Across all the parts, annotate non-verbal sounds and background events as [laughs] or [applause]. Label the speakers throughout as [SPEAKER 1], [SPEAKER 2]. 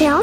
[SPEAKER 1] 聊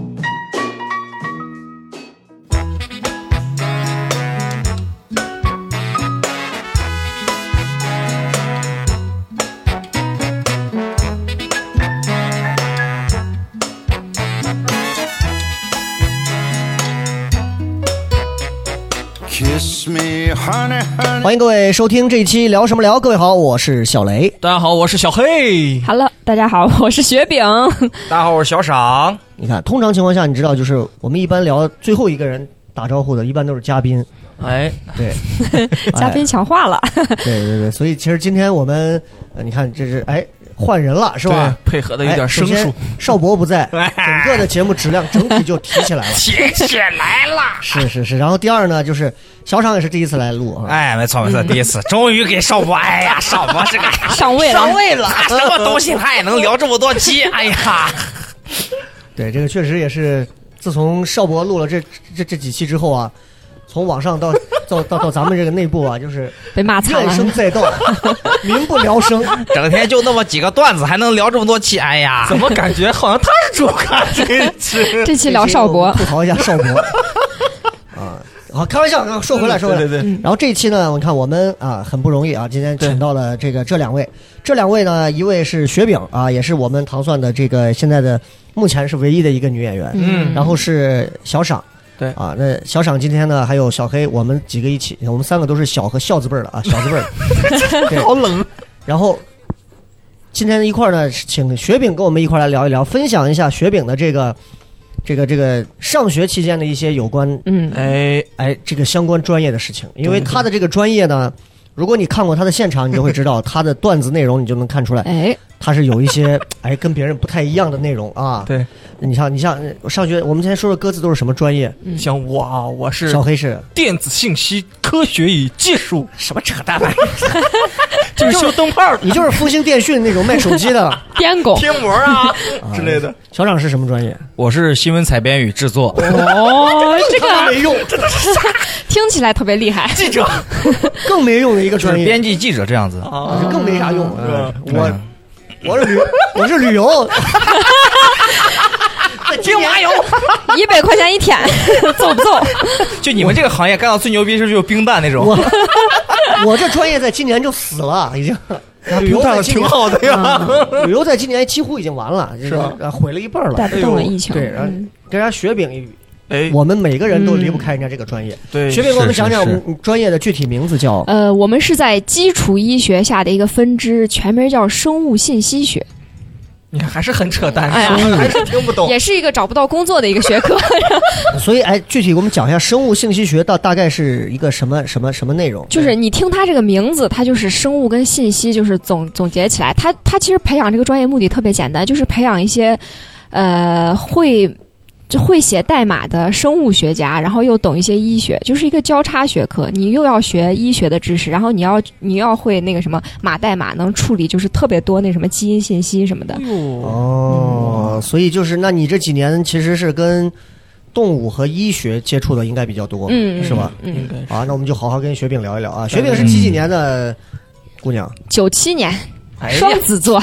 [SPEAKER 2] Kiss me, honey, honey.
[SPEAKER 3] 欢迎各位收听这一期聊什么聊。各位好，我是小雷。
[SPEAKER 4] 大家好，我是小黑。
[SPEAKER 5] Hello，大家好，我是雪饼。
[SPEAKER 4] 大家好，我是小赏。
[SPEAKER 3] 你看，通常情况下，你知道，就是我们一般聊最后一个人打招呼的，一般都是嘉宾。
[SPEAKER 4] 哎，
[SPEAKER 3] 对，
[SPEAKER 5] [laughs] 嘉宾强化了，
[SPEAKER 3] 哎对对对，所以其实今天我们，呃、你看，这是哎换人了，是
[SPEAKER 4] 对
[SPEAKER 3] 吧？
[SPEAKER 4] 配合的有
[SPEAKER 3] 哎
[SPEAKER 4] 点生
[SPEAKER 3] 首
[SPEAKER 4] 疏
[SPEAKER 3] 先。邵博不
[SPEAKER 4] [laughs]
[SPEAKER 3] 在，
[SPEAKER 4] 哎
[SPEAKER 3] 整个的节目质量整体就提起来了。
[SPEAKER 4] 起起来了！
[SPEAKER 3] 是是是。然后第二呢，就是小厂也是第一次来录啊。
[SPEAKER 6] 哎，没错没错，第一次，终于给少博，哎呀，少博
[SPEAKER 3] [laughs]
[SPEAKER 6] 这个
[SPEAKER 5] [laughs] 上位了。
[SPEAKER 6] 位了，他什么东西他也能聊这么多
[SPEAKER 3] [laughs]
[SPEAKER 6] 期，哎呀，
[SPEAKER 3] 对，这个确实也是，自从邵博录了这这这几期之后啊，从网上到到到到咱们这个内部啊，就是
[SPEAKER 5] 被骂惨
[SPEAKER 3] 怨
[SPEAKER 5] 了。
[SPEAKER 3] 声载道，民不聊生。
[SPEAKER 6] 整天就那么几个段子，还能聊这么多期，哎呀
[SPEAKER 4] 怎，么感觉好像他是主咖？真
[SPEAKER 3] [laughs]
[SPEAKER 4] 是。
[SPEAKER 5] 这期聊少博
[SPEAKER 3] 这期我们吐槽一下邵博啊。好，开玩笑，啊说回来，说回来。
[SPEAKER 4] 对对对
[SPEAKER 3] 然后这一期呢，我看我们啊很不容易啊，今天请
[SPEAKER 4] 对
[SPEAKER 3] 到了这个这两位，这两位呢，一位是雪饼啊，也是我们糖蒜的这个现在的目前是唯一的一个女演员，
[SPEAKER 4] 嗯
[SPEAKER 3] 然后是小赏。
[SPEAKER 4] 对
[SPEAKER 3] 啊，那小赏今天呢，还有小黑，我们几个一起，我们三个都是小和孝字辈儿的
[SPEAKER 4] [laughs]
[SPEAKER 3] 啊，小字辈儿的。
[SPEAKER 4] 好冷。啊
[SPEAKER 3] 然后今天一块儿呢，请雪饼跟我们一块儿来聊一聊，分享一下雪饼的这个、这个、这个上学期间的一些有关
[SPEAKER 5] 嗯，
[SPEAKER 4] 哎，
[SPEAKER 3] 哎这个相关专业的事情。因为他的这个专业呢，如果你看过他的现场，你就会知道他的段子内容，你就能看
[SPEAKER 4] [laughs]
[SPEAKER 3] 出来
[SPEAKER 5] 哎，
[SPEAKER 3] 他是有一些哎跟别人不太一样的内容啊。
[SPEAKER 4] 对，
[SPEAKER 3] 你像你像呃上学，我们先说说各自都是什么专业？
[SPEAKER 4] 像我啊，我是
[SPEAKER 3] 嗯小黑是
[SPEAKER 4] 电子信息科学与技术，
[SPEAKER 3] 什么扯淡玩意？
[SPEAKER 4] [laughs] 就是修灯泡
[SPEAKER 3] [laughs] 你就是复兴电讯那种卖手机的
[SPEAKER 4] [laughs]
[SPEAKER 5] 编狗
[SPEAKER 4] 贴膜啊之类的。
[SPEAKER 3] [laughs] 小长是什么专业？
[SPEAKER 6] 我是新闻采编与制作，
[SPEAKER 5] 哦，这
[SPEAKER 3] 更
[SPEAKER 5] 个
[SPEAKER 3] 没用，
[SPEAKER 5] [laughs] 听起来特别厉害。
[SPEAKER 4] 记者
[SPEAKER 3] 更没用的一个
[SPEAKER 6] 就
[SPEAKER 3] 专
[SPEAKER 6] 是
[SPEAKER 3] 业。
[SPEAKER 6] 编辑记者这样子，
[SPEAKER 4] 哦
[SPEAKER 3] 就更没啥用。
[SPEAKER 4] 嗯
[SPEAKER 3] 嗯我我是旅我是旅游， [laughs]
[SPEAKER 6] 兵马俑。
[SPEAKER 5] [laughs] 一百块钱一天， [laughs] 揍不揍？
[SPEAKER 6] 就你们这个行业干到最牛逼是就是冰弹那种
[SPEAKER 3] 我，
[SPEAKER 6] [laughs]
[SPEAKER 3] 我这专业在今年就死了，已经。旅游
[SPEAKER 4] 流
[SPEAKER 3] 在
[SPEAKER 4] 量
[SPEAKER 3] 今
[SPEAKER 4] 挺
[SPEAKER 3] 年，
[SPEAKER 4] 好的
[SPEAKER 6] [laughs]
[SPEAKER 4] 呀。
[SPEAKER 6] 嗯
[SPEAKER 3] 旅游在今年几乎已经完了，是毁了一半
[SPEAKER 5] 带
[SPEAKER 3] 了。哎
[SPEAKER 5] 不动了疫情。
[SPEAKER 3] 对，然后
[SPEAKER 5] 嗯
[SPEAKER 3] 跟人家雪饼，
[SPEAKER 4] 哎，
[SPEAKER 3] 我们每个人都离不开人家这个专业。
[SPEAKER 4] 对
[SPEAKER 3] 雪饼给我们讲讲我
[SPEAKER 6] 是是
[SPEAKER 3] 们你专业的具体名字叫
[SPEAKER 5] 呃，我们是在基础医学下的一个分支，全名叫生物信息学，
[SPEAKER 4] 你还是很扯淡，
[SPEAKER 5] 哎呀
[SPEAKER 4] 还是听不懂。
[SPEAKER 5] 也是一个找不到工作的一个学科。
[SPEAKER 3] 所以哎，具体给我们讲一下生物信息学到大概是一个什么什么什么内容？
[SPEAKER 5] 就是你听它这个名字，它就是生物跟信息，就是总总结起来。它它其实培养这个专业目的特别简单，就是培养一些，呃，会就会写代码的生物学家，然后又懂一些医学，就是一个交叉学科。你又要学医学的知识，然后你要你要会那个什么码代码，能处理就是特别多那什么基因信息什
[SPEAKER 6] 哎
[SPEAKER 5] 么的。
[SPEAKER 3] 哦，所以就是，那你这几年其实是跟动物和医学接触的应该比较多，
[SPEAKER 5] 嗯，
[SPEAKER 3] 是吧？？
[SPEAKER 5] 嗯，
[SPEAKER 3] 啊，那我们就好好跟雪饼聊一
[SPEAKER 6] 嗯
[SPEAKER 3] 聊啊。雪饼是几几年的姑娘？
[SPEAKER 5] 九七年
[SPEAKER 4] 哎
[SPEAKER 5] 双子座，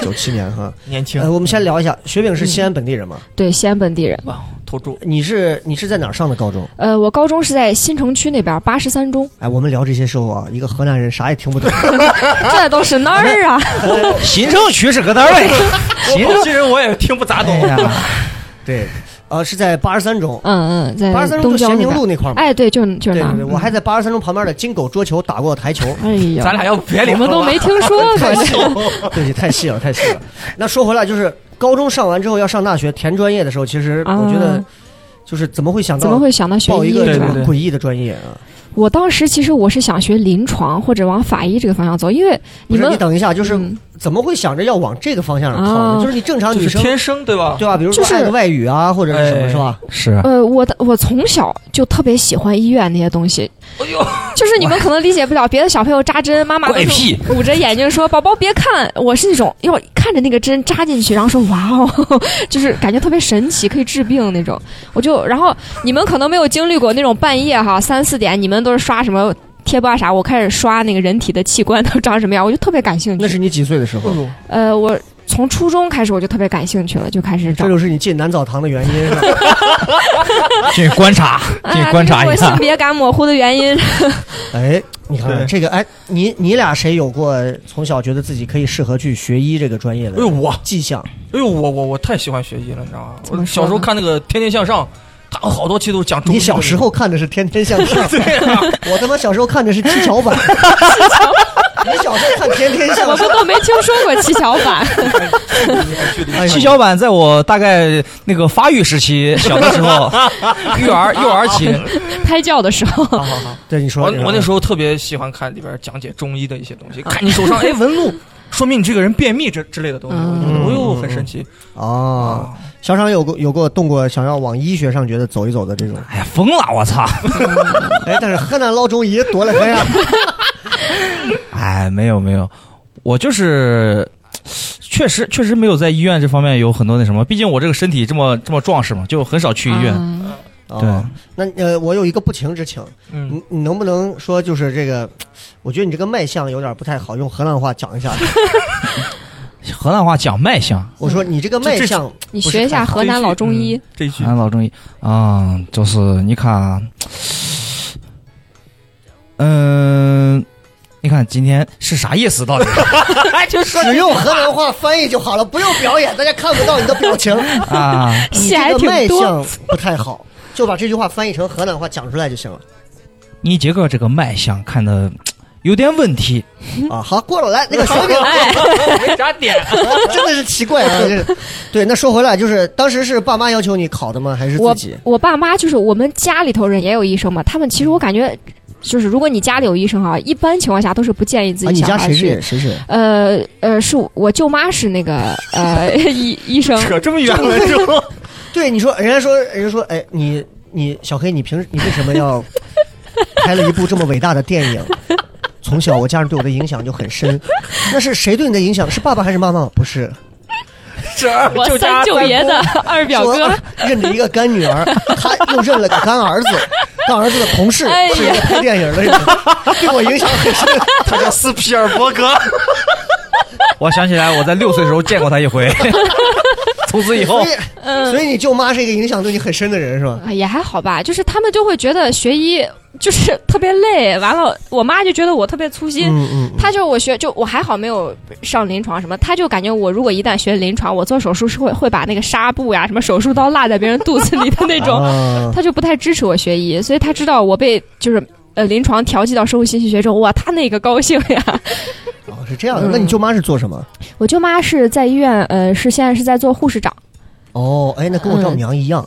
[SPEAKER 3] 九七年
[SPEAKER 6] [laughs]
[SPEAKER 3] 哈。
[SPEAKER 4] 年轻嗯
[SPEAKER 3] 呃，我们先聊一下，雪饼是西
[SPEAKER 6] 嗯
[SPEAKER 3] 安本地人嘛？
[SPEAKER 5] 对，西安本地人。
[SPEAKER 4] 哇，投注
[SPEAKER 3] 你是你是在哪儿上的高中？
[SPEAKER 5] 呃，我高中是在新城区那边八十三中，
[SPEAKER 3] 哎，我们聊这些时候啊，一个河南人啥也听不懂。
[SPEAKER 5] 这都是哪儿啊？
[SPEAKER 6] [laughs] 行政区是个单位，行
[SPEAKER 4] 我其实我也听不咋懂啊
[SPEAKER 3] 哎。
[SPEAKER 6] [laughs]
[SPEAKER 3] 呀，对，呃，是在八十三中，
[SPEAKER 5] 嗯嗯，在
[SPEAKER 3] 八十三中
[SPEAKER 5] 东
[SPEAKER 3] 就
[SPEAKER 5] 郊
[SPEAKER 3] 咸
[SPEAKER 5] 那
[SPEAKER 3] 宁
[SPEAKER 5] 边。
[SPEAKER 3] 路那块儿嘛。
[SPEAKER 5] 哎，对，就是就是
[SPEAKER 3] 对
[SPEAKER 5] 那
[SPEAKER 3] 对
[SPEAKER 5] 儿。
[SPEAKER 3] 对，我还在八十三中旁边的金狗桌球打过台
[SPEAKER 5] [laughs]
[SPEAKER 3] 球。
[SPEAKER 5] 哎呀，
[SPEAKER 4] 咱俩要不别聊
[SPEAKER 5] 我
[SPEAKER 4] 了，
[SPEAKER 5] 们都没听说
[SPEAKER 3] [laughs]
[SPEAKER 5] 过。
[SPEAKER 3] 太细了，对不起，太细了，太细了。那说回来，就是高中上完之后要上大学填专业的时候，其实我觉得
[SPEAKER 5] 啊
[SPEAKER 3] 就是怎么会想
[SPEAKER 5] 怎么
[SPEAKER 3] 到
[SPEAKER 5] 会想到学啊
[SPEAKER 3] 报一
[SPEAKER 5] 医
[SPEAKER 3] 个
[SPEAKER 4] 对
[SPEAKER 3] 这
[SPEAKER 5] 是
[SPEAKER 3] 种
[SPEAKER 5] 吧？
[SPEAKER 4] 对
[SPEAKER 3] 诡异的专业啊？
[SPEAKER 5] 我当时其实我是想学临床或者往法医这个方向走，因为
[SPEAKER 3] 不是，
[SPEAKER 5] 们
[SPEAKER 3] 你等一下，就是
[SPEAKER 5] 嗯
[SPEAKER 3] 怎么会想着要往这个方向上靠呢？
[SPEAKER 5] 啊
[SPEAKER 3] 就是你正常
[SPEAKER 4] 就
[SPEAKER 3] 女
[SPEAKER 4] 是
[SPEAKER 3] 生
[SPEAKER 4] 天生对吧？
[SPEAKER 3] 对吧？比如说
[SPEAKER 5] 就是
[SPEAKER 3] 爱个外语啊，或者是什么
[SPEAKER 4] 哎
[SPEAKER 3] 是吧？
[SPEAKER 6] 是
[SPEAKER 5] 呃，我的我从小就特别喜欢医院那些东西，
[SPEAKER 4] 哎呦，
[SPEAKER 5] [laughs] 就是你们可能理解不了，别的小朋友扎针，妈妈都
[SPEAKER 6] 怪
[SPEAKER 5] 是
[SPEAKER 6] 癖
[SPEAKER 5] 捂着眼睛说：“宝宝别看。”我是那种要看着那个针扎进去，然后说：“哇哦，就是感觉特别神奇，可以治病那种。”我就，然后你们可能没有经历过那种半夜哈三四点，你们都是刷什么贴吧啥，我开始刷那个人体的器官都长什么样，我就特别感兴
[SPEAKER 3] 那
[SPEAKER 5] 趣。
[SPEAKER 3] 是你几岁的时
[SPEAKER 4] 哎
[SPEAKER 3] 候？
[SPEAKER 5] 呃，我从初中开始我就特别感兴趣了，就开始找
[SPEAKER 3] 这。就是你进男澡堂的原因。是
[SPEAKER 5] [laughs]
[SPEAKER 3] 吧
[SPEAKER 6] 进去观察，进
[SPEAKER 5] 啊，
[SPEAKER 6] 去观察
[SPEAKER 5] 这
[SPEAKER 6] 一
[SPEAKER 5] 是我性
[SPEAKER 6] 下。
[SPEAKER 5] 别感模糊的原因，
[SPEAKER 3] 哎，你看
[SPEAKER 4] 对
[SPEAKER 3] 这个，哎，你你俩谁有过从小觉得自己可以适合去学医这个专业
[SPEAKER 4] 哎
[SPEAKER 3] 的
[SPEAKER 4] 呦我，
[SPEAKER 3] 迹象？
[SPEAKER 4] 哎呦我我我太喜欢学医了，你知道吗？
[SPEAKER 5] 怎
[SPEAKER 4] 我
[SPEAKER 5] 么说
[SPEAKER 4] 小
[SPEAKER 5] 呢
[SPEAKER 4] 时候看那个《天天向上》，他们好多期都是讲中医
[SPEAKER 3] 你
[SPEAKER 4] 的
[SPEAKER 3] 小时候看的是《天天向上》，
[SPEAKER 4] [laughs] 对啊，
[SPEAKER 3] 我他妈小时候看的是七巧板。你小时候看《天天
[SPEAKER 5] [laughs] 我
[SPEAKER 3] 向
[SPEAKER 5] 们
[SPEAKER 3] 上
[SPEAKER 5] 都没听说过七巧板。
[SPEAKER 3] [laughs]
[SPEAKER 4] [laughs]
[SPEAKER 3] 哎呦
[SPEAKER 6] 七巧板在我大概那个发育时
[SPEAKER 5] [laughs]
[SPEAKER 6] 期，小的时候，幼儿幼儿期，
[SPEAKER 5] 胎教的时候，》。
[SPEAKER 3] 啊对，你说
[SPEAKER 4] 我我那
[SPEAKER 3] 候
[SPEAKER 4] 时候特别喜欢看里边讲解中医的一些东西，
[SPEAKER 5] 啊
[SPEAKER 4] 看你手
[SPEAKER 5] [laughs]
[SPEAKER 4] 上哎纹路，说明你这个人便秘这之类的东西，我就觉
[SPEAKER 3] 嗯
[SPEAKER 4] 得哎呦很神奇
[SPEAKER 3] 哦，，小厂有过有过动过想要往医学上觉得走一走的这种，
[SPEAKER 6] 哎呀疯了，我操！
[SPEAKER 3] [laughs] 哎，但是河南老中医多了很啊呀。
[SPEAKER 6] 哎，没有没有，我就是确实确实没有在医院这方面有很多那什么，毕竟我这个身体这么这么壮实嘛，就很少去医院。
[SPEAKER 5] 啊
[SPEAKER 3] 哦，那呃，我有一个不情之请，
[SPEAKER 4] 嗯，
[SPEAKER 3] 你你能不能说就是这个？我觉得你这个卖相有点不太好，用河南话讲一
[SPEAKER 4] [laughs]
[SPEAKER 3] 下。
[SPEAKER 6] 河南话讲脉象，
[SPEAKER 3] 我说你这个卖相，
[SPEAKER 5] 你学一下河南老中
[SPEAKER 3] 嗯
[SPEAKER 4] 嗯
[SPEAKER 5] 医，嗯
[SPEAKER 4] 这一句
[SPEAKER 6] 河南老中医啊、就是你看啊，嗯、你看今天是啥意思？到底
[SPEAKER 3] 只用河南话翻译就好了，不用表演，大家看不到你的表情。
[SPEAKER 6] 啊？
[SPEAKER 3] 你
[SPEAKER 5] 戏还
[SPEAKER 3] 这个
[SPEAKER 5] 挺
[SPEAKER 3] 卖
[SPEAKER 5] 多。
[SPEAKER 3] 相不太好，就把这句话翻译成河南话讲出来就行了。
[SPEAKER 6] 你杰克这个脉象看的有点问题，
[SPEAKER 5] 嗯
[SPEAKER 3] 啊，好，过了，来那个
[SPEAKER 5] [laughs]
[SPEAKER 3] 雪饼，
[SPEAKER 4] 没哎啥点，啊
[SPEAKER 3] 真的是奇怪啊！这是对，那说回来，就是当时是爸妈要求你考的吗？还是自
[SPEAKER 5] 我
[SPEAKER 3] 己？
[SPEAKER 5] 我爸妈就是我们家里头人也有医生嘛，他们其实我感觉就是如果你家里有医生哈，一般情况下都是不建议自
[SPEAKER 3] 啊，你
[SPEAKER 5] 己小
[SPEAKER 3] 家
[SPEAKER 5] 孩
[SPEAKER 3] 谁
[SPEAKER 5] 去。
[SPEAKER 3] 是谁是？
[SPEAKER 5] 呃呃，是我舅妈是那个
[SPEAKER 3] [laughs]
[SPEAKER 5] 呃医医
[SPEAKER 4] [laughs]
[SPEAKER 5] 生，
[SPEAKER 4] 扯这么远了之后，
[SPEAKER 3] 对，你说，人家说，人家说，哎，你你小黑，你平时你为什么
[SPEAKER 5] [laughs]
[SPEAKER 3] 要拍了一部这么伟大的电影？从小我家人对我的影响就很深，那是谁对你的影响？是爸爸还是妈妈？不是，
[SPEAKER 4] 这儿
[SPEAKER 5] 我
[SPEAKER 4] 就
[SPEAKER 5] 三
[SPEAKER 4] 加
[SPEAKER 5] 舅爷的二表
[SPEAKER 3] 是我
[SPEAKER 5] 哥 [laughs]
[SPEAKER 3] 二。啊认了一个干女儿，他又认了个干儿子，干儿子的同事
[SPEAKER 5] 哎呀
[SPEAKER 3] 是一个拍电影的人，
[SPEAKER 5] [laughs]
[SPEAKER 3] 对我影响很深。
[SPEAKER 4] 他叫斯皮尔伯格，
[SPEAKER 6] 我想起来我在六岁时候见过他一回，从此以
[SPEAKER 5] 哎
[SPEAKER 6] 后
[SPEAKER 3] 所以，
[SPEAKER 5] 嗯
[SPEAKER 3] 所以你舅妈是一个影响对你很深的人，是吧？
[SPEAKER 5] 啊也还好吧，就是他们就会觉得学医就是特别累，完了我妈就觉得我特别粗心，
[SPEAKER 3] 嗯嗯
[SPEAKER 5] 他就我学就我还好没有上临床什么，他就感觉我如果一旦学临床，我做手术是会会把那个纱布呀什么手术刀落在别人肚子里的那种，
[SPEAKER 3] 啊，
[SPEAKER 5] 他就不太支持我学医，所以他知道我被就是呃临床调剂到生物信息学之后，哇，他那个高兴呀！
[SPEAKER 3] 哦，是这样的。
[SPEAKER 5] 嗯
[SPEAKER 3] 那你舅妈是做什么？
[SPEAKER 5] 我舅妈是在医院，呃，是现在是在做护士长，
[SPEAKER 3] 哦，哎，那跟我丈母娘一样。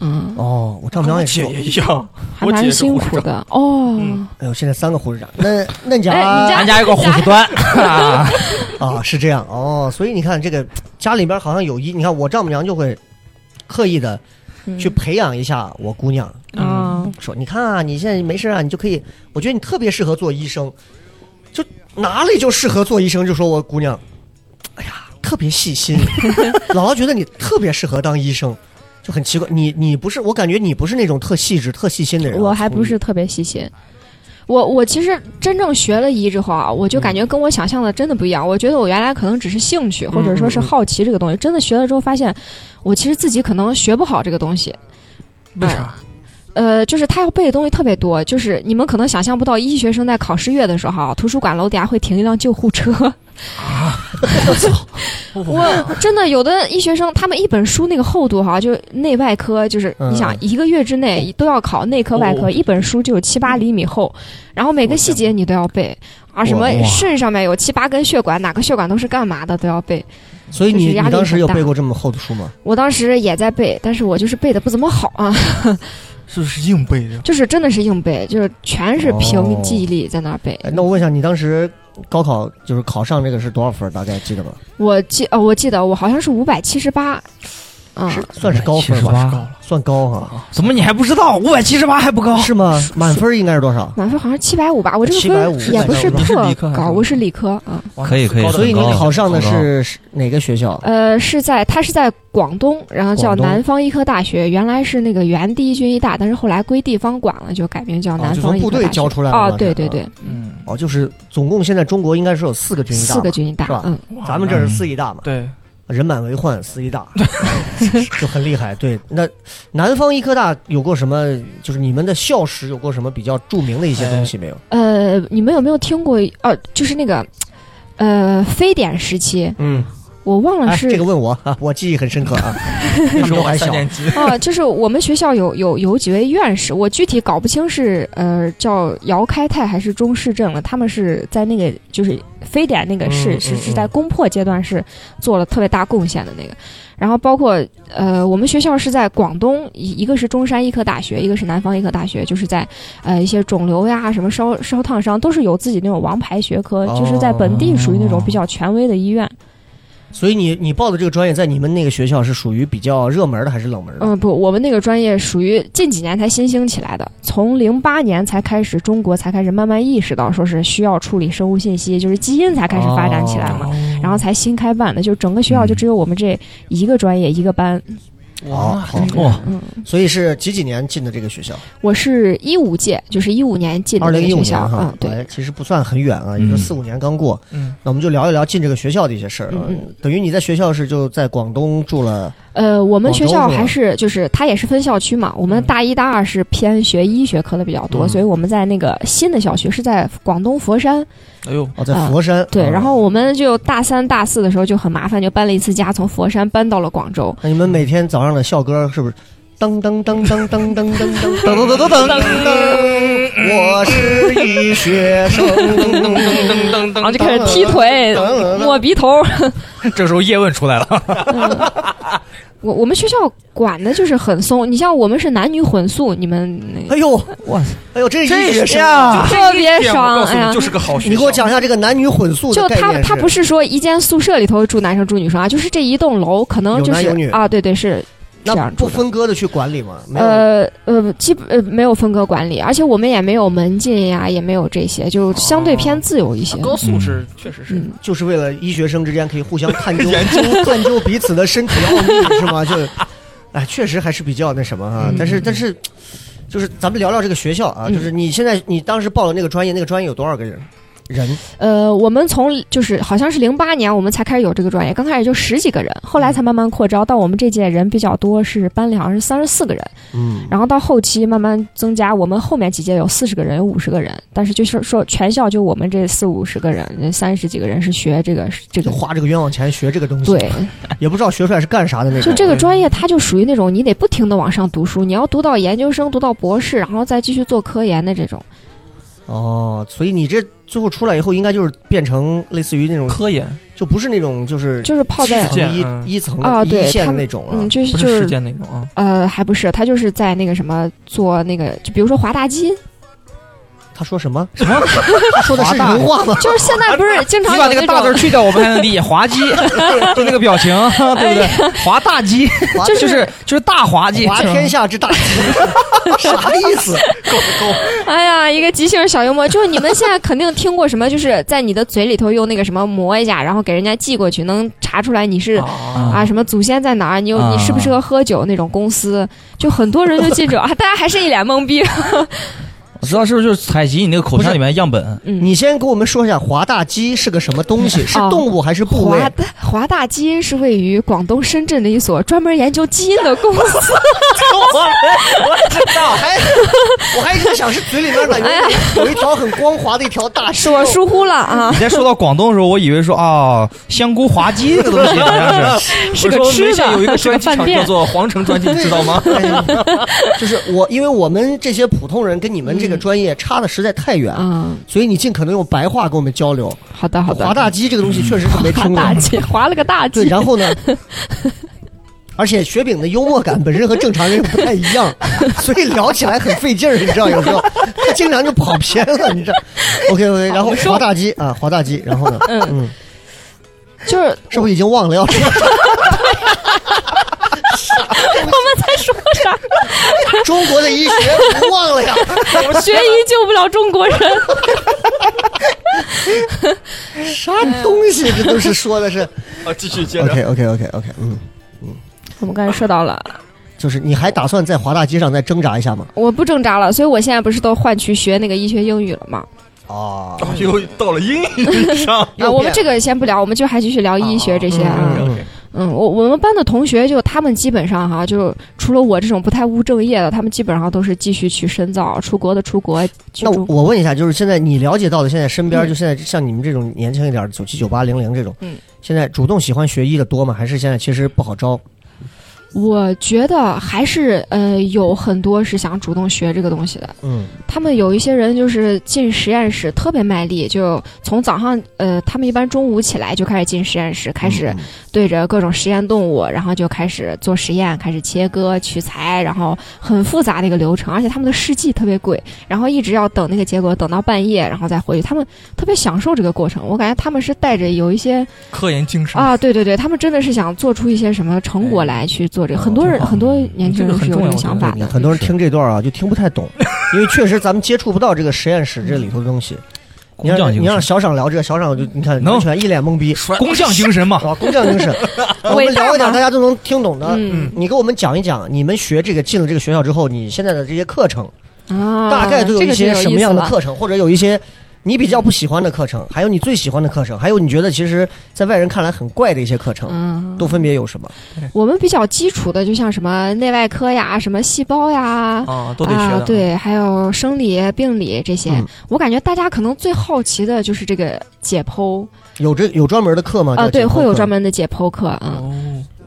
[SPEAKER 5] 嗯，
[SPEAKER 3] 哦，我丈母娘也是
[SPEAKER 4] 姐
[SPEAKER 3] 做。
[SPEAKER 4] 也一样，
[SPEAKER 5] 还
[SPEAKER 4] 我姐
[SPEAKER 5] 蛮
[SPEAKER 4] 是
[SPEAKER 5] 辛
[SPEAKER 4] 护士
[SPEAKER 5] 苦
[SPEAKER 4] 长，
[SPEAKER 5] 的哦。
[SPEAKER 4] 嗯
[SPEAKER 3] 哎呦，现在三个护士长。那那你家
[SPEAKER 5] 哎你家
[SPEAKER 6] 俺家有个护士端， [laughs] 啊
[SPEAKER 3] 啊是这样哦，所以你看这个家里边好像有一，你看我丈母娘就会刻意的
[SPEAKER 5] 嗯
[SPEAKER 3] 去培养一下我姑娘，
[SPEAKER 5] 啊，
[SPEAKER 3] 说你看啊，你现在没事啊，你就可以，我觉得你特别适合做医生，就哪里就适合做医生，就说我姑娘，哎呀，特别细
[SPEAKER 5] [laughs]
[SPEAKER 3] 心，姥姥觉得你特别适合当医生，就很奇怪，你你不是，我感觉你不是那种特细致、特细心的人啊，
[SPEAKER 5] 我还不
[SPEAKER 3] 从
[SPEAKER 5] 是特别细心。我我其实真正学了医之后啊，我就感觉跟我想象的真的不一样。我觉得我原来可能只是兴趣，或者说是好奇这个东西。真的学了之后，发现我其实自己可能学不好这个东西。哎
[SPEAKER 4] 为啥？
[SPEAKER 5] 呃，就是他要背的东西特别多，就是你们可能想象不到，医学生在考试月的时候啊，图书馆楼底下会停一辆救护车。
[SPEAKER 6] 啊 [laughs]
[SPEAKER 5] 我真的有的医学生，他们一本书那个厚度哈、就是内外科，就是
[SPEAKER 3] 嗯
[SPEAKER 5] 你想一个月之内都要考内科、外科，
[SPEAKER 6] 哦
[SPEAKER 5] 一本书就有七八厘米厚，然后每个细节你都要背啊，什么
[SPEAKER 6] 哇
[SPEAKER 5] 肾上面有七八根血管，哪个血管都是干嘛的都要背。
[SPEAKER 3] 所以
[SPEAKER 5] 就是
[SPEAKER 3] 你
[SPEAKER 5] 压力
[SPEAKER 3] 你当时
[SPEAKER 5] 很
[SPEAKER 3] 有
[SPEAKER 5] 大
[SPEAKER 3] 背过这么厚的书吗？
[SPEAKER 5] 我当时也在背，但是我就是背的不怎么好啊，
[SPEAKER 4] 是不是硬背着？
[SPEAKER 5] 就是真的是硬背，就是全是
[SPEAKER 3] 哦
[SPEAKER 5] 凭记忆力在那儿背。
[SPEAKER 3] 哎，那我问一下，你当时高考就是考上这个是多少分儿？大概记得吗？
[SPEAKER 5] 哦我记呃，我记得我好像是五百七十八，嗯，
[SPEAKER 3] 是算是高分吧？
[SPEAKER 6] 578
[SPEAKER 3] 高了算高哈、
[SPEAKER 6] 怎么你还不知道？五百七十八还不高？
[SPEAKER 3] 是吗？满分应该是多少？
[SPEAKER 5] 满分好像七百五吧，我这个
[SPEAKER 3] 750
[SPEAKER 5] 分也不是
[SPEAKER 4] 你是理科
[SPEAKER 5] 特
[SPEAKER 4] 还是
[SPEAKER 5] 高，
[SPEAKER 4] 文科
[SPEAKER 5] 我是理科啊。
[SPEAKER 4] 哇
[SPEAKER 6] 可以可以
[SPEAKER 4] 高得
[SPEAKER 3] 所以
[SPEAKER 4] 很
[SPEAKER 3] 你
[SPEAKER 4] 高
[SPEAKER 6] 高
[SPEAKER 3] 考上的
[SPEAKER 6] 很高
[SPEAKER 3] 是是哪个学校？
[SPEAKER 5] 呃，是在它是在广东，然后叫
[SPEAKER 3] 哦广东
[SPEAKER 5] 南方医科大学，原来是那个原第一军医大，但是后来归地方管了，就改名叫
[SPEAKER 3] 哦
[SPEAKER 5] 南
[SPEAKER 3] 就
[SPEAKER 5] 方
[SPEAKER 3] 从
[SPEAKER 5] 医
[SPEAKER 3] 部
[SPEAKER 5] 科
[SPEAKER 3] 队
[SPEAKER 5] 大学
[SPEAKER 3] 教。出来的
[SPEAKER 5] 哦
[SPEAKER 3] 嘛，
[SPEAKER 5] 对
[SPEAKER 3] 是
[SPEAKER 5] 对
[SPEAKER 3] 吧
[SPEAKER 5] 对，
[SPEAKER 4] 嗯，
[SPEAKER 3] 哦，就是总共现在中国应该是有四个军医大
[SPEAKER 5] 四
[SPEAKER 3] 吧，
[SPEAKER 5] 个军医大
[SPEAKER 3] 是吧，
[SPEAKER 5] 嗯，
[SPEAKER 3] 咱们这是四医大嘛，
[SPEAKER 4] 对，
[SPEAKER 3] 人满为患，四医大 [laughs] 就很厉害。对，那南方医科大有过什么？就是你们的校史有过什么比较著名的一些东西没有？嗯
[SPEAKER 5] 呃，你们有没有听过？哦，就是那个，呃，非典时期，
[SPEAKER 3] 嗯，
[SPEAKER 5] 我忘了
[SPEAKER 3] 哎，
[SPEAKER 5] 是、
[SPEAKER 3] 这个问我啊，我记忆很深刻啊，那
[SPEAKER 4] 那
[SPEAKER 3] 时
[SPEAKER 4] 时
[SPEAKER 3] 候
[SPEAKER 4] 候
[SPEAKER 3] 还
[SPEAKER 4] 还
[SPEAKER 3] 小
[SPEAKER 4] 三。年级，
[SPEAKER 5] [laughs] 哦，就是我们学校有有有几位院士，我具体搞不清是呃叫姚开泰还是钟世正了，他们是在那个就是非典那个是、
[SPEAKER 3] 嗯
[SPEAKER 5] 是
[SPEAKER 3] 嗯
[SPEAKER 5] 是在攻破阶段是做了特别大贡献的那个，然后包括呃我们学校是在广东，一一个是中山医科大学，一个是南方医科大学，就是在呃一些肿瘤呀什么烧烧烫伤都是有自己那种王牌学科，就是在本
[SPEAKER 3] 哦
[SPEAKER 5] 地属于那种比较权威的医院。
[SPEAKER 3] 所以你你报的这个专业在你们那个学校是属于比较热门的还是冷门的？
[SPEAKER 5] 嗯，不，我们那个专业属于近几年才新兴起来的，从零八年才开始，中国才开始慢慢意识到说是需要处理生物信息，就是基因才开始发展起来嘛，
[SPEAKER 3] 哦
[SPEAKER 5] 然后才新开办的，就整个
[SPEAKER 3] 嗯
[SPEAKER 5] 学校就只有我们这一个专业一个班。
[SPEAKER 3] 好好
[SPEAKER 6] 哇，
[SPEAKER 5] 嗯，
[SPEAKER 3] 所以是几几年进的这个学校？
[SPEAKER 5] 我是一五届，就是一五年进的
[SPEAKER 3] 二
[SPEAKER 5] 这
[SPEAKER 3] 零
[SPEAKER 5] 个
[SPEAKER 3] 一五
[SPEAKER 5] 学
[SPEAKER 3] 年
[SPEAKER 5] 校，
[SPEAKER 3] 哈
[SPEAKER 5] 嗯，，对。
[SPEAKER 3] 哎，其实不算很远啊，也就
[SPEAKER 6] 嗯
[SPEAKER 3] 四五年刚过。
[SPEAKER 4] 嗯，
[SPEAKER 3] 那我们就聊一聊进这个学校的一些事儿啊
[SPEAKER 5] 嗯嗯。
[SPEAKER 3] 等于你在学校是就在广东住了，
[SPEAKER 5] 呃，我们学
[SPEAKER 3] 广
[SPEAKER 5] 校
[SPEAKER 3] 州是吧
[SPEAKER 5] 还是就是它也是分校区嘛，我们大一、大二是偏学医学科的比较多，
[SPEAKER 3] 嗯
[SPEAKER 5] 所以我们在那个新的校区是在广东佛山，
[SPEAKER 4] 哎呦，
[SPEAKER 3] 哦，在佛山。
[SPEAKER 5] 对，
[SPEAKER 3] 嗯
[SPEAKER 5] 然后我们就大三、大四的时候就很麻烦，就搬了一次家，从佛山搬到了广州。
[SPEAKER 3] 那你们每天早上的校歌是不是？噔噔噔噔噔噔噔噔噔噔噔噔噔，我是医学生。噔噔噔噔噔，
[SPEAKER 5] 然后就开始踢腿、抹
[SPEAKER 3] [laughs]
[SPEAKER 5] 鼻头。
[SPEAKER 6] 这时候叶问出来了，
[SPEAKER 5] 我我们学校管的就是很松，你像我们是男女混宿，你们那个
[SPEAKER 3] 哎呦，
[SPEAKER 6] 哇，
[SPEAKER 3] 哎呦，这是医
[SPEAKER 6] [laughs] 这
[SPEAKER 3] 学
[SPEAKER 6] 是
[SPEAKER 3] 生。
[SPEAKER 6] 呀，
[SPEAKER 5] 特别
[SPEAKER 4] 电
[SPEAKER 5] 爽，
[SPEAKER 4] 我告诉
[SPEAKER 5] 哎呀
[SPEAKER 4] 你，就！是个好学校。
[SPEAKER 3] 你给我讲一下这个男女混宿
[SPEAKER 5] 就
[SPEAKER 3] 的概
[SPEAKER 5] 他
[SPEAKER 3] 念
[SPEAKER 5] 他不
[SPEAKER 3] 是
[SPEAKER 5] 是说一间宿舍里头住男生住女生啊，就是这一栋楼可能就
[SPEAKER 3] 有男
[SPEAKER 5] 是
[SPEAKER 3] 有女
[SPEAKER 5] 啊，对对是。这
[SPEAKER 3] 那
[SPEAKER 5] 样
[SPEAKER 3] 不
[SPEAKER 5] 住的。
[SPEAKER 3] 分割的去管理吗？没有
[SPEAKER 5] 呃呃，基本呃没有分割管理，而且我们也没有门禁呀，也没有这些，就相
[SPEAKER 3] 哦
[SPEAKER 5] 对偏自由一些。
[SPEAKER 4] 高素质确实是
[SPEAKER 5] 嗯，
[SPEAKER 3] 就是为了医学生之间可以互相 [laughs] 探究、探究彼此的身体奥秘，是吗？就， [laughs] 哎，确实还是比较那什么哈、但是，但是，就是咱们聊聊这个学校啊，
[SPEAKER 5] 嗯
[SPEAKER 3] 就是你现在你当时报的那个专业，那个专业有多少个人？人
[SPEAKER 5] 呃，我们从就是好像是零八年我们才开始有这个专业，刚开始就十几个人，后来才慢慢扩招，到我们这届人比较多，是班里好像是三十四个人，
[SPEAKER 3] 嗯，
[SPEAKER 5] 然后到后期慢慢增加，我们后面几届有四十个人，有五十个人，但是就是说全校就我们这四五十个人，嗯三十几个人是学这个这
[SPEAKER 3] 就
[SPEAKER 5] 个。
[SPEAKER 3] 花这个冤枉钱学这个东西，
[SPEAKER 5] 对，
[SPEAKER 3] 也不知道学出来是干啥的那
[SPEAKER 5] 就
[SPEAKER 3] 种。
[SPEAKER 5] 这个专业，它就属于那种你得不停的往上读书，你要读到研究生，读到博士，然后再继续做科研的这种。
[SPEAKER 3] 哦，所以你这最后出来以后，应该就是变成类似于那种，
[SPEAKER 4] 科研
[SPEAKER 3] 就不是那种就是哦
[SPEAKER 5] 就是泡
[SPEAKER 3] 基
[SPEAKER 5] 在
[SPEAKER 4] 实践
[SPEAKER 3] 层一、
[SPEAKER 4] 嗯
[SPEAKER 3] 一层
[SPEAKER 5] 啊对
[SPEAKER 3] 一线的
[SPEAKER 5] 他们
[SPEAKER 3] 那种了、
[SPEAKER 5] 嗯，就是
[SPEAKER 4] 不
[SPEAKER 5] 就是是
[SPEAKER 4] 实践那种啊？
[SPEAKER 5] 呃，还不是，他就是在那个什么做那个，就比如说华大基 [laughs] 因，
[SPEAKER 3] 他说什么什么？他说的是
[SPEAKER 6] 华大
[SPEAKER 3] 人话 [laughs] 吗？
[SPEAKER 5] 就是现在不 [laughs] 是经
[SPEAKER 6] 你
[SPEAKER 5] 常
[SPEAKER 6] 把
[SPEAKER 5] 有
[SPEAKER 6] 那个大
[SPEAKER 5] 种，
[SPEAKER 6] 字儿去掉，我们才能理解
[SPEAKER 3] [laughs]
[SPEAKER 6] 滑稽，就那个表情，对
[SPEAKER 3] 哎
[SPEAKER 6] 不对？滑大稽，
[SPEAKER 3] 华
[SPEAKER 6] 就是就是大滑稽，
[SPEAKER 3] 滑天下之大稽， [laughs] 啥意思？
[SPEAKER 5] 哎呀，一个即兴小幽默，就是你们现在肯定听过什么，就是在你的嘴里头用那个什么磨一下，然后给人家寄过去，能查出来你是。
[SPEAKER 4] 啊，
[SPEAKER 5] 啊，什么祖先在哪儿？你有你适不适合喝酒那种公司，就很多人就记住啊，大家还是一脸懵 [laughs] 逼。
[SPEAKER 6] 我知道是不是就是采集你那个口腔里面样本？
[SPEAKER 5] 嗯，
[SPEAKER 3] 你先给我们说一下华大基是个什么东西？是
[SPEAKER 5] 哦
[SPEAKER 3] 动物还是部
[SPEAKER 5] 华
[SPEAKER 3] 位？
[SPEAKER 5] 大华大基因是位于广东深圳的一所专门研究基因的公司。
[SPEAKER 3] 我知道，还哎我还一直想是嘴里面感
[SPEAKER 5] 哎
[SPEAKER 3] 觉有一条很光滑的一条大
[SPEAKER 5] 是
[SPEAKER 3] 蛇。
[SPEAKER 5] [laughs] 我疏忽了啊
[SPEAKER 6] [laughs] 你，在说到广东的时候，我以为说啊，香菇滑稽这个东西好像是
[SPEAKER 4] [laughs] 我
[SPEAKER 5] [laughs] 是个
[SPEAKER 4] 说我们
[SPEAKER 5] 吃
[SPEAKER 4] 现在有一
[SPEAKER 5] 的，
[SPEAKER 4] 个
[SPEAKER 5] [laughs] 是
[SPEAKER 4] 专机
[SPEAKER 5] 个饭
[SPEAKER 4] 场
[SPEAKER 5] 店
[SPEAKER 4] 叫。做哦皇城专机，你知道吗？
[SPEAKER 3] 就是我，因为我们这些普通人跟你们这个专业差的实在太远，
[SPEAKER 5] 嗯，
[SPEAKER 3] 所以你尽可能用白话跟我们交流。
[SPEAKER 5] 好的好的。
[SPEAKER 3] 华大基这个东西确实是 [laughs] 没听过。
[SPEAKER 5] 大姐划了个大
[SPEAKER 3] 对，
[SPEAKER 5] 姐。
[SPEAKER 3] 然后呢？而且雪饼的幽默感本身和正常人不太一样，所以聊起来很费劲儿，你知道有时候他经常就跑偏了，你知道？OK OK，然后华大基啊，华大基，然后呢？
[SPEAKER 5] 嗯
[SPEAKER 3] 嗯，
[SPEAKER 5] 就是
[SPEAKER 3] 是不是已经忘了要？ [laughs] [laughs] 中国的医学不忘了呀。
[SPEAKER 5] 学医救不了中国人。
[SPEAKER 3] 啥东西？这都是说的是
[SPEAKER 4] 啊，继续接
[SPEAKER 3] OK OK OK OK，嗯，
[SPEAKER 5] 我们刚才说到了，
[SPEAKER 3] 就是你还打算在华大街上再挣扎一下吗？
[SPEAKER 5] 我不挣扎了，所以我现在不是都换去学那个医学英语了吗？
[SPEAKER 3] 哦，
[SPEAKER 4] 又到了英语上，
[SPEAKER 3] 又变
[SPEAKER 5] 啊，我们这个先不聊，我们就还继续聊医学这些啊。
[SPEAKER 3] 嗯
[SPEAKER 5] 嗯，我我们班的同学就他们基本上哈，就除了我这种不太务正业的，他们基本上都是继续去深造，出国的出国，去
[SPEAKER 3] 那
[SPEAKER 5] 中
[SPEAKER 3] 我我问一下，就是现在你了解到的，现在身边就现在像你们这种年轻一点的九七九八零零这种，
[SPEAKER 5] 嗯，
[SPEAKER 3] 现在主动喜欢学医的多吗？还是现在其实不好招？
[SPEAKER 5] 我觉得还是呃有很多是想主动学这个东西的。
[SPEAKER 3] 嗯，
[SPEAKER 5] 他们有一些人就是进实验室特别卖力，就从早上呃，他们一般中午起来就开始进实验室，开始对着各种实验动物，然后就开始做实验，开始切割、取材，然后很复杂的一个流程，而且他们的试剂特别贵，然后一直要等那个结果，等到半夜然后再回去，他们特别享受这个过程。我感觉他们是带着有一些
[SPEAKER 4] 科研精神，
[SPEAKER 5] 啊，对对对，他们真的是想做出一些什么成果来去做这个。很多人很多年轻人是有这种想法
[SPEAKER 3] 对
[SPEAKER 5] 的，
[SPEAKER 3] 很多人听这段啊就听不太懂，因为确实咱们接触不到这个实验室这里头的东西。你
[SPEAKER 6] [laughs] 工匠
[SPEAKER 3] 让
[SPEAKER 6] 精
[SPEAKER 3] 你让
[SPEAKER 6] 神，
[SPEAKER 3] 小赏聊这个，小赏就你看
[SPEAKER 6] 能
[SPEAKER 3] 完全一脸懵逼。
[SPEAKER 6] 工匠精神嘛，
[SPEAKER 3] 啊，工匠精神，我们聊一点大家都能听懂的。
[SPEAKER 5] 嗯
[SPEAKER 3] 你给我们讲一讲，你们学这个进了这个学校之后，你现在的这些课程，
[SPEAKER 5] 啊，
[SPEAKER 3] 大概都有
[SPEAKER 5] 这
[SPEAKER 3] 一
[SPEAKER 5] 个就
[SPEAKER 3] 些什么样的
[SPEAKER 5] 意思了
[SPEAKER 3] 课程，或者有一些你比较不喜欢的课程，还有你最喜欢的课程，还有你觉得其实在外人看来很怪的一些课程，
[SPEAKER 5] 嗯，
[SPEAKER 3] 都分别有什么？
[SPEAKER 5] 我们比较基础的，就像什么内外科呀、什么细胞呀，
[SPEAKER 4] 啊，都得学
[SPEAKER 5] 啊
[SPEAKER 4] 的，，
[SPEAKER 5] 对，还有生理、病理这些。
[SPEAKER 3] 嗯
[SPEAKER 5] 我感觉大家可能最好奇的就是这个解剖
[SPEAKER 3] 有这有专门的课吗？
[SPEAKER 5] 啊、
[SPEAKER 3] 叫
[SPEAKER 5] 对，
[SPEAKER 3] 解剖
[SPEAKER 5] 会有
[SPEAKER 3] 课
[SPEAKER 5] 专门的解剖课啊。
[SPEAKER 4] 哦，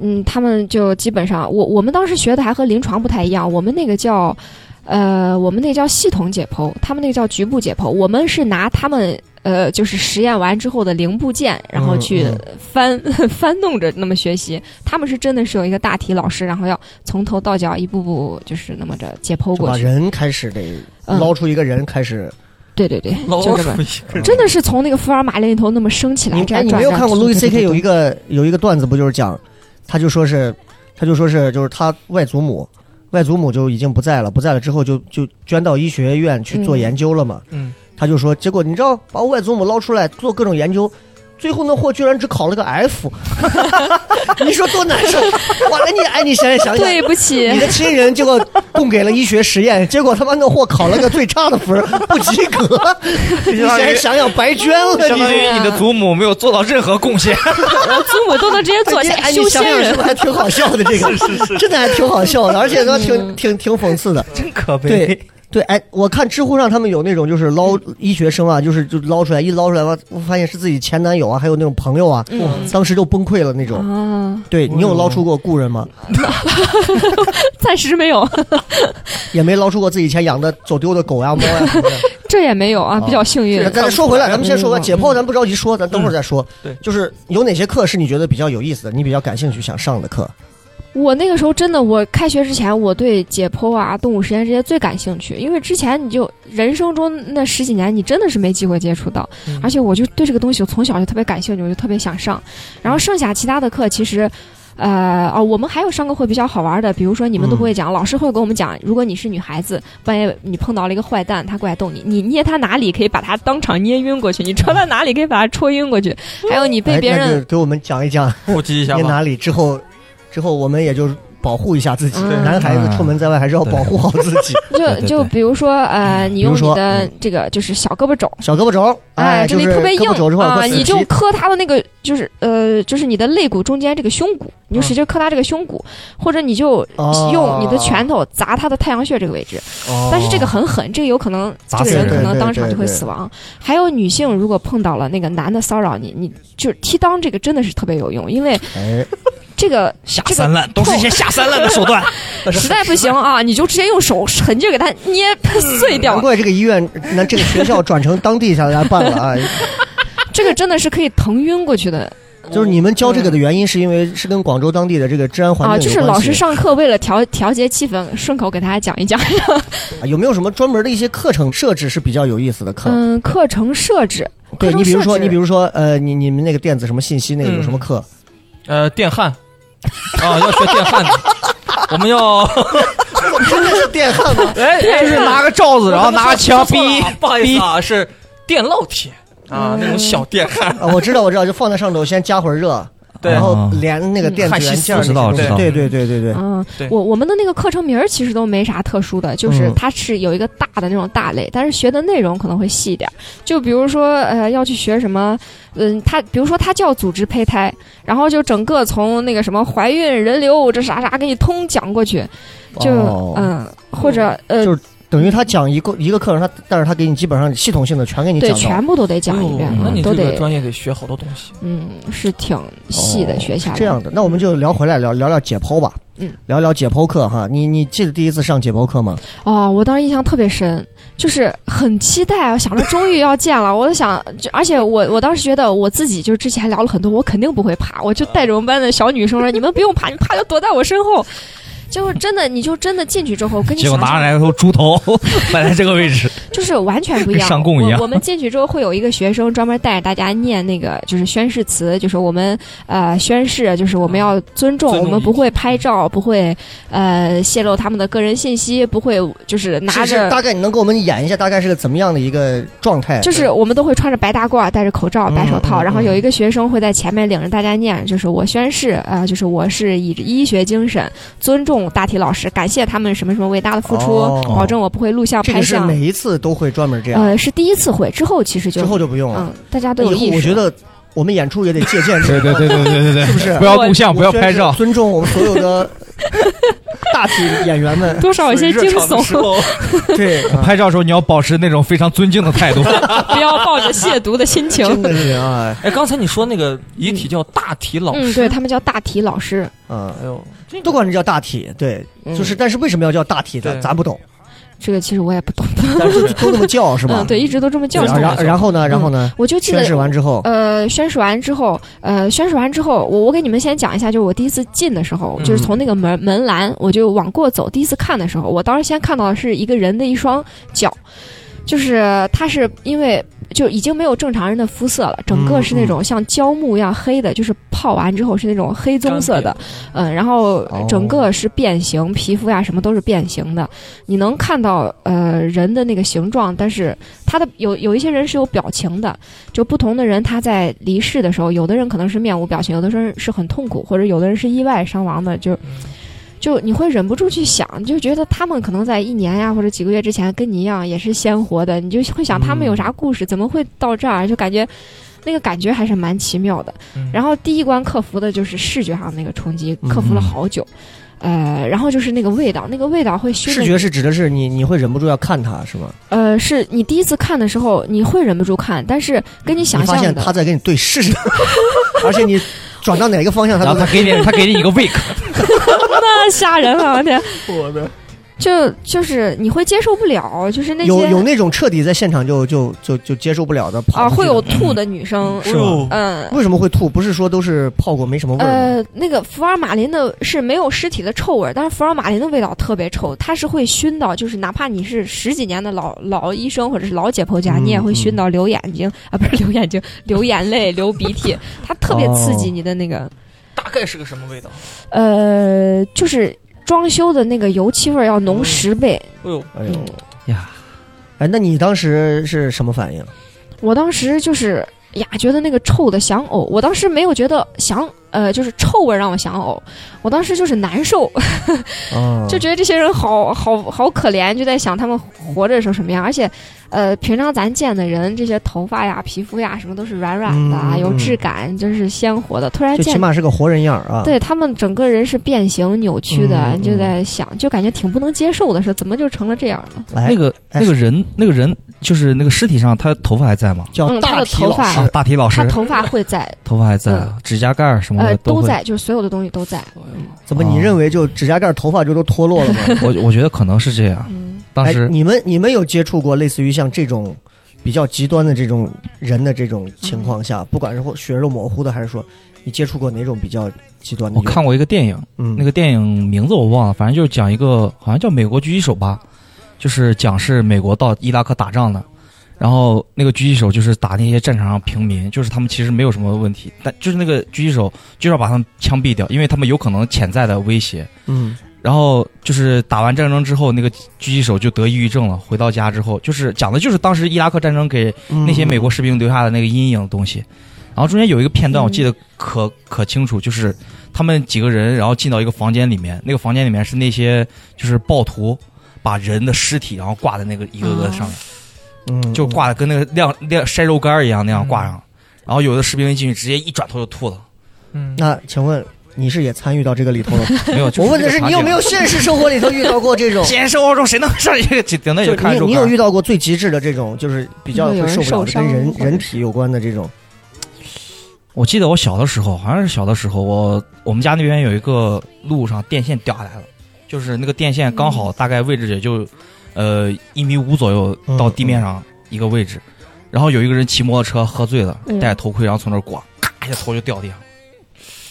[SPEAKER 5] 嗯，他们就基本上，我我们当时学的还和临床不太一样，我们那个叫。呃，我们那个叫系统解剖，他们那个叫局部解剖。我们是拿他们呃，就是实验完之后的零部件，然后
[SPEAKER 3] 嗯
[SPEAKER 5] 去
[SPEAKER 3] 嗯
[SPEAKER 5] 翻、 [laughs] 翻弄着那么学习。他们是真的是有一个大体老师，然后要从头到脚一步步就是那么着解剖
[SPEAKER 3] 就
[SPEAKER 5] 过
[SPEAKER 3] 把
[SPEAKER 5] 去。
[SPEAKER 3] 人开始得
[SPEAKER 5] 嗯
[SPEAKER 3] 捞出一个人开始。
[SPEAKER 5] 对对对，
[SPEAKER 4] 老
[SPEAKER 5] 就
[SPEAKER 4] 鼠
[SPEAKER 5] 这么。
[SPEAKER 4] 一个人
[SPEAKER 5] 真的是从那个福尔马林里头那么升起来。
[SPEAKER 3] 你
[SPEAKER 5] 再
[SPEAKER 3] 哎，你
[SPEAKER 5] 转
[SPEAKER 3] 没有
[SPEAKER 5] 转
[SPEAKER 3] 看过
[SPEAKER 5] 出
[SPEAKER 3] Louis
[SPEAKER 5] 去对
[SPEAKER 3] C K
[SPEAKER 5] 对
[SPEAKER 3] 有
[SPEAKER 5] 对
[SPEAKER 3] 一个有一个段子，不就是讲，他就说是，他就说是，就是他外祖母。外祖母就已经不在了，不在了之后就就捐到医学院去做
[SPEAKER 5] 嗯
[SPEAKER 3] 研究了嘛。
[SPEAKER 4] 嗯，
[SPEAKER 3] 他就说，结果你知道，把我外祖母捞出来做各种研究，最后那货居然只考了个 F，你说多难受！哇，那你哎，你想想想想，
[SPEAKER 5] 对不起
[SPEAKER 3] 你，的亲人结果供给了医学实验，结果他妈那货考了个最差的分儿，不及格， [laughs] 你
[SPEAKER 6] 相当于
[SPEAKER 3] 想想想白捐了，
[SPEAKER 6] 相
[SPEAKER 3] 你
[SPEAKER 6] 当于你的祖母没有做到任何贡献。
[SPEAKER 5] 我祖母都能直接
[SPEAKER 3] [laughs]
[SPEAKER 5] 坐下
[SPEAKER 3] 哎，
[SPEAKER 5] 修
[SPEAKER 3] 你想
[SPEAKER 5] 仙
[SPEAKER 3] 想是
[SPEAKER 5] 人
[SPEAKER 3] 不是。还挺好笑的？这个真的还挺好笑的，而且都挺挺挺讽刺的，真可
[SPEAKER 6] 悲
[SPEAKER 3] 对对，哎，我看知乎上他们有那种就是捞医学生啊，就是就捞出来一捞出来吧，我发现是自己前男友啊，还有那种朋友啊，当时就崩溃了那种。
[SPEAKER 5] 啊，
[SPEAKER 3] 对你有捞出过故人吗？
[SPEAKER 5] 暂时没有，
[SPEAKER 3] 也没捞出过自己以前养的走丢的狗呀、猫啊呀什么的。
[SPEAKER 5] 这也没有啊，比较幸运
[SPEAKER 3] 是。咱说回来，咱们先说完
[SPEAKER 5] 嗯
[SPEAKER 3] 解剖，咱不着急说，咱等会儿再说。
[SPEAKER 4] 对
[SPEAKER 3] 就是有哪些课是你觉得比较有意思的，你比较感兴趣想上的课？
[SPEAKER 5] 我那个时候真的，我开学之前，我对解剖啊、动物实验这些最感兴趣，因为之前你就人生中那十几年，你真的是没机会接触到，
[SPEAKER 4] 嗯
[SPEAKER 5] 而且我就对这个东西，我从小就特别感兴趣，我就特别想上。然后剩下其他的课，其实。呃哦，我们还有上课会比较好玩的，比如说你们都不
[SPEAKER 3] 嗯
[SPEAKER 5] 会讲，老师会给我们讲，如果你是女孩子，半夜你碰到了一个坏蛋，他过来逗你，你捏他哪里可以把他当场捏晕过去，你戳他哪里可以把他戳晕过去，还有你被
[SPEAKER 3] 哎
[SPEAKER 5] 别
[SPEAKER 3] 那
[SPEAKER 5] 人
[SPEAKER 3] 就给我们讲一讲
[SPEAKER 4] 普及一下
[SPEAKER 3] 在
[SPEAKER 4] 吧，
[SPEAKER 3] 哪里之后，之后我们也就保护一下自己。
[SPEAKER 5] 嗯
[SPEAKER 3] 男孩子出门在外还是要保护好自
[SPEAKER 5] [laughs]
[SPEAKER 3] 己。
[SPEAKER 6] 对
[SPEAKER 5] 就
[SPEAKER 6] 对
[SPEAKER 5] 就
[SPEAKER 6] 对
[SPEAKER 5] 比如说呃，
[SPEAKER 3] 比
[SPEAKER 5] 你
[SPEAKER 3] 如
[SPEAKER 5] 用你
[SPEAKER 3] 说
[SPEAKER 5] 的
[SPEAKER 3] 嗯
[SPEAKER 5] 这个就是小胳膊肘，
[SPEAKER 3] 小胳膊肘，哎，
[SPEAKER 5] 这
[SPEAKER 3] 就
[SPEAKER 5] 里
[SPEAKER 3] 是
[SPEAKER 5] 特别
[SPEAKER 3] 胳膊肘这
[SPEAKER 5] 硬
[SPEAKER 3] 块有
[SPEAKER 5] 啊，
[SPEAKER 3] 个死
[SPEAKER 5] 你就
[SPEAKER 3] 皮
[SPEAKER 5] 磕它的那个，就是呃，就是你的肋骨中间这个胸骨，你就使劲磕它这个胸骨，或者你就
[SPEAKER 3] 嗯哦
[SPEAKER 5] 用你的拳头砸它的太阳穴这个位置。
[SPEAKER 3] 哦
[SPEAKER 5] 但是这个很狠，这个有可能这
[SPEAKER 6] 砸
[SPEAKER 5] 个
[SPEAKER 6] 死
[SPEAKER 5] 人可
[SPEAKER 3] 人
[SPEAKER 5] 能
[SPEAKER 3] 对
[SPEAKER 5] 当
[SPEAKER 3] 对
[SPEAKER 5] 场就会
[SPEAKER 3] 对
[SPEAKER 5] 死亡。还有女性如果碰到了那个男的骚扰你，你就是踢裆这个真的是特别有用，因为
[SPEAKER 3] 哎，
[SPEAKER 5] 这个
[SPEAKER 6] 下三滥都是一些下三滥的手段。
[SPEAKER 5] [laughs] 实在不行啊，你就直接用手狠劲儿给它捏碎 [laughs]
[SPEAKER 3] 嗯
[SPEAKER 5] 掉
[SPEAKER 3] 难。怪这个医院，那这个学校转成当地下来办了
[SPEAKER 5] [laughs]
[SPEAKER 3] 啊。
[SPEAKER 5] 这个真的是可以疼晕过去的
[SPEAKER 3] 就是你们教这个的原因，是因为是跟广州当地的这个治安环
[SPEAKER 5] 啊！
[SPEAKER 3] 境
[SPEAKER 5] 就
[SPEAKER 3] 有
[SPEAKER 5] 是
[SPEAKER 3] 关
[SPEAKER 5] 老
[SPEAKER 3] 系
[SPEAKER 5] 师上课为了调调节气氛，顺口给大家讲一讲。
[SPEAKER 3] 啊有没有什么专门的一些课程设置是比较有意思的课？
[SPEAKER 5] 嗯，课程设置，
[SPEAKER 3] 对
[SPEAKER 5] 课程
[SPEAKER 3] 你比如
[SPEAKER 5] 设
[SPEAKER 3] 说，
[SPEAKER 5] 置
[SPEAKER 3] 你比如说，呃，你你们那个电子什么信息那个有什么课？
[SPEAKER 6] 呃，电焊啊，要学电焊的，我们要
[SPEAKER 3] 我
[SPEAKER 5] 嗯
[SPEAKER 3] 真的是 [laughs] 电焊吗？
[SPEAKER 4] 哎，
[SPEAKER 6] 就是拿个罩子，然后拿个枪逼
[SPEAKER 4] 不好意
[SPEAKER 6] 逼
[SPEAKER 4] 思啊，是电烙铁啊，那种小电焊。啊
[SPEAKER 3] 啊，我知道，我知道，就放在上头，先加会儿热，
[SPEAKER 4] 对
[SPEAKER 3] 然
[SPEAKER 6] 哦
[SPEAKER 3] 后连那个电子元件儿那些东西，
[SPEAKER 6] 嗯
[SPEAKER 3] 对对对对对，
[SPEAKER 5] 嗯
[SPEAKER 4] 对，
[SPEAKER 5] 我我们的那个课程名儿其实都没啥特殊的，就是
[SPEAKER 3] 嗯
[SPEAKER 5] 它是有一个大的那种大类，但是学的内容可能会细一点儿。就比如说，呃，要去学什么，嗯，它比如说它叫组织胚胎，然后就整个从那个什么怀孕、人流这啥啥给你通讲过去，就嗯、
[SPEAKER 3] 哦
[SPEAKER 5] 或者呃
[SPEAKER 3] 就，等于他讲一个一个课程，他但是他给你基本上系统性的全给你
[SPEAKER 5] 对，
[SPEAKER 3] 讲到，
[SPEAKER 5] 全部都得讲一遍，
[SPEAKER 3] 哦
[SPEAKER 4] 哎呦那你
[SPEAKER 5] 都
[SPEAKER 4] 这个
[SPEAKER 5] 得
[SPEAKER 4] 专业得学好多东西。
[SPEAKER 5] 嗯，是挺细的学下来。
[SPEAKER 3] 哦这样的，那我们就聊回来聊聊聊解剖吧，
[SPEAKER 5] 嗯，
[SPEAKER 3] 聊聊解剖课哈。你你记得第一次上解剖课吗？
[SPEAKER 5] 哦，我当时印象特别深，就是很期待，我想着终于要见了，我 [laughs] 就想，就而且我我当时觉得我自己就是之前聊了很多，我肯定不会怕，我就带着我们班的小女生说， [laughs] 你们不用怕，你怕就躲在我身后。结果真的，你就真的进去之后，跟你
[SPEAKER 6] 结果
[SPEAKER 5] 想
[SPEAKER 6] 拿
[SPEAKER 5] 象
[SPEAKER 6] 来头猪头 [laughs] 摆在这个位置，
[SPEAKER 5] 就是完全不一样，
[SPEAKER 6] 跟上供一样
[SPEAKER 5] 我。我们进去之后会有一个学生专门带着大家念那个就是宣誓词，就是我们呃宣誓，就是我们要尊重，
[SPEAKER 4] 尊重
[SPEAKER 5] 我们不会拍照，不会呃泄露他们的个人信息，不会就是拿
[SPEAKER 3] 是是
[SPEAKER 5] 着。
[SPEAKER 3] 大概你能给我们演一下，大概是个怎么样的一个状态？
[SPEAKER 5] 就是我们都会穿着白大褂，戴着口罩、
[SPEAKER 3] 嗯
[SPEAKER 5] 白手套，
[SPEAKER 3] 嗯
[SPEAKER 5] 然后
[SPEAKER 3] 嗯
[SPEAKER 5] 有一个学生会在前面领着大家念，就是我宣誓，呃，就是我是以医学精神尊重大体老师，感谢他们什么什么伟大的付出，
[SPEAKER 3] 哦
[SPEAKER 5] 保证我不会录像
[SPEAKER 3] 这
[SPEAKER 5] 拍
[SPEAKER 3] 个是
[SPEAKER 5] 相。
[SPEAKER 3] 每一次都会专门这样，
[SPEAKER 5] 呃，是第一次会，之后其实就
[SPEAKER 3] 之后就不用了。
[SPEAKER 5] 嗯，大家都
[SPEAKER 3] 那
[SPEAKER 5] 有
[SPEAKER 3] 以
[SPEAKER 5] 意识
[SPEAKER 3] 后
[SPEAKER 5] 了。
[SPEAKER 3] 我觉得我们演出也得借鉴这
[SPEAKER 6] [laughs]
[SPEAKER 3] 个，
[SPEAKER 6] 对对对对对对对，
[SPEAKER 3] 是不是
[SPEAKER 6] 不？要录像，不要
[SPEAKER 3] 我宣
[SPEAKER 6] 拍
[SPEAKER 3] 誓
[SPEAKER 6] 照。
[SPEAKER 3] 尊重我们所有的大体演员
[SPEAKER 6] [laughs]
[SPEAKER 3] 们。
[SPEAKER 5] 多少有些惊悚，
[SPEAKER 4] 悚。
[SPEAKER 3] 对，啊
[SPEAKER 6] 拍照的时候你要保持那种非常尊敬的
[SPEAKER 5] [laughs]
[SPEAKER 6] 态度。
[SPEAKER 5] 不要抱着亵渎的心
[SPEAKER 3] [laughs]
[SPEAKER 5] 情。
[SPEAKER 3] 真的是啊，
[SPEAKER 4] [laughs] 哎，刚才你说那个遗体叫大体老
[SPEAKER 5] 嗯，
[SPEAKER 4] 师，
[SPEAKER 5] 对他们叫大体老师，
[SPEAKER 3] 嗯，
[SPEAKER 4] 哎呦，这
[SPEAKER 3] [laughs] 都管这叫大体，对，
[SPEAKER 5] 嗯
[SPEAKER 3] 就是，但是为什么要叫大体的，
[SPEAKER 4] 对
[SPEAKER 3] 咱不懂，
[SPEAKER 5] 这个其实我也不懂。
[SPEAKER 3] 但是都那么叫是吧
[SPEAKER 5] [laughs] 嗯，？对，一直都这么叫
[SPEAKER 3] 然。然然后呢，然后呢，
[SPEAKER 5] 我就记
[SPEAKER 3] 宣
[SPEAKER 5] 得
[SPEAKER 3] 誓完之后，
[SPEAKER 5] 呃，宣誓完之后，呃，宣誓完之后，我我给你们先讲一下，就是我第一次进的时候，
[SPEAKER 4] 嗯
[SPEAKER 5] 就是从那个门门栏，我就往过走，第一次看的时候，我当时先看到的是一个人的一双脚，就是他是因为就已经没有正常人的肤色了，整个是那种像胶木一样黑的，就是泡完之后是那种黑棕色的，嗯，然后整个是变形，皮肤呀、什么都是变形的。你能看到呃人的那个形状，但是他的有有一些人是有表情的，就不同的人他在离世的时候，有的人可能是面无表情，有的人是很痛苦，或者有的人是意外伤亡的，就。就你会忍不住去想，就觉得他们可能在一年呀、或者几个月之前跟你一样也是鲜活的，你就会想他们有啥
[SPEAKER 3] 嗯
[SPEAKER 5] 故事，怎么会到这儿？就感觉那个感觉还是蛮奇妙的。
[SPEAKER 3] 嗯
[SPEAKER 5] 然后第一关克服的就是视觉上那个冲击，克服了好久。呃，然后就是那个味道，那个味道会熏得
[SPEAKER 3] 嗯视觉是指的是你你会忍不住要看它是吗？
[SPEAKER 5] 呃，是你第一次看的时候，你会忍不住看，但是跟你想
[SPEAKER 3] 你发
[SPEAKER 5] 象
[SPEAKER 3] 现
[SPEAKER 5] 的
[SPEAKER 3] 他在跟你对视， [laughs] 而且你转到哪个方向，他
[SPEAKER 6] 然
[SPEAKER 3] 都
[SPEAKER 6] 后他
[SPEAKER 3] 在
[SPEAKER 6] 给你，他给你一个 wake，
[SPEAKER 5] [laughs] 那吓人啊了，我天，
[SPEAKER 3] 我的。
[SPEAKER 5] 就就是你会接受不了，就是那些
[SPEAKER 3] 有有那种彻底在现场就就就就接受不了的跑
[SPEAKER 5] 啊
[SPEAKER 3] 出去
[SPEAKER 5] 会
[SPEAKER 3] 的
[SPEAKER 5] 有吐的女生，
[SPEAKER 3] 是吧？
[SPEAKER 4] 哎
[SPEAKER 5] 嗯。
[SPEAKER 3] 为什么会吐？不是说都是泡过没什么味儿吗？
[SPEAKER 5] 呃，那个福尔马林的是没有尸体的臭味儿，但是福尔马林的味道特别臭，它是会熏到，就是哪怕你是十几年的老 [laughs] 老医生或者是老解剖家，
[SPEAKER 3] 嗯
[SPEAKER 5] 你也会熏到流眼睛啊，不是流眼睛，流眼泪、流鼻涕，它特别刺激你的那
[SPEAKER 3] 哦
[SPEAKER 5] 个，
[SPEAKER 4] 大概是个什么味道？
[SPEAKER 5] 呃，就是装修的那个油漆味儿要浓十倍。
[SPEAKER 4] 哎呦，
[SPEAKER 3] 哎呦
[SPEAKER 5] 嗯
[SPEAKER 6] 呀！
[SPEAKER 3] 哎，那你当时是什么反应？
[SPEAKER 5] 我当时就是呀，觉得那个臭的想呕，我当时没有觉得想。呃，就是臭味儿让我想呕，我当时就是难受，
[SPEAKER 3] 啊
[SPEAKER 5] 就觉得这些人好好好可怜，就在想他们活着的时候什么样。而且，呃，平常咱见的人，这些头发呀、皮肤呀，什么都是软软的，
[SPEAKER 3] 嗯嗯
[SPEAKER 5] 有质感，就是鲜活的。突然
[SPEAKER 3] 就起
[SPEAKER 5] 见，
[SPEAKER 3] 码是个活人样儿啊。，
[SPEAKER 5] 对他们整个人是变形扭曲的，
[SPEAKER 3] 嗯嗯
[SPEAKER 5] 就在想，就感觉挺不能接受的，说怎么就成了这样了？
[SPEAKER 3] 来
[SPEAKER 6] 那个
[SPEAKER 3] 哎
[SPEAKER 6] 那个人，那个人就是那个尸体上，他头发还在吗？
[SPEAKER 3] 叫
[SPEAKER 5] 嗯他
[SPEAKER 3] 大
[SPEAKER 5] 的
[SPEAKER 3] 体
[SPEAKER 5] 头
[SPEAKER 3] 老
[SPEAKER 5] 发
[SPEAKER 6] 啊
[SPEAKER 3] 师，，
[SPEAKER 6] 大体老师
[SPEAKER 5] 他头发会在，
[SPEAKER 6] 头发还在啊，指甲盖儿什么
[SPEAKER 5] 呃
[SPEAKER 6] 的，
[SPEAKER 5] 都
[SPEAKER 6] 会。
[SPEAKER 5] 在，就是所有的东西都在。
[SPEAKER 3] 怎么你
[SPEAKER 6] 哦
[SPEAKER 3] 认为就指甲盖儿头发就都脱落了吗？
[SPEAKER 6] [laughs] 我我觉得可能是这样。
[SPEAKER 5] 嗯，
[SPEAKER 6] 当
[SPEAKER 3] 哎
[SPEAKER 6] 时，
[SPEAKER 3] 你们你们有接触过类似于像这种比较极端的这种人的这种情况
[SPEAKER 6] 嗯
[SPEAKER 3] 下，不管是血肉模糊的，还是说你接触过哪种比较极端的
[SPEAKER 6] 我
[SPEAKER 3] 有？
[SPEAKER 6] 看过一个电影，
[SPEAKER 3] 嗯，
[SPEAKER 6] 那个电影名字我忘了，反正就是讲一个好像叫《美国狙击手》吧，就是讲是美国到伊拉克打仗的，然后那个狙击手就是打那些战场上平民，就是他们其实没有什么问题，但就是那个狙击手就是要把他们枪毙掉，因为他们有可能潜在的威胁。
[SPEAKER 3] 嗯
[SPEAKER 6] 然后就是打完战争之后，那个狙击手就得抑郁症了。回到家之后，就是讲的就是当时伊拉克战争给
[SPEAKER 3] 嗯
[SPEAKER 6] 那些美国士兵留下的那个阴影的东西。然后中间有一个片
[SPEAKER 3] 嗯
[SPEAKER 6] 段，我记得可、可清楚，就是他们几个人，然后进到一个房间里面，那个房间里面是那些就是暴徒把人的尸体，然后挂在那个一个个
[SPEAKER 3] 哦
[SPEAKER 6] 上面，
[SPEAKER 3] 嗯
[SPEAKER 6] 就挂的跟那个晾晾晒肉干儿一样那样挂上。
[SPEAKER 4] 嗯
[SPEAKER 6] 然后有的士兵一进去，直接一转头就吐了。
[SPEAKER 4] 嗯，
[SPEAKER 3] 那请问你是也参与到这个里头
[SPEAKER 6] [laughs]
[SPEAKER 3] 了吗？[laughs]
[SPEAKER 6] 没有，就是
[SPEAKER 3] 我问的
[SPEAKER 6] 这
[SPEAKER 3] 是
[SPEAKER 6] 个
[SPEAKER 3] 你有
[SPEAKER 6] 场景
[SPEAKER 3] 没有现实生活里头遇到过这
[SPEAKER 6] [laughs]
[SPEAKER 3] 种？
[SPEAKER 6] 现实生活中谁能上去顶多
[SPEAKER 3] 就
[SPEAKER 6] 就是看
[SPEAKER 3] 你
[SPEAKER 6] 肉
[SPEAKER 3] 你有
[SPEAKER 6] 干儿？啊
[SPEAKER 3] 遇到过最极致的这种，就是比较会受不了的跟人人体有关的这种？
[SPEAKER 6] 我记得我小的时候，好像是小的时候，我我们家那边有一个路上电线掉下来了，就是那个电线刚好大概位置也就，呃一米五左右到地面上一个位置，然后有一个人骑摩托车喝醉了，
[SPEAKER 5] 嗯
[SPEAKER 6] 戴着头盔，然后从那儿过，咔一下头就掉地上，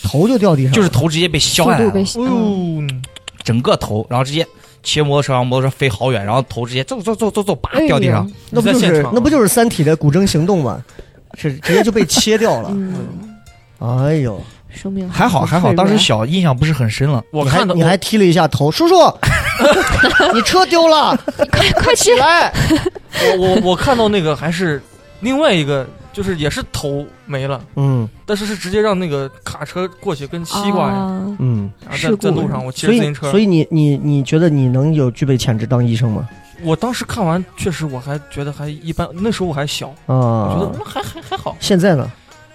[SPEAKER 3] 头就掉地上，
[SPEAKER 6] 就是头直接被削
[SPEAKER 5] 速
[SPEAKER 6] 下来
[SPEAKER 5] 度被
[SPEAKER 6] 了，
[SPEAKER 4] 哎呦，
[SPEAKER 3] 嗯
[SPEAKER 6] 整个头，然后直接骑着摩托车，然后摩托车飞好远，然后头直接走走走走走，啪
[SPEAKER 5] 哎呦
[SPEAKER 6] 掉地上，
[SPEAKER 3] 那不就
[SPEAKER 4] 你在现
[SPEAKER 3] 是
[SPEAKER 4] 场啊
[SPEAKER 3] 那不就是《三体》的古筝行动吗？是直接就被切掉了。
[SPEAKER 5] 嗯，
[SPEAKER 3] [laughs] 哎呦，
[SPEAKER 5] 生命
[SPEAKER 6] 还好还好，当时小印象不是很深了。
[SPEAKER 4] 我
[SPEAKER 3] 你还
[SPEAKER 4] 看到
[SPEAKER 3] 你还踢了一下头，叔
[SPEAKER 4] [laughs]
[SPEAKER 3] 叔，你车丢了，
[SPEAKER 5] 快快去
[SPEAKER 3] 起，
[SPEAKER 4] [laughs]
[SPEAKER 3] 来！
[SPEAKER 4] 我我我看到那个还是另外一个，就是也是头没了，
[SPEAKER 3] 嗯
[SPEAKER 4] 但是是直接让那个卡车过去跟西瓜一样，
[SPEAKER 5] 啊
[SPEAKER 3] 嗯，
[SPEAKER 4] 然后
[SPEAKER 5] 事
[SPEAKER 4] 在
[SPEAKER 5] 故
[SPEAKER 4] 在路上我骑
[SPEAKER 3] 所
[SPEAKER 4] 着自行
[SPEAKER 3] 以
[SPEAKER 4] 车，
[SPEAKER 3] 所以你你你觉得你能有具备潜质当医生吗？
[SPEAKER 4] 我当时看完确实我还觉得还一般，那时候我还小，我觉
[SPEAKER 3] 啊
[SPEAKER 4] 得，嗯还还还好，
[SPEAKER 3] 现在呢？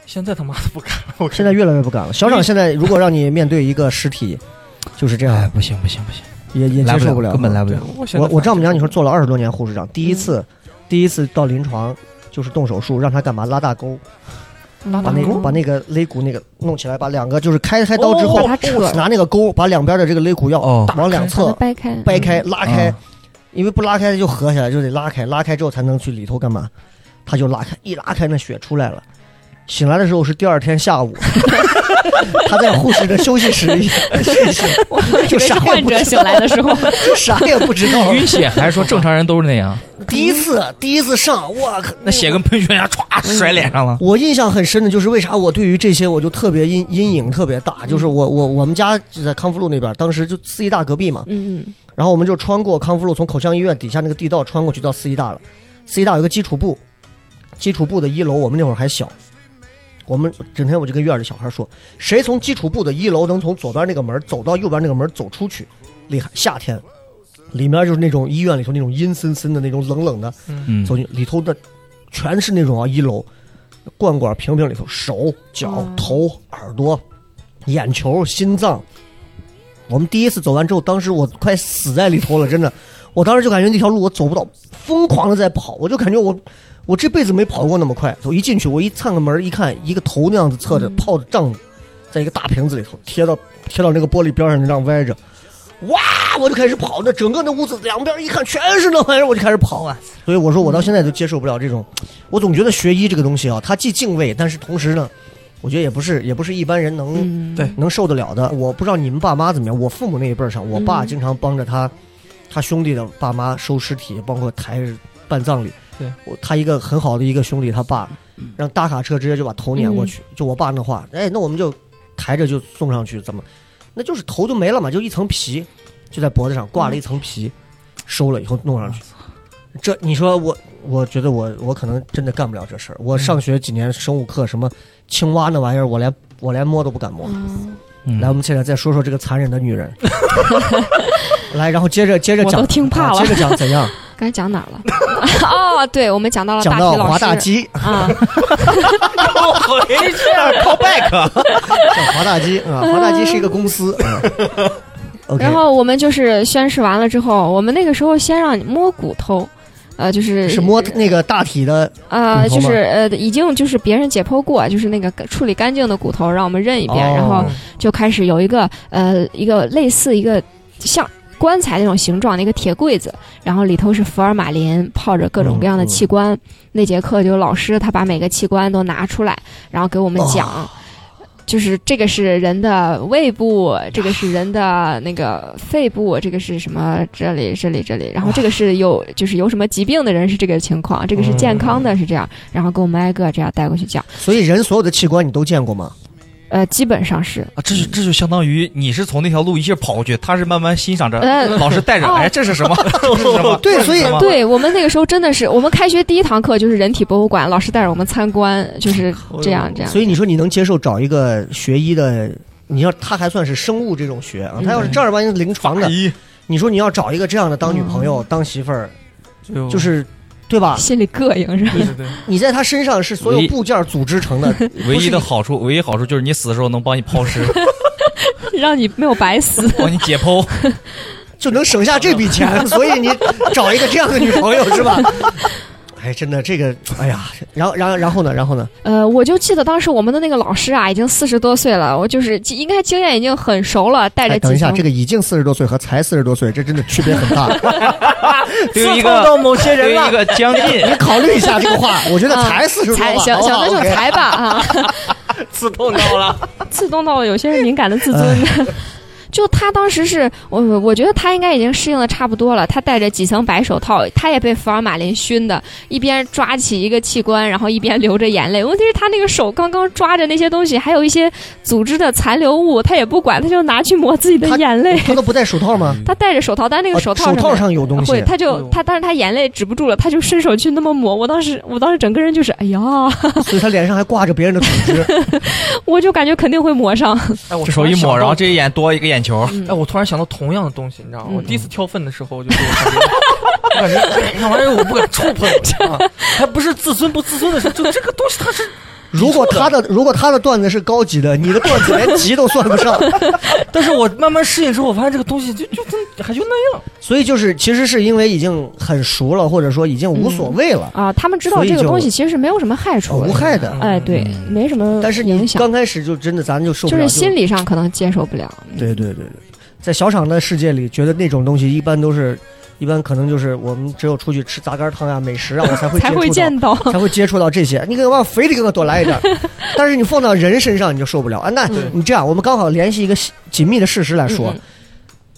[SPEAKER 4] 现在他妈的不敢了，我
[SPEAKER 3] 现在越来越不敢了。小
[SPEAKER 4] 因
[SPEAKER 3] 厂
[SPEAKER 4] 为
[SPEAKER 3] 现在如果让你面对一个尸体，就是这
[SPEAKER 6] 哎
[SPEAKER 3] 样，，
[SPEAKER 6] 不行不行不行，
[SPEAKER 3] 也也
[SPEAKER 6] 来
[SPEAKER 3] 接受
[SPEAKER 6] 了，
[SPEAKER 3] 了，
[SPEAKER 6] 根本来不 [laughs] 了。
[SPEAKER 4] 我现在
[SPEAKER 3] 我我丈母娘，你说
[SPEAKER 4] 说
[SPEAKER 3] 做了二十多年护士长，第一次，
[SPEAKER 6] 嗯
[SPEAKER 3] 第一次到临床就是动手术，让她干嘛拉大钩，
[SPEAKER 5] 把
[SPEAKER 3] 把那个把那个肋骨那个弄起来，把两个就是开开刀之
[SPEAKER 5] 把
[SPEAKER 3] 后，
[SPEAKER 5] 它扯了，
[SPEAKER 3] 拿那个钩把两边的这个肋骨要
[SPEAKER 6] 哦
[SPEAKER 3] 往两
[SPEAKER 5] 把它
[SPEAKER 3] 侧
[SPEAKER 5] 掰哦开，
[SPEAKER 3] 掰开拉开
[SPEAKER 6] 嗯，
[SPEAKER 3] 因为不拉开就合起来，就得拉开，拉开之后才能去里头干嘛，她就拉开，一拉开那血出来了。醒来的时候是第二天下午， [laughs] 她在护士的休息室
[SPEAKER 5] [laughs]
[SPEAKER 3] 里，休息室
[SPEAKER 5] 我以为
[SPEAKER 3] 就是啥也
[SPEAKER 5] 患
[SPEAKER 3] 不
[SPEAKER 5] 者
[SPEAKER 3] 知
[SPEAKER 5] 醒
[SPEAKER 3] 道
[SPEAKER 5] 来的时候，
[SPEAKER 3] 就啥也不知
[SPEAKER 5] [laughs]
[SPEAKER 3] 道。
[SPEAKER 6] [laughs] 晕血还是说正常人都是那样？
[SPEAKER 3] 第一次，第一次上，我靠，
[SPEAKER 6] 那血跟喷泉一样，歘甩脸上了。
[SPEAKER 3] 我印象很深的就是为啥我对于这些我就特别阴阴影特别大，就是我我我们家就在康复路那边，当时就四医大隔壁嘛，
[SPEAKER 5] 嗯嗯
[SPEAKER 3] 然后我们就穿过康复路，从口腔医院底下那个地道穿过去到四医大了。四医大有个基础部，基础部的一楼，我们那会儿还小，我们整天我就跟院里小孩说，谁从基础部的一楼能从左边那个门走到右边那个门走出去，厉害！夏天，里面就是那种医院里头那种阴森森的那种冷冷的，
[SPEAKER 6] 嗯
[SPEAKER 3] 走进里头的全是那种啊一楼罐罐瓶瓶里头手脚
[SPEAKER 5] 哇
[SPEAKER 3] 头耳朵眼球心脏。我们第一次走完之后，当时我快死在里头了，真的。我当时就感觉那条路我走不到，疯狂的在跑，我就感觉我我这辈子没跑过那么快。我一进去，我一探个门儿一看，一个头那样子侧着泡着胀着，在一个大瓶子里头贴到贴到那个玻璃边上那样歪着，哇！我就开始跑，那整个那屋子两边一看全是那玩意儿，我就开始跑啊。所以我说我到现在都接受不了这种，我总觉得学医这个东西啊，它既敬畏，但是同时呢，我觉得也不是也不是一般人能、
[SPEAKER 5] 嗯，
[SPEAKER 4] 对
[SPEAKER 3] 能受得了的。我不知道你们爸妈怎么样，我父母那一辈儿上，我爸
[SPEAKER 5] 嗯
[SPEAKER 3] 经常帮着他、他兄弟的爸妈收尸体，包括抬着办葬礼。
[SPEAKER 4] 对
[SPEAKER 3] 我，他一个很好的一个兄弟，他爸让大卡车直接就把头碾过去，就我爸那话，哎，那我们就抬着就送上去，怎么？那就是头就没了嘛，就一层皮，就在脖子上挂了一层皮，收了以后弄上去。这你说我，我觉得我我可能真的干不了这事儿。我上学几年生物课什么青蛙那玩意儿，我连我连摸都不敢摸。
[SPEAKER 5] 嗯
[SPEAKER 6] 嗯
[SPEAKER 3] 来，我们现在再说说这个残忍的女人。 [laughs] 来，然后接着接着
[SPEAKER 5] 我
[SPEAKER 3] 讲，
[SPEAKER 5] 都听怕
[SPEAKER 3] 啊
[SPEAKER 5] 了
[SPEAKER 3] 接着讲怎
[SPEAKER 5] [laughs]
[SPEAKER 3] 样？
[SPEAKER 5] 刚才讲哪儿了？哦，对，我们讲到了
[SPEAKER 3] 讲
[SPEAKER 5] 大
[SPEAKER 3] 到
[SPEAKER 5] 体老
[SPEAKER 3] 滑
[SPEAKER 5] 师
[SPEAKER 3] 大鸡，
[SPEAKER 5] 啊，
[SPEAKER 4] 回去
[SPEAKER 6] [laughs]
[SPEAKER 4] 了，靠背，
[SPEAKER 3] 讲滑大鸡
[SPEAKER 5] [laughs]
[SPEAKER 3] 啊，滑大鸡是一个公司。啊 [laughs] OK，
[SPEAKER 5] 然后我们就是宣誓完了之后，我们那个时候先让你摸骨头，呃，就是
[SPEAKER 3] 是摸那个大体的，
[SPEAKER 5] 呃，
[SPEAKER 3] 骨头
[SPEAKER 5] 就是
[SPEAKER 3] 吗
[SPEAKER 5] 呃，已经就是别人解剖过，就是那个处理干净的骨头，让我们认一遍，
[SPEAKER 3] 哦
[SPEAKER 5] 然后就开始有一个呃一个类似一个像棺材那种形状的一个铁柜子，然后里头是福尔马林泡着各种各
[SPEAKER 3] 嗯
[SPEAKER 5] 样的器官。那节课就老师他把每个器官都拿出来，然后给我们讲。就是这个是人的胃部，这个是人的那个肺部，这个是什么？这里这里这里，然后这个是有就是有什么疾病的人是这个情况，这个是健康的是这样，然后给我们挨个这样带过去讲。
[SPEAKER 3] 所以人所有的器官你都见过吗？
[SPEAKER 5] 呃，基本上是。
[SPEAKER 6] 啊，这就这就相当于你是从那条路一气儿跑过去，他是慢慢欣赏着，
[SPEAKER 5] 呃
[SPEAKER 6] 老师带着，
[SPEAKER 5] 哦
[SPEAKER 6] 哎，这是什么？这是什么？
[SPEAKER 3] [laughs] 对所以
[SPEAKER 6] 这是什么
[SPEAKER 5] 对我们那个时候真的是，我们开学第一堂课就是人体博物馆，老师带着我们参观，就是这样这样。
[SPEAKER 3] 所以你说你能接受找一个学医的，你要他还算是生物这种学
[SPEAKER 5] 嗯
[SPEAKER 3] 啊，他要是正儿八经临床
[SPEAKER 5] 哎
[SPEAKER 3] 的，
[SPEAKER 4] 哎
[SPEAKER 6] 一
[SPEAKER 3] 你说你要找一个这样的当女朋友、当媳妇儿，
[SPEAKER 5] 嗯
[SPEAKER 4] 就
[SPEAKER 3] 就是。对吧？
[SPEAKER 5] 心里膈应是吧？ [laughs]
[SPEAKER 4] 对对对，
[SPEAKER 3] 你在他身上是所有
[SPEAKER 6] 唯
[SPEAKER 3] 部件组织成的，
[SPEAKER 6] 唯一的好处，唯一好处就是你死的时候能帮你抛尸，
[SPEAKER 5] 让你没有白死。
[SPEAKER 6] 帮你解剖。
[SPEAKER 3] 就能省下这笔钱，
[SPEAKER 5] [laughs]
[SPEAKER 3] 所以你找一个这样的女朋友是吧？哎，真的这个，哎呀，然后，然后，然后呢？然后呢？
[SPEAKER 5] 呃，我就记得当时我们的那个老师啊，已经四十多岁了，我就是应该经验已经很熟了，带着
[SPEAKER 3] 哎，等一
[SPEAKER 5] 几
[SPEAKER 3] 下，
[SPEAKER 5] 层。
[SPEAKER 3] 这个已经四十多岁和才四十多岁，这真的区别很
[SPEAKER 5] [laughs]
[SPEAKER 3] 大。
[SPEAKER 6] 对于一
[SPEAKER 3] 碰
[SPEAKER 6] 个
[SPEAKER 3] 到某些人
[SPEAKER 6] 对于一
[SPEAKER 3] 了，
[SPEAKER 6] 个将近
[SPEAKER 3] [laughs] 你考虑一下这个话，我觉得才四十多吧，
[SPEAKER 5] 嗯才小
[SPEAKER 3] 好不
[SPEAKER 5] 小
[SPEAKER 3] 好
[SPEAKER 5] 的时候
[SPEAKER 3] OK
[SPEAKER 5] 才吧啊，
[SPEAKER 6] 刺痛到了，
[SPEAKER 5] 刺痛到有些人敏感的自尊。
[SPEAKER 3] 嗯
[SPEAKER 5] 就他当时是我，我觉得他应该已经适应的差不多了。他戴着几层白手套，他也被福尔马林熏的，一边抓起一个器官，然后一边流着眼泪。问题是，他那个手刚刚抓着那些东西，还有一些组织的残留物，他也不管，他就拿去抹自己的眼泪。
[SPEAKER 3] 他都不戴手套吗？
[SPEAKER 5] 他戴着手套，但嗯那个
[SPEAKER 3] 哦
[SPEAKER 5] 手
[SPEAKER 3] 嗯手
[SPEAKER 5] 套上面
[SPEAKER 3] 套上有东
[SPEAKER 5] 会，
[SPEAKER 3] 西，
[SPEAKER 5] 他就
[SPEAKER 4] 哎呦
[SPEAKER 5] 他，但是他眼泪止不住了，他就伸手去那么抹。我当时，我当时整个人就是，哎呀， [laughs]
[SPEAKER 3] 所以他脸上还挂着别人的组织。
[SPEAKER 5] 我就感觉肯定会抹上。
[SPEAKER 4] 哎，我突
[SPEAKER 6] 这手一
[SPEAKER 4] 想
[SPEAKER 6] 抹，
[SPEAKER 4] 到
[SPEAKER 6] 然后这一眼多一个眼球，
[SPEAKER 4] 哎，我突然想到同样的东西，你知道吗？
[SPEAKER 5] 嗯
[SPEAKER 4] 我第一次挑粪的时候，就是我感觉我感觉这玩意儿我不敢触碰，啊，还不是自尊不自尊的事，就这个东西它是
[SPEAKER 3] 如果他的如果他的段子是高级的，你的段子连级都算不
[SPEAKER 5] [laughs]
[SPEAKER 3] 上。
[SPEAKER 4] 但是我慢慢适应之后，我发现这个东西就就就还就那样。
[SPEAKER 3] 所以就是，其实是因为已经很熟了，或者说已经无所谓了，
[SPEAKER 5] 啊，他们知道
[SPEAKER 3] 所以
[SPEAKER 5] 这个
[SPEAKER 3] 就
[SPEAKER 5] 东西其实是没有什么害
[SPEAKER 3] 呃
[SPEAKER 5] 处的，
[SPEAKER 3] 无害的。
[SPEAKER 5] 哎，对，没什么
[SPEAKER 3] 但是你
[SPEAKER 5] 影响，
[SPEAKER 3] 刚开始就真的，咱就受不
[SPEAKER 5] 就
[SPEAKER 3] 了。
[SPEAKER 5] 是心理上可能接受不了。
[SPEAKER 3] 对对对对，在小厂的世界里，觉得那种东西一般都是，一般可能就是我们只有出去吃杂干汤呀、美食啊，我才会
[SPEAKER 5] [laughs] 才会
[SPEAKER 3] 接触
[SPEAKER 5] 见到，
[SPEAKER 3] [laughs] 到，才会接触到这些。你给我往肥里给我多来一
[SPEAKER 5] [laughs]
[SPEAKER 3] 点，但是你放到人身上你就受不了啊。那
[SPEAKER 5] 嗯
[SPEAKER 3] 你这样，我们刚好联系一个紧密的事实来说，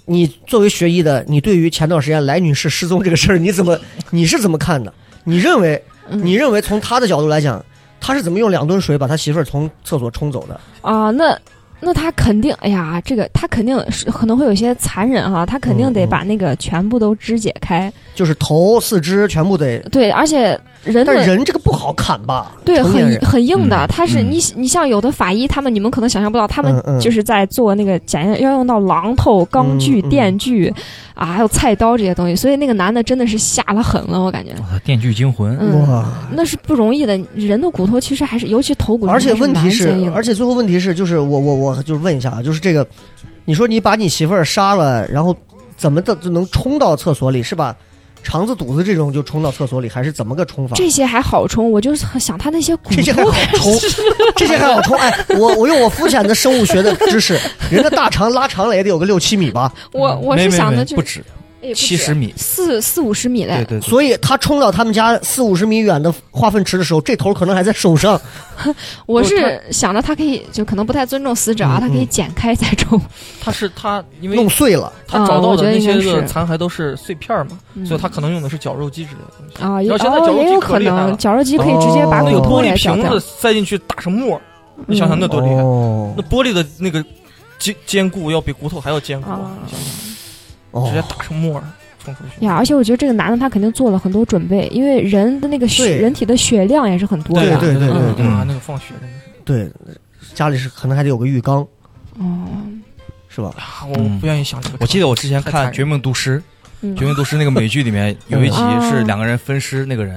[SPEAKER 3] 你作为学医的，你对于前段时间来女士失踪这个事儿，你怎么 [laughs] 你是怎么看的？你认为
[SPEAKER 5] 嗯
[SPEAKER 3] 你认为从他的角度来讲，他是怎么用两吨水把他媳妇儿从厕所冲走的？
[SPEAKER 5] 啊，那那他肯定，哎呀，这个他肯定是可能会有些残忍哈，他肯定得
[SPEAKER 3] 嗯嗯
[SPEAKER 5] 把那个全部都肢解开，
[SPEAKER 3] 就是头、四肢全部得，
[SPEAKER 5] 对，而且人
[SPEAKER 3] 但
[SPEAKER 5] 的
[SPEAKER 3] 是人这个不好砍吧？
[SPEAKER 5] 对，
[SPEAKER 3] 成年
[SPEAKER 5] 很
[SPEAKER 3] 人
[SPEAKER 5] 很硬的
[SPEAKER 6] 嗯。
[SPEAKER 5] 他是
[SPEAKER 6] 嗯
[SPEAKER 5] 你，你像有的法医，他们你们可能想象不到，他们
[SPEAKER 3] 嗯嗯
[SPEAKER 5] 就是在做那个检验，要用到榔头、钢锯、
[SPEAKER 3] 嗯嗯
[SPEAKER 5] 电锯啊，还有菜刀这些东西。所以那个男的真的是下了狠了，我感觉，
[SPEAKER 6] 哇电锯惊魂，
[SPEAKER 5] 嗯，
[SPEAKER 3] 哇！
[SPEAKER 5] 那是不容易的。人的骨头其实还是，尤其头骨，
[SPEAKER 3] 而且问题
[SPEAKER 5] 是蛮坚
[SPEAKER 3] 是
[SPEAKER 5] 硬，的，
[SPEAKER 3] 而且最后问题是，就是我我我就是问一下啊，就是这个，你说你把你媳妇儿杀了，然后怎么的就能冲到厕所里是吧？肠子、肚子这种就冲到厕所里，还是怎么个冲法？
[SPEAKER 5] 这些还好冲，我就是很想他那些骨
[SPEAKER 3] 这些还
[SPEAKER 5] 头
[SPEAKER 3] 好，
[SPEAKER 5] [laughs]
[SPEAKER 3] 冲，这些还好冲。哎，我我用我肤浅的生物学的知识，人的大肠拉长了也得有个六七米吧，
[SPEAKER 5] 我我
[SPEAKER 6] 没
[SPEAKER 5] 是
[SPEAKER 6] 没
[SPEAKER 5] 想
[SPEAKER 6] 没
[SPEAKER 5] 的就
[SPEAKER 6] 不
[SPEAKER 5] 是
[SPEAKER 6] 止
[SPEAKER 5] 哎不止
[SPEAKER 6] 七十米，
[SPEAKER 5] 四四五十米嘞
[SPEAKER 6] 对，对对，
[SPEAKER 3] 所以他冲到他们家四五十米远的化粪池的时候，这头可能还在手上。
[SPEAKER 5] 我
[SPEAKER 4] 不是
[SPEAKER 5] 是想着他可以就可能不太尊重死者啊，
[SPEAKER 3] 嗯
[SPEAKER 5] 他可以
[SPEAKER 3] 嗯
[SPEAKER 5] 剪开再冲，
[SPEAKER 4] 它是它，因为
[SPEAKER 3] 弄碎了，
[SPEAKER 4] 它找到
[SPEAKER 5] 啊我觉
[SPEAKER 4] 的
[SPEAKER 5] 得
[SPEAKER 4] 那些
[SPEAKER 5] 应该
[SPEAKER 4] 个
[SPEAKER 5] 是
[SPEAKER 4] 残骸都是碎片儿嘛，
[SPEAKER 5] 嗯
[SPEAKER 4] 所以它可能用的是绞肉机之类的东西。
[SPEAKER 5] 啊，也
[SPEAKER 4] 然后现在绞
[SPEAKER 5] 哦
[SPEAKER 4] 肉
[SPEAKER 5] 也
[SPEAKER 4] 机
[SPEAKER 5] 有
[SPEAKER 4] 可
[SPEAKER 5] 可
[SPEAKER 4] 厉害
[SPEAKER 5] 能
[SPEAKER 4] 了
[SPEAKER 5] 绞肉机可以直接把
[SPEAKER 3] 哦
[SPEAKER 4] 那个
[SPEAKER 5] 骨头
[SPEAKER 4] 玻
[SPEAKER 5] 也嗯
[SPEAKER 4] 璃
[SPEAKER 5] 绞
[SPEAKER 4] 瓶
[SPEAKER 5] 掉
[SPEAKER 4] 子。塞进去打成沫儿，你想想那多厉害！
[SPEAKER 3] 哦
[SPEAKER 4] 那玻璃的那个坚坚固要比骨头还要坚固啊，
[SPEAKER 5] 啊
[SPEAKER 4] 你想想，直接
[SPEAKER 3] 哦，
[SPEAKER 4] 打成沫儿冲出去。
[SPEAKER 5] 呀，而且我觉得这个男的他肯定做了很多准备，因为人的那个血，
[SPEAKER 3] 对
[SPEAKER 5] 人体的血量也是很多
[SPEAKER 3] 对
[SPEAKER 5] 的。
[SPEAKER 3] 对对对嗯
[SPEAKER 6] 对
[SPEAKER 4] 啊，那个放血真的是
[SPEAKER 3] 对，家里是可能还得有个浴缸
[SPEAKER 5] 嗯
[SPEAKER 3] 是吧？
[SPEAKER 4] 啊，我
[SPEAKER 6] 嗯
[SPEAKER 4] 不愿意想这个。
[SPEAKER 6] 我记得我之前
[SPEAKER 4] 太残
[SPEAKER 6] 看
[SPEAKER 4] 忍
[SPEAKER 6] 《绝命毒师》，
[SPEAKER 5] 嗯
[SPEAKER 6] 《绝命毒师》那个美剧里面有一集
[SPEAKER 5] [laughs] 嗯
[SPEAKER 6] 是两个人分尸那个人，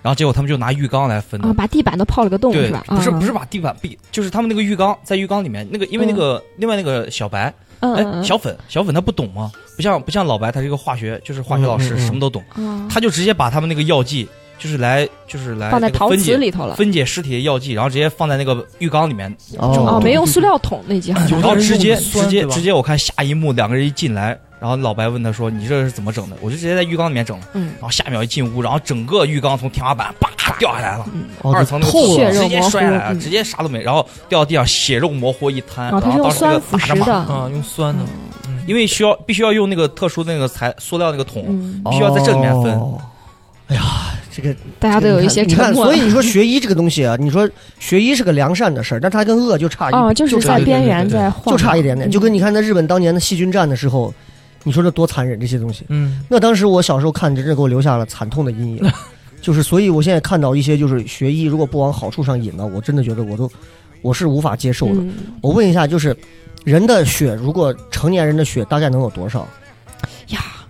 [SPEAKER 6] 然后结果他们就拿浴缸来分的
[SPEAKER 5] 啊，，把地板都泡了个洞
[SPEAKER 6] 对
[SPEAKER 5] 是吧？，
[SPEAKER 6] 不是
[SPEAKER 5] 啊
[SPEAKER 6] 不是，把地板壁，就是他们那个浴缸在浴缸里面那个，因为那个另外那个小白，
[SPEAKER 5] 嗯
[SPEAKER 6] 哎，
[SPEAKER 5] 嗯
[SPEAKER 6] 小粉小粉他不懂嘛，不像不像老白，他是一个化学就是化学老
[SPEAKER 3] 嗯
[SPEAKER 6] 师，
[SPEAKER 3] 嗯嗯
[SPEAKER 6] 什么都懂，
[SPEAKER 5] 嗯，
[SPEAKER 6] 他就直接把他们那个药剂就是来就是来
[SPEAKER 5] 放在
[SPEAKER 6] 那个
[SPEAKER 5] 陶
[SPEAKER 6] 分
[SPEAKER 5] 瓷
[SPEAKER 6] 解
[SPEAKER 5] 里头了。
[SPEAKER 6] 分解尸体的药剂，然后直接放在那个浴缸里面，
[SPEAKER 5] 哦，
[SPEAKER 3] 哦，
[SPEAKER 5] 没用塑料桶那集好像。
[SPEAKER 4] 有
[SPEAKER 6] 然
[SPEAKER 4] 的
[SPEAKER 6] 后
[SPEAKER 4] 人
[SPEAKER 6] 直接
[SPEAKER 4] 用酸
[SPEAKER 6] 直接
[SPEAKER 4] 对吧
[SPEAKER 6] 直接我看下一幕两个人一进来，然后老白问他说你这是怎么整的？我就直接在浴缸里面整了，
[SPEAKER 5] 嗯
[SPEAKER 6] 然后下一秒一进屋，然后整个浴缸从天花板啪掉下来了。
[SPEAKER 5] 嗯，
[SPEAKER 3] 哦
[SPEAKER 6] 二层那个
[SPEAKER 3] 透
[SPEAKER 5] 血
[SPEAKER 3] 了
[SPEAKER 5] 肉
[SPEAKER 6] 直接
[SPEAKER 5] 模糊
[SPEAKER 6] 摔下来了，
[SPEAKER 5] 嗯
[SPEAKER 6] 直接啥都没，然后掉到地上，血肉模糊一滩，
[SPEAKER 5] 然后
[SPEAKER 6] 然
[SPEAKER 5] 他啊是
[SPEAKER 6] 后
[SPEAKER 5] 用
[SPEAKER 6] 当时那
[SPEAKER 5] 酸
[SPEAKER 6] 个
[SPEAKER 5] 腐
[SPEAKER 6] 打着
[SPEAKER 5] 蚀
[SPEAKER 6] 嘛，
[SPEAKER 5] 的，
[SPEAKER 4] 啊，用酸的，
[SPEAKER 6] 因为需要必须要用那个特殊那个材塑料那个桶，
[SPEAKER 5] 嗯
[SPEAKER 6] 必须要在这里面分。
[SPEAKER 3] 哦哦哎呀，这个
[SPEAKER 5] 大家都有一些
[SPEAKER 3] 你看，
[SPEAKER 5] 沉
[SPEAKER 3] 你
[SPEAKER 5] 默
[SPEAKER 3] 看所以你说学医这个东西啊，你说学医是个良善的事儿，但它跟恶就差一，
[SPEAKER 5] 哦，就是在边缘
[SPEAKER 6] 对对对
[SPEAKER 5] 在晃，
[SPEAKER 3] 就差一点点，
[SPEAKER 5] 嗯
[SPEAKER 3] 就跟你看那日本当年的细菌战的时候，你说这多残忍这些东西。
[SPEAKER 6] 嗯，
[SPEAKER 3] 那当时我小时候看，真的给我留下了惨痛的阴
[SPEAKER 6] [laughs]
[SPEAKER 3] 影。就是，所以我现在看到一些就是学医如果不往好处上引呢，我真的觉得我都我是无法接受的。
[SPEAKER 5] 嗯
[SPEAKER 3] 我问一下，就是人的血，如果成年人的血大概能有多少？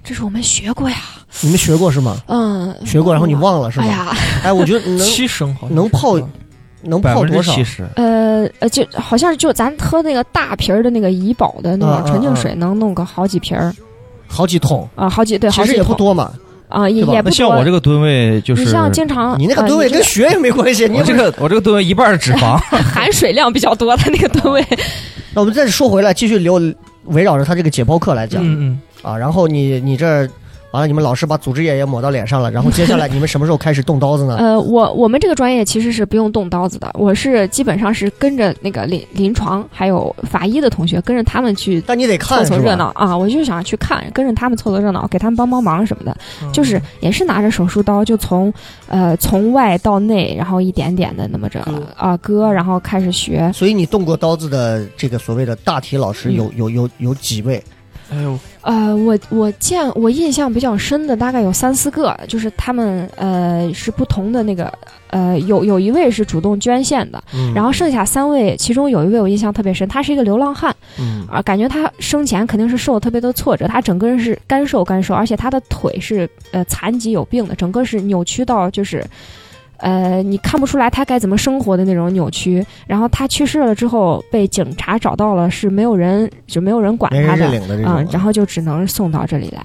[SPEAKER 5] 这是我们学过呀，
[SPEAKER 3] 你们学过是吗？
[SPEAKER 5] 嗯，
[SPEAKER 3] 学过，然后你忘了是
[SPEAKER 5] 哎
[SPEAKER 3] 吗？
[SPEAKER 5] 呀，
[SPEAKER 3] 哎，我觉得
[SPEAKER 5] [laughs]
[SPEAKER 3] 能
[SPEAKER 4] 七升好像
[SPEAKER 3] 能
[SPEAKER 4] 是
[SPEAKER 3] 泡
[SPEAKER 4] 吧
[SPEAKER 3] 能
[SPEAKER 6] 百
[SPEAKER 3] 泡
[SPEAKER 6] 分
[SPEAKER 3] 多
[SPEAKER 6] 之
[SPEAKER 3] 少？
[SPEAKER 6] 七十，
[SPEAKER 5] 呃呃，就好像就咱喝那个大瓶儿的那个怡宝的那
[SPEAKER 3] 嗯嗯
[SPEAKER 5] 个纯净水，能弄个好几瓶儿
[SPEAKER 3] 好几桶，
[SPEAKER 5] 啊，好几对，
[SPEAKER 3] 其
[SPEAKER 5] 好
[SPEAKER 3] 实
[SPEAKER 5] 几
[SPEAKER 3] 也不
[SPEAKER 5] 桶
[SPEAKER 3] 多嘛。
[SPEAKER 5] 啊，也
[SPEAKER 3] 对吧
[SPEAKER 5] 也不
[SPEAKER 6] 那
[SPEAKER 5] 多。
[SPEAKER 6] 像我这个吨位就
[SPEAKER 5] 你
[SPEAKER 6] 是，
[SPEAKER 5] 像经常
[SPEAKER 3] 你那个
[SPEAKER 5] 呃
[SPEAKER 3] 吨位跟
[SPEAKER 5] 这
[SPEAKER 3] 血也没关
[SPEAKER 5] [laughs]
[SPEAKER 3] 系。你
[SPEAKER 6] 我这个我这个吨位一半儿是脂肪，
[SPEAKER 5] 含水量比较多的那个
[SPEAKER 3] [laughs]
[SPEAKER 5] 吨位，
[SPEAKER 3] 那我们再说回来，继续留围绕着他这个解剖课来讲、
[SPEAKER 4] 嗯
[SPEAKER 3] 啊。然后你你这儿完了，你们老师把组织液也抹到脸上了。然后接下
[SPEAKER 5] [laughs]
[SPEAKER 3] 来你们什么时候开始动刀子呢？
[SPEAKER 5] 呃，我我们这个专业其实是不用动刀子的，我是基本上是跟着那个临临床还有法医的同学跟着他们去
[SPEAKER 3] 但你得
[SPEAKER 5] 凑
[SPEAKER 3] 看
[SPEAKER 5] 凑
[SPEAKER 3] 是吧
[SPEAKER 5] 热闹啊，我就想去看，跟着他们凑凑热闹，给他们帮帮忙什么的，
[SPEAKER 4] 嗯，
[SPEAKER 5] 就是也是拿着手术刀，就从呃从外到内，然后一点点的那么着啊割，然后开始学。
[SPEAKER 3] 所以你动过刀子的这个所谓的大体老师有、
[SPEAKER 5] 嗯
[SPEAKER 3] 有有有几位？
[SPEAKER 4] 哎呦，
[SPEAKER 5] 呃，我我见我印象比较深的大概有三四个，就是他们呃是不同的那个呃有有一位是主动捐献的，
[SPEAKER 3] 嗯
[SPEAKER 5] 然后剩下三位，其中有一位我印象特别深，他是一个流浪汉
[SPEAKER 3] 嗯
[SPEAKER 5] 啊，感觉他生前肯定是受了特别多挫折，他整个人是干瘦干瘦，而且他的腿是呃残疾有病的，整个是扭曲到就是。呃，你看不出来他该怎么生活的那种扭曲。然后他去世了之后，被警察找到了，是没有人就没有人管
[SPEAKER 3] 没人
[SPEAKER 5] 他的
[SPEAKER 3] 认领的这种
[SPEAKER 5] 啊、
[SPEAKER 3] 啊。
[SPEAKER 5] 然后就只能送到这里来。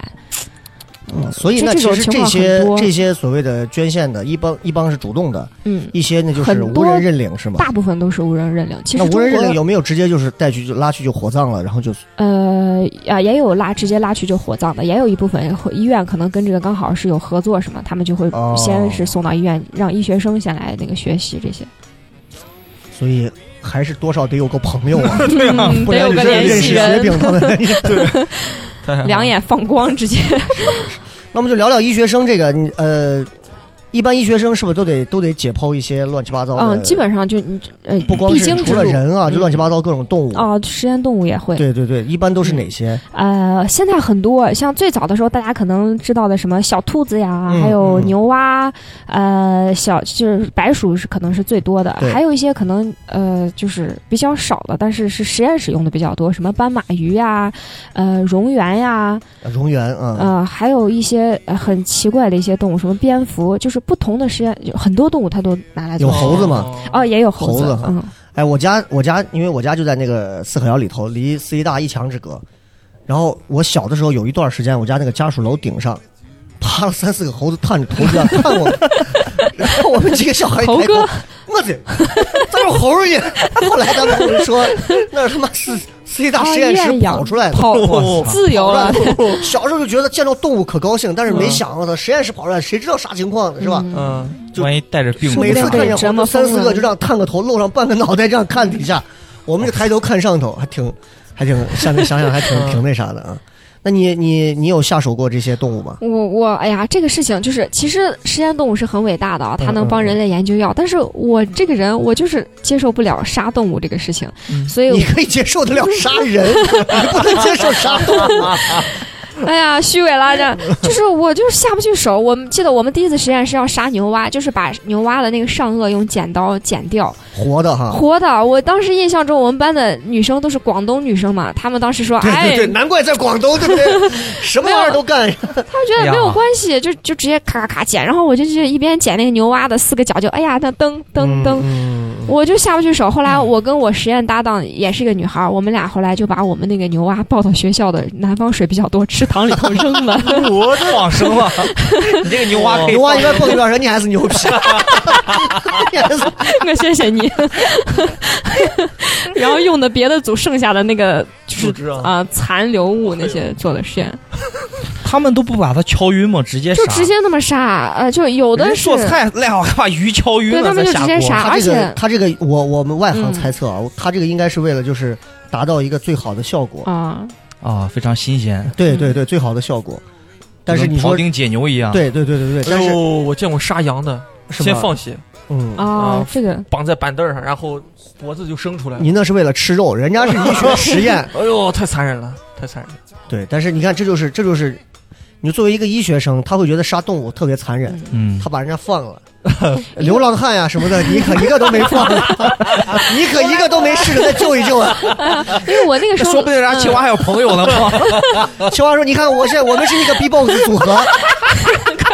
[SPEAKER 5] 嗯
[SPEAKER 3] 所以
[SPEAKER 5] 这
[SPEAKER 3] 呢，
[SPEAKER 5] 这
[SPEAKER 3] 其
[SPEAKER 5] 种
[SPEAKER 3] 实
[SPEAKER 5] 情
[SPEAKER 3] 这
[SPEAKER 5] 况
[SPEAKER 3] 些
[SPEAKER 5] 很多，
[SPEAKER 3] 这些所谓的捐献的，一帮一帮是主动的，
[SPEAKER 5] 嗯，
[SPEAKER 3] 一些呢就是
[SPEAKER 5] 很
[SPEAKER 3] 无
[SPEAKER 5] 多
[SPEAKER 3] 人认领是吗？
[SPEAKER 5] 大部分都是无人认领。其
[SPEAKER 3] 那
[SPEAKER 5] 实
[SPEAKER 3] 无人
[SPEAKER 5] 中
[SPEAKER 3] 认领
[SPEAKER 5] 国
[SPEAKER 3] 有没有直接就是带去就拉去就火葬了，然后就
[SPEAKER 5] 呃啊，也有拉直接拉去就火葬的，也有一部分会医院可能跟这个刚好是有合作什么，他们就会
[SPEAKER 3] 哦
[SPEAKER 5] 先是送到医院，让医学生先来那个学习这些。
[SPEAKER 3] 所以还是多少得有个朋
[SPEAKER 5] [laughs]
[SPEAKER 3] 友啊，
[SPEAKER 5] 对啊，
[SPEAKER 3] 不
[SPEAKER 5] 得
[SPEAKER 3] 然
[SPEAKER 5] 有
[SPEAKER 3] 你
[SPEAKER 5] 个
[SPEAKER 3] 这
[SPEAKER 5] 联
[SPEAKER 3] 认识
[SPEAKER 5] 系
[SPEAKER 3] 雪 [laughs]
[SPEAKER 5] 人，
[SPEAKER 3] 饼他
[SPEAKER 5] [laughs]
[SPEAKER 3] 们。
[SPEAKER 4] 太害怕
[SPEAKER 5] 两眼放光，直接
[SPEAKER 3] 那我们就聊聊医学生这个，你呃，一般医学生是不是都得都得解剖一些乱七八糟的？
[SPEAKER 5] 嗯，基本上就你呃
[SPEAKER 3] 不光
[SPEAKER 5] 必
[SPEAKER 3] 是
[SPEAKER 5] 经
[SPEAKER 3] 除
[SPEAKER 5] 之
[SPEAKER 3] 了
[SPEAKER 5] 路
[SPEAKER 3] 人啊，
[SPEAKER 5] 嗯
[SPEAKER 3] 就乱七八糟各种动物。
[SPEAKER 5] 哦，实验动物也会。
[SPEAKER 3] 对对对，一般都是哪些？
[SPEAKER 5] 呃，现在很多像最早的时候，大家可能知道的什么小兔子呀，
[SPEAKER 3] 嗯
[SPEAKER 5] 还有牛蛙，呃，小就是白鼠是可能是最多的
[SPEAKER 3] 对，
[SPEAKER 5] 还有一些可能呃就是比较少的，但是是实验室用的比较多，什么斑马鱼呀，呃，蝾螈呀，
[SPEAKER 3] 呃蝾螈啊，
[SPEAKER 5] 呃，还有一些呃很奇怪的一些动物，什么蝙蝠，就是不同的实验，有很多动物它都拿来
[SPEAKER 3] 有
[SPEAKER 5] 做实验
[SPEAKER 3] 猴子吗？
[SPEAKER 5] 哦，也有猴
[SPEAKER 3] 猴子哈
[SPEAKER 5] 嗯，
[SPEAKER 3] 哎，我家我家，因为我家就在那个四合窑里头，离四医大一墙之隔。然后我小的时候有一段时间，我家那个家属楼顶上爬了三四个猴子，探着头这样看我们，然后我们几个小孩一
[SPEAKER 5] 猴
[SPEAKER 3] 抬头
[SPEAKER 5] 哥，
[SPEAKER 3] 我的，这是猴儿呢。后来他们跟我说，那是他妈四四医大实验室
[SPEAKER 5] 啊艳阳
[SPEAKER 3] 跑出来的。
[SPEAKER 5] 跑啊
[SPEAKER 3] 我操
[SPEAKER 5] 自由了
[SPEAKER 3] 跑出来的小时候就觉得见到动物可高兴，但是没想到实验室跑出来，谁知道啥情况呢？是吧？
[SPEAKER 5] 嗯
[SPEAKER 4] 嗯，
[SPEAKER 3] 就
[SPEAKER 6] 万一带着病毒
[SPEAKER 5] 说不
[SPEAKER 3] 每次看
[SPEAKER 5] 定得
[SPEAKER 3] 见
[SPEAKER 5] 折
[SPEAKER 3] 红
[SPEAKER 5] 磨
[SPEAKER 3] 三
[SPEAKER 5] 疯
[SPEAKER 3] 四
[SPEAKER 5] 了
[SPEAKER 3] 个就这样探个头，露上半个脑袋这样看底
[SPEAKER 5] [laughs]
[SPEAKER 3] 下，我们就抬头看上头，还挺还挺现在想想还挺挺那啥的啊。 [laughs] 那你你你有下手过这些动物吗？
[SPEAKER 5] 我我哎呀，这个事情就是，其实实验动物是很伟大的啊，它
[SPEAKER 3] 嗯
[SPEAKER 5] 能帮人类研究药。但是我这个人，我就是接受不了杀动物这个事情，所以
[SPEAKER 3] 嗯你可以接受得了杀人，你不能接受杀动物。
[SPEAKER 5] 哎呀，虚伪
[SPEAKER 3] [laughs]
[SPEAKER 5] 了，这就是我就是下不去手。我们记得我们第一次实验是要杀牛蛙，就是把牛蛙的那个上颚用剪刀剪掉，
[SPEAKER 3] 活的
[SPEAKER 5] [laughs]
[SPEAKER 3] 哈，
[SPEAKER 5] 活的。我当时印象中，我们班的女生都是广东女生嘛，她们当时
[SPEAKER 3] [laughs]
[SPEAKER 5] 说，
[SPEAKER 3] 对对对，
[SPEAKER 5] 哎，
[SPEAKER 3] 难怪在广东，对不
[SPEAKER 5] [laughs]
[SPEAKER 3] 对？什么玩意儿都干。
[SPEAKER 5] 他
[SPEAKER 3] 哎
[SPEAKER 5] 觉得没有关系，就就直接咔咔咔剪，然后我就去一边剪那个牛蛙的四个角，就哎呀，那噔
[SPEAKER 3] 嗯
[SPEAKER 5] 噔噔，我就下不去手。后来我跟我实验搭档也是一个女孩儿，我们俩后来就把我们那个牛蛙抱到学校的南方水比较多池塘里头扔 [laughs] 了。
[SPEAKER 6] 我放生了，你这个牛蛙可以
[SPEAKER 3] 牛蛙应该蹦一段时间，你还是牛逼。 [laughs] 你还是
[SPEAKER 5] 我谢谢你。 [laughs] 然后用的别的组剩下的那个就是
[SPEAKER 4] 树枝啊
[SPEAKER 5] 啊、残留物那些做的实验，
[SPEAKER 6] 他们都不把它敲晕吗？直接
[SPEAKER 5] 就
[SPEAKER 6] 杀
[SPEAKER 5] 直接那么杀，呃，就有
[SPEAKER 6] 人
[SPEAKER 5] 的
[SPEAKER 6] 家
[SPEAKER 5] 是
[SPEAKER 6] 做菜哎赖好还把鱼敲晕
[SPEAKER 5] 对
[SPEAKER 6] 了，
[SPEAKER 5] 他们就
[SPEAKER 6] 再下
[SPEAKER 5] 直接
[SPEAKER 6] 锅
[SPEAKER 5] 杀
[SPEAKER 3] 他这个
[SPEAKER 5] 而且嗯
[SPEAKER 3] 他这个，我我们外行猜测啊，他这个应该是为了就是达到一个最好的效果。
[SPEAKER 5] 啊、
[SPEAKER 6] 啊，非常新鲜。
[SPEAKER 4] 嗯
[SPEAKER 3] 对对对，最好的效果。但是你
[SPEAKER 6] 跟庖
[SPEAKER 3] 说，
[SPEAKER 6] 丁解牛一样，，
[SPEAKER 3] 对对对对对，但
[SPEAKER 4] 哎
[SPEAKER 3] 是
[SPEAKER 4] 呦，我见过杀羊的，
[SPEAKER 3] 是
[SPEAKER 4] 先
[SPEAKER 3] 吗
[SPEAKER 4] 放血，
[SPEAKER 3] 嗯，
[SPEAKER 4] 哦
[SPEAKER 5] 啊，这个
[SPEAKER 4] 绑在板凳上，然后脖子就伸出来了。
[SPEAKER 3] 你那是为了吃肉，人家是医学实
[SPEAKER 4] [laughs]
[SPEAKER 3] 验，
[SPEAKER 4] 哎呦，太残忍了，太残忍了。
[SPEAKER 3] 对，但是你看，这就是这就是，你作为一个医学生，他会觉得杀动物特别残忍，
[SPEAKER 6] 嗯
[SPEAKER 3] 他，把人家放
[SPEAKER 4] [laughs]
[SPEAKER 3] 了，流浪汉呀、什么的，你可一个都没放，你可一个都没试着再救一救啊！
[SPEAKER 5] 因为我那个时候
[SPEAKER 6] 说不定人家青蛙还有
[SPEAKER 5] 啊
[SPEAKER 6] 朋友呢，
[SPEAKER 3] [laughs] 青蛙说：“你看，我现在我们是一个 B-box 组
[SPEAKER 5] [laughs]
[SPEAKER 3] 合，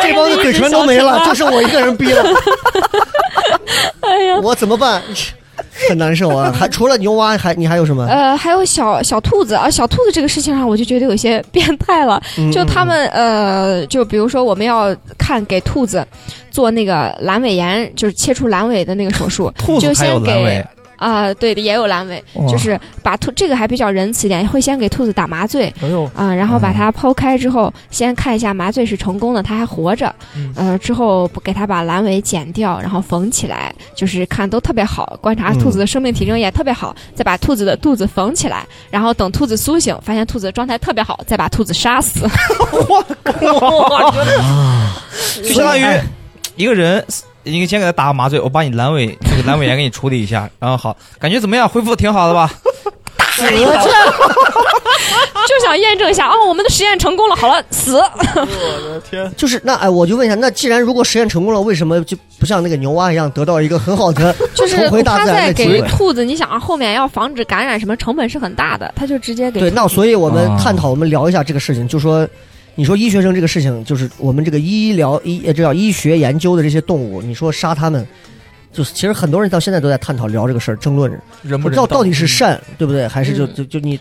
[SPEAKER 3] 这帮子嘴唇都没了，就剩我一个人逼了，
[SPEAKER 5] [laughs] 哎呀，
[SPEAKER 3] 我怎么办？很难受啊！还除了牛蛙，还你还有什么？
[SPEAKER 5] 呃，还有小小兔子啊，小兔子这个事情上，我就觉得有些 [laughs] 变态了。
[SPEAKER 3] 嗯
[SPEAKER 5] 就他们呃，就比如说我们要看给兔子做那个阑尾炎，就是切除阑尾的那个手术， [laughs]
[SPEAKER 6] 兔
[SPEAKER 5] 就
[SPEAKER 6] 子还有
[SPEAKER 5] 先
[SPEAKER 6] 阑
[SPEAKER 5] 给
[SPEAKER 6] 尾，
[SPEAKER 5] 啊、对，也有阑尾，就
[SPEAKER 6] 哇
[SPEAKER 5] 是把兔这个还比较仁慈一点，会先给兔子打麻醉，
[SPEAKER 4] 哎呦，
[SPEAKER 5] 啊、然后把
[SPEAKER 6] 嗯
[SPEAKER 5] 它剖开之后，先看一下麻醉是成功的，它还活着。
[SPEAKER 4] 嗯
[SPEAKER 5] 呃，之后不给它把阑尾剪掉，然后缝起来，就是看都特别好，观
[SPEAKER 3] 嗯
[SPEAKER 5] 察兔子的生命体征也特别好，再把兔子的肚子缝起来，然后等兔子苏醒，发现兔子状态特别好，再把兔子杀死。 [laughs]
[SPEAKER 6] 就相当于
[SPEAKER 5] 哎
[SPEAKER 6] 一个人，你先给他打个麻醉，我把你阑尾这个阑尾炎给你处理一下，然后好，感觉怎么样？恢复得挺好的 [laughs] 吧？
[SPEAKER 5] 就想验证一下，哦，我们的实验成功了，好了，
[SPEAKER 3] [laughs]
[SPEAKER 5] 死。
[SPEAKER 3] 就是那哎，我就问一下，那既然如果实验成功了，为什么就不像那个牛蛙一样得到一个很好的
[SPEAKER 5] 就是
[SPEAKER 3] 重回大
[SPEAKER 5] 它
[SPEAKER 3] 自然
[SPEAKER 5] 在
[SPEAKER 3] 的机
[SPEAKER 5] 给
[SPEAKER 3] 会？
[SPEAKER 5] 兔子，你想啊，后面要防止感染什么，成本是很大的，它就直接给
[SPEAKER 3] 对，那所以我们
[SPEAKER 6] 啊
[SPEAKER 3] 探讨，我们聊一下这个事情，就说，你说医学生这个事情，就是我们这个医疗医呃这叫医学研究的这些动物，你说杀它们，就是其实很多人到现在都在探讨聊这个事儿，争论着，
[SPEAKER 4] 人
[SPEAKER 3] 不
[SPEAKER 4] 不
[SPEAKER 3] 知
[SPEAKER 4] 人嗯
[SPEAKER 3] 道到底是善对不对，还是就
[SPEAKER 5] 嗯
[SPEAKER 3] 就就你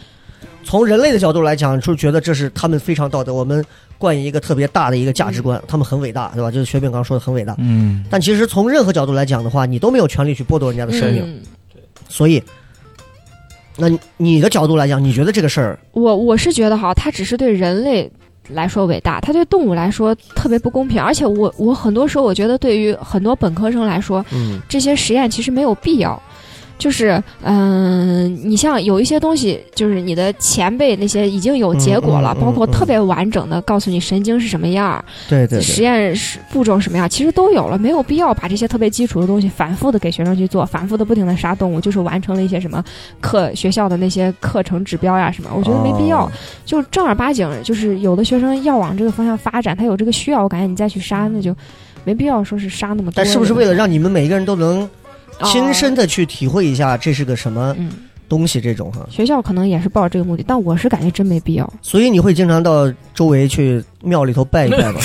[SPEAKER 3] 从人类的角度来讲，就觉得这是他们非常道德，我们冠以一个特别大的一个价值观，他们很伟大，对吧？就是薛炳刚说的很伟大，
[SPEAKER 6] 嗯，
[SPEAKER 3] 但其实从任何角度来讲的话，你都没有权利去剥夺人家的生命，
[SPEAKER 5] 嗯
[SPEAKER 3] 所以。那你你的角度来讲，你觉得这个事儿
[SPEAKER 5] 我我是觉得哈，它只是对人类来说伟大，它对动物来说特别不公平。而且我我很多时候我觉得，对于很多本科生来说，
[SPEAKER 3] 嗯，
[SPEAKER 5] 这些实验其实没有必要。就是，嗯、你像有一些东西，就是你的前辈那些已经有结果
[SPEAKER 3] 嗯
[SPEAKER 5] 了，
[SPEAKER 3] 嗯嗯
[SPEAKER 5] 包括
[SPEAKER 3] 嗯
[SPEAKER 5] 特别完整的告诉你神经是什么样儿，
[SPEAKER 3] 对对对，
[SPEAKER 5] 实验是步骤什么样，其实都有了，没有必要把这些特别基础的东西反复的给学生去做，反复的不停的杀动物，就是完成了一些什么课学校的那些课程指标呀什么，我觉得没必要。
[SPEAKER 3] 哦
[SPEAKER 5] 就正儿八经，就是有的学生要往这个方向发展，他有这个需要，我感觉你再去杀，那就没必要说是杀那么多。
[SPEAKER 3] 嗯但是不是为了让你们每一个人都能亲身
[SPEAKER 5] 的、
[SPEAKER 3] 的去体会一下这是个什么
[SPEAKER 5] 嗯，
[SPEAKER 3] 东西？这种哈，
[SPEAKER 5] 学校可能也是抱着这个目的，但我是感觉真没必要。
[SPEAKER 3] 所以你会经常到周围去庙里头拜一拜
[SPEAKER 5] [laughs]
[SPEAKER 3] 吗？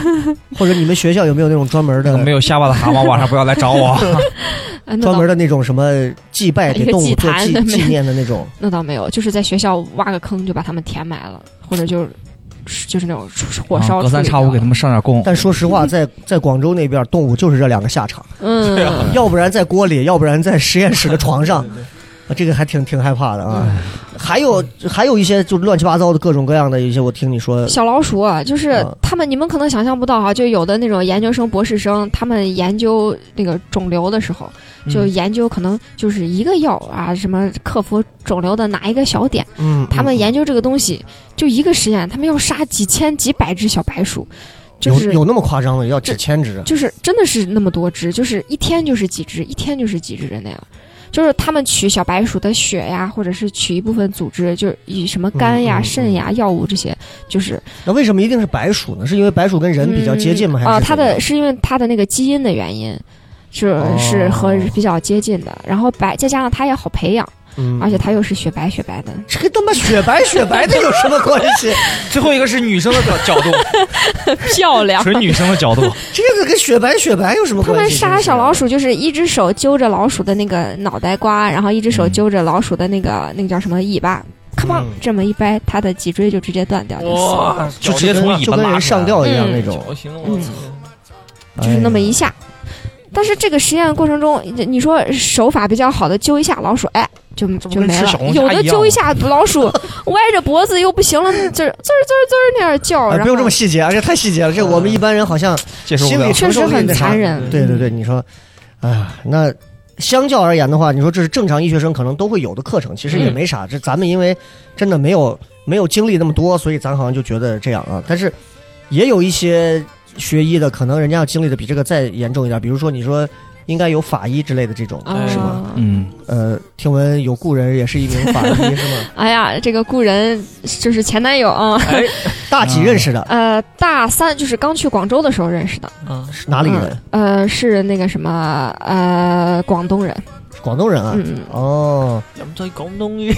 [SPEAKER 3] [laughs] 或者你们学校有没有那种专门的
[SPEAKER 6] 呃没、有下巴的蛤蟆晚上不要来找我。
[SPEAKER 5] 啊，那
[SPEAKER 3] 专
[SPEAKER 5] 倒
[SPEAKER 3] 门的那种什么祭拜给动物做
[SPEAKER 5] 一
[SPEAKER 3] 祭
[SPEAKER 5] 个祭坛
[SPEAKER 3] 纪念的那种？
[SPEAKER 5] 那倒没有，就是在学校挖个坑就把他们填埋了，或者就是就是那种火烧、
[SPEAKER 6] 啊隔三差五给他们上点供。
[SPEAKER 3] 但说实话，在在广州那边，动物就是这两个下场，
[SPEAKER 5] 嗯，
[SPEAKER 3] 要不然在锅里，要不然在实验室的床上。啊这个还挺挺害怕的啊，
[SPEAKER 5] 嗯
[SPEAKER 3] 还有还有一些就乱七八糟的各种各样的一些，我听你说，
[SPEAKER 5] 小老鼠啊就是
[SPEAKER 3] 嗯
[SPEAKER 5] 他们，你们可能想象不到哈、就有的那种研究生、博士生，他们研究那个肿瘤的时候，
[SPEAKER 3] 嗯
[SPEAKER 6] 嗯
[SPEAKER 5] 就研究可能就是一个药啊，什么克服肿瘤的哪一个小点，
[SPEAKER 3] 嗯，
[SPEAKER 5] 他们
[SPEAKER 3] 嗯
[SPEAKER 5] 研究这个东西，就一个实验，他们要杀几千、几百只小白鼠，就是
[SPEAKER 3] 有有那么夸张的，要几千只啊，
[SPEAKER 5] 就是真的是那么多只，就是一天就是几只，一天就是几只的那样。就是他们取小白鼠的血呀，或者是取一部分组织，就是以什么肝呀、
[SPEAKER 3] 嗯嗯嗯
[SPEAKER 5] 肾呀、药物这些，就是
[SPEAKER 3] 那为什么一定是白鼠呢？是因为白鼠跟人比较接近吗？
[SPEAKER 5] 嗯
[SPEAKER 3] 还是
[SPEAKER 5] 啊，它
[SPEAKER 3] 怎么
[SPEAKER 5] 的
[SPEAKER 3] 样哦
[SPEAKER 5] 是因为它的那个基因的原因，是、是和比较接近的。然后白再加上它也好培养，
[SPEAKER 3] 嗯
[SPEAKER 5] 而且它又是雪白雪白的，
[SPEAKER 3] 这跟他妈雪白雪白的有什么关系？
[SPEAKER 6] 最后一个是女生的角 [laughs] 角度，
[SPEAKER 5] [laughs]
[SPEAKER 3] [laughs]
[SPEAKER 5] 漂亮
[SPEAKER 6] 纯女生的角度。
[SPEAKER 3] 这个跟雪白雪白有什么
[SPEAKER 5] 他
[SPEAKER 3] 关系？
[SPEAKER 5] 们杀小老
[SPEAKER 3] 鼠，
[SPEAKER 5] 鼠就是一只手揪着老鼠的那个脑袋瓜，然后一只手揪着老鼠的那个那个叫什么尾巴，咔砰、
[SPEAKER 3] 嗯
[SPEAKER 5] 这么一掰，它的脊椎就直接断掉就死了，
[SPEAKER 4] 哇，
[SPEAKER 6] 就直接从尾
[SPEAKER 3] 啊就
[SPEAKER 6] 巴
[SPEAKER 3] 跟
[SPEAKER 6] 拉
[SPEAKER 3] 人
[SPEAKER 6] 出来
[SPEAKER 3] 上吊一样
[SPEAKER 5] 嗯
[SPEAKER 3] 那种，
[SPEAKER 4] 绞刑，我
[SPEAKER 5] 嗯
[SPEAKER 4] 操！
[SPEAKER 5] 就是那么
[SPEAKER 6] 哎
[SPEAKER 5] 一下。但是这个实验过程中，你说手法比较好的揪一下老鼠，哎，就
[SPEAKER 6] 这不
[SPEAKER 5] 就
[SPEAKER 6] 跟
[SPEAKER 5] 没
[SPEAKER 6] 吃
[SPEAKER 5] 了
[SPEAKER 6] 小龙。虾
[SPEAKER 5] 有的
[SPEAKER 6] 一样啊
[SPEAKER 5] 揪一下老
[SPEAKER 6] [laughs]
[SPEAKER 5] 鼠，歪着脖子又不行了，滋儿滋儿滋儿滋儿那啊样叫，
[SPEAKER 3] 哎
[SPEAKER 5] 然后
[SPEAKER 3] 不用这么细节，而且太细节了，这
[SPEAKER 6] 嗯
[SPEAKER 3] 我们一般人好像
[SPEAKER 6] 接受不
[SPEAKER 3] 心
[SPEAKER 6] 了
[SPEAKER 3] 里。
[SPEAKER 5] 确
[SPEAKER 3] 承
[SPEAKER 5] 实
[SPEAKER 3] 受力
[SPEAKER 5] 很
[SPEAKER 3] 那啥
[SPEAKER 5] 残。忍。
[SPEAKER 3] 对对对，你说，哎呀，那相较而言的话，你说这是正常医学生可能都会有的课程，其
[SPEAKER 5] 嗯
[SPEAKER 3] 实也没啥。这咱们因为真的没有没有经历那么多，所以咱好像就觉得这样啊。但是也有一些学医的，可能人家要经历的比这个再严重一点，比如说你说应该有法医之类的这种，
[SPEAKER 5] 啊
[SPEAKER 4] 是
[SPEAKER 3] 吗
[SPEAKER 6] 嗯，
[SPEAKER 3] 呃，听闻有故人也是一名法
[SPEAKER 5] [laughs]
[SPEAKER 3] 医是吗？
[SPEAKER 5] 哎呀，这个故人就是前男友啊，
[SPEAKER 4] 哎，
[SPEAKER 3] 大几认识的？
[SPEAKER 5] [laughs] 呃，大三就是刚去广州的时候认识的，
[SPEAKER 4] 啊，
[SPEAKER 3] 是哪里人？
[SPEAKER 5] 呃，是那个什么，呃，广东人，
[SPEAKER 3] 是广东人啊？
[SPEAKER 5] 嗯，
[SPEAKER 3] 哦
[SPEAKER 4] 咱们在广东语，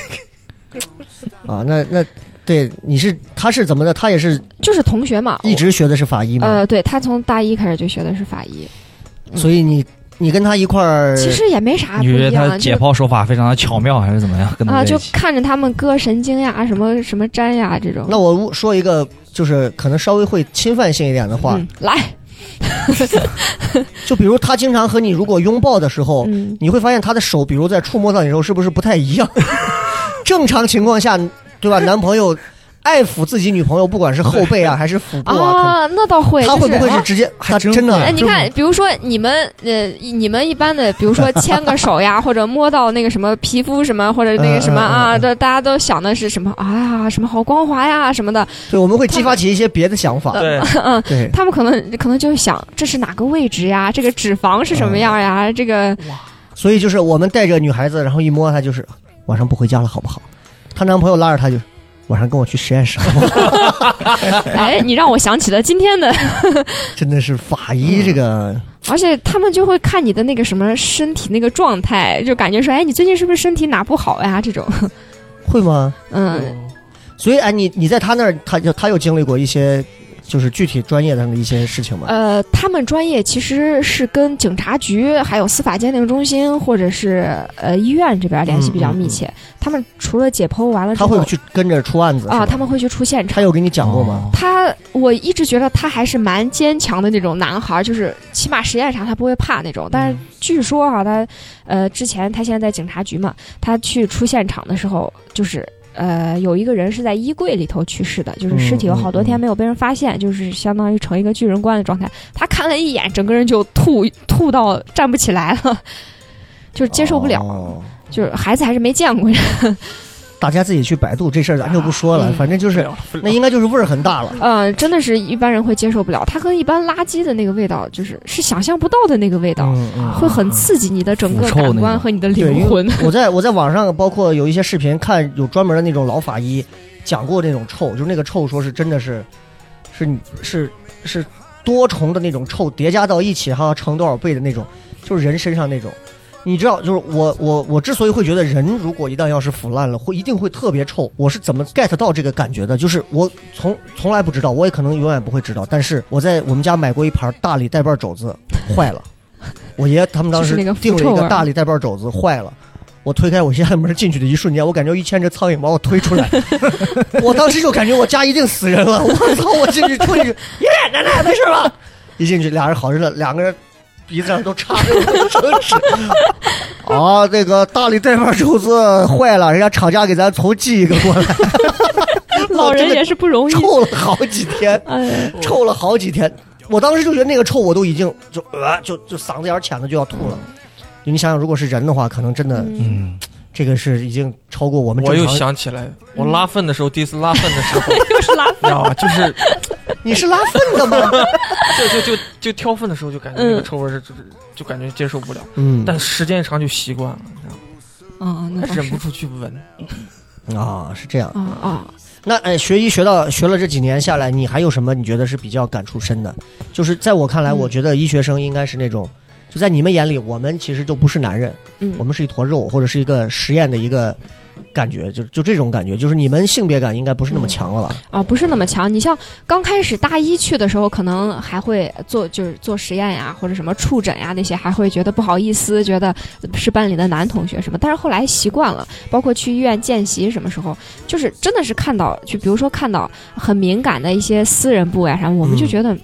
[SPEAKER 3] 啊，那那对你是他是怎么的？他也是
[SPEAKER 5] 就是同学嘛，
[SPEAKER 3] 一直学的是法医吗？
[SPEAKER 5] 呃，对他从大一开始就学的是法医，
[SPEAKER 3] 所以你你跟他一块儿，
[SPEAKER 5] 呃其实也没啥
[SPEAKER 6] 你
[SPEAKER 5] 不
[SPEAKER 6] 觉
[SPEAKER 5] 一
[SPEAKER 6] 得他
[SPEAKER 5] 样，
[SPEAKER 6] 解
[SPEAKER 5] 就
[SPEAKER 6] 剖手法非常的巧妙，还是怎么样？跟他
[SPEAKER 5] 啊，
[SPEAKER 6] 们在
[SPEAKER 5] 就
[SPEAKER 6] 一起
[SPEAKER 5] 看着他们割神经呀，什么什么粘呀这种。
[SPEAKER 3] 那我说一个就是可能稍微会侵犯性一点的话，
[SPEAKER 5] 嗯，来，
[SPEAKER 3] 就比如他经常和你如果拥抱的时候，
[SPEAKER 5] 嗯，
[SPEAKER 3] 你会发现他的手，比如在触摸到你的时候，是不是不太一样？ [laughs] 正常情况下，对吧？男朋友爱抚自己女朋友，不管是后背啊还是腹部啊，
[SPEAKER 5] 啊，那倒会，
[SPEAKER 3] 可
[SPEAKER 5] 就
[SPEAKER 3] 他
[SPEAKER 5] 是啊
[SPEAKER 3] 会不会是直接？他真的
[SPEAKER 5] 哎，
[SPEAKER 3] 啊
[SPEAKER 5] 你看，比如说你们呃，你们一般的，比如说牵个手呀，或者摸到那个什么皮肤什么，或者那个什么
[SPEAKER 3] [laughs] 嗯嗯嗯
[SPEAKER 5] 啊，
[SPEAKER 3] 嗯
[SPEAKER 5] 都大家都想的是什么啊，什么好光滑呀什么的，
[SPEAKER 3] 对，我们会激发起一些别的想法。
[SPEAKER 4] 对，
[SPEAKER 5] 嗯，
[SPEAKER 3] 对，
[SPEAKER 5] 他们可能可能就想这是哪个位置呀，这个脂肪是什么样呀，
[SPEAKER 3] [laughs]
[SPEAKER 5] 这个
[SPEAKER 3] 所以就是我们带着女孩子，然后一摸她就是晚上不回家了，好不好？她男朋友拉着她就晚上跟我去实验室，好不
[SPEAKER 5] [laughs]
[SPEAKER 3] 好？
[SPEAKER 5] 哎，你让我想起了今天的，
[SPEAKER 3] 真的是法医这个，
[SPEAKER 5] 而且他们就会看你的那个什么身体那个状态，就感觉说，哎，你最近是不是身体哪不好呀？
[SPEAKER 3] [laughs]
[SPEAKER 5] 这种，
[SPEAKER 3] 会吗？
[SPEAKER 5] 嗯，
[SPEAKER 3] 所以哎，你你在他那儿，他就他有经历过一些就是具体专业上的一些事情吗？
[SPEAKER 5] 呃，他们专业其实是跟警察局、还有司法鉴定中心或者是呃医院这边联系比较密切。他们除了解剖完了之
[SPEAKER 3] 嗯他
[SPEAKER 5] 后
[SPEAKER 3] 会，去跟着出案子
[SPEAKER 5] 啊、
[SPEAKER 3] 是吧哦
[SPEAKER 5] 他们会去出现
[SPEAKER 3] 他
[SPEAKER 5] 场。
[SPEAKER 3] 有给你讲过吗？？
[SPEAKER 5] 他，我一直觉得他还是蛮坚强的那种男孩儿，就是起码实验啥他不会怕那种。但是据说哈、他，呃，之前他现在在警察局嘛，他去出现场的时候，就是呃，有一个人是在衣柜里头去世的，就是尸体有好多天没有被人发现，就是相当于成一个巨人观的状态。他看了一眼，整个人就吐吐到站不起来了，就是接受不了，
[SPEAKER 3] 哦
[SPEAKER 5] 就是孩子还是没见过。
[SPEAKER 3] 大家自己去百度这事儿，咱就不说了。
[SPEAKER 5] 嗯
[SPEAKER 3] 反正就是，那应该就是味儿很大了。
[SPEAKER 5] 嗯，真的是一般人会接受不了，它跟一般垃圾的那个味道，就是是想象不到的那个味道，
[SPEAKER 3] 嗯嗯
[SPEAKER 5] 会很刺激你的整个
[SPEAKER 6] 腐臭
[SPEAKER 5] 感
[SPEAKER 6] 那
[SPEAKER 5] 官
[SPEAKER 6] 种
[SPEAKER 5] 和你的
[SPEAKER 3] 对，
[SPEAKER 5] 灵
[SPEAKER 3] 因
[SPEAKER 5] 魂
[SPEAKER 3] 为。我在我在网上，包括有一些视频看，有专门的那种老法医讲过那种臭，就是那个臭，说是真的是，是你是是多重的那种臭叠加到一起，还要乘多少倍的那种，就是人身上那种。你知道，就是我我我之所以会觉得人如果一旦要是腐烂了，会一定会特别臭。我是怎么 get 到这个感觉的？就是我从从来不知道，我也可能永远不会知道。但是我在我们家买过一盘大理带瓣肘
[SPEAKER 5] [laughs]
[SPEAKER 3] 子，坏了。我爷他们当时
[SPEAKER 5] 就是那个腐
[SPEAKER 3] 订了
[SPEAKER 5] 臭
[SPEAKER 3] 一
[SPEAKER 5] 味
[SPEAKER 3] 个
[SPEAKER 5] 儿
[SPEAKER 3] 大理带瓣肘子，坏了。我推开我家门进去的一瞬间，我感觉一千只苍蝇把我推出
[SPEAKER 5] [laughs]
[SPEAKER 3] 来，我当时就感觉我家一定死人了。我操！我进去冲进去，爷爷奶奶没事吧？一进去俩人好着呢，两个人鼻子上都插着卫生纸。啊，那个大理带瓣肘子坏了，人家厂家给咱重寄一个过来。
[SPEAKER 5] 老人
[SPEAKER 3] [laughs] 真的
[SPEAKER 5] 也是不容易。
[SPEAKER 3] 臭了好几
[SPEAKER 4] [laughs]
[SPEAKER 3] 天，
[SPEAKER 5] 哎，
[SPEAKER 4] 哦
[SPEAKER 3] 臭了好几天。我当时就觉得那个臭，我都已经就呃，就就嗓子眼儿浅的就要吐了。就你想想，如果是人的话，可能真的
[SPEAKER 6] 嗯，
[SPEAKER 3] 这个是已经超过我们
[SPEAKER 4] 我
[SPEAKER 3] 正
[SPEAKER 4] 又
[SPEAKER 3] 常。
[SPEAKER 4] 想起来，我拉粪的时候，第一次拉粪的时候，
[SPEAKER 5] 又是拉，
[SPEAKER 4] 你知道吧？就是
[SPEAKER 3] 你是拉粪的吗？
[SPEAKER 4] 就就就 [laughs] 就挑粪的时候，就感觉那个臭味是就是就感觉接受不了，
[SPEAKER 3] 嗯
[SPEAKER 4] 但时间长就习惯了，你知道吗？
[SPEAKER 5] 嗯，那倒是
[SPEAKER 4] 忍不住去闻。
[SPEAKER 3] 啊，是这样。
[SPEAKER 5] 啊啊，
[SPEAKER 3] 那哎，学医学到学了这几年下来，你还有什么你觉得是比较感触深的？就是在我看来，
[SPEAKER 5] 嗯
[SPEAKER 3] 我觉得医学生应该是那种，就在你们眼里，我们其实就不是男人，
[SPEAKER 5] 嗯
[SPEAKER 3] 我们是一坨肉，或者是一个实验的一个感觉，就就这种感觉，就是你们性别感应该不是那么强了吧？
[SPEAKER 5] 啊，不是那么强。你像刚开始大一去的时候，可能还会做就是做实验呀，或者什么触诊呀那些，还会觉得不好意思，觉得是班里的男同学什么。但是后来习惯了，包括去医院见习，什么时候就是真的是看到，就比如说看到很敏感的一些私人部位啊啥，我们就
[SPEAKER 3] 嗯
[SPEAKER 5] 觉得。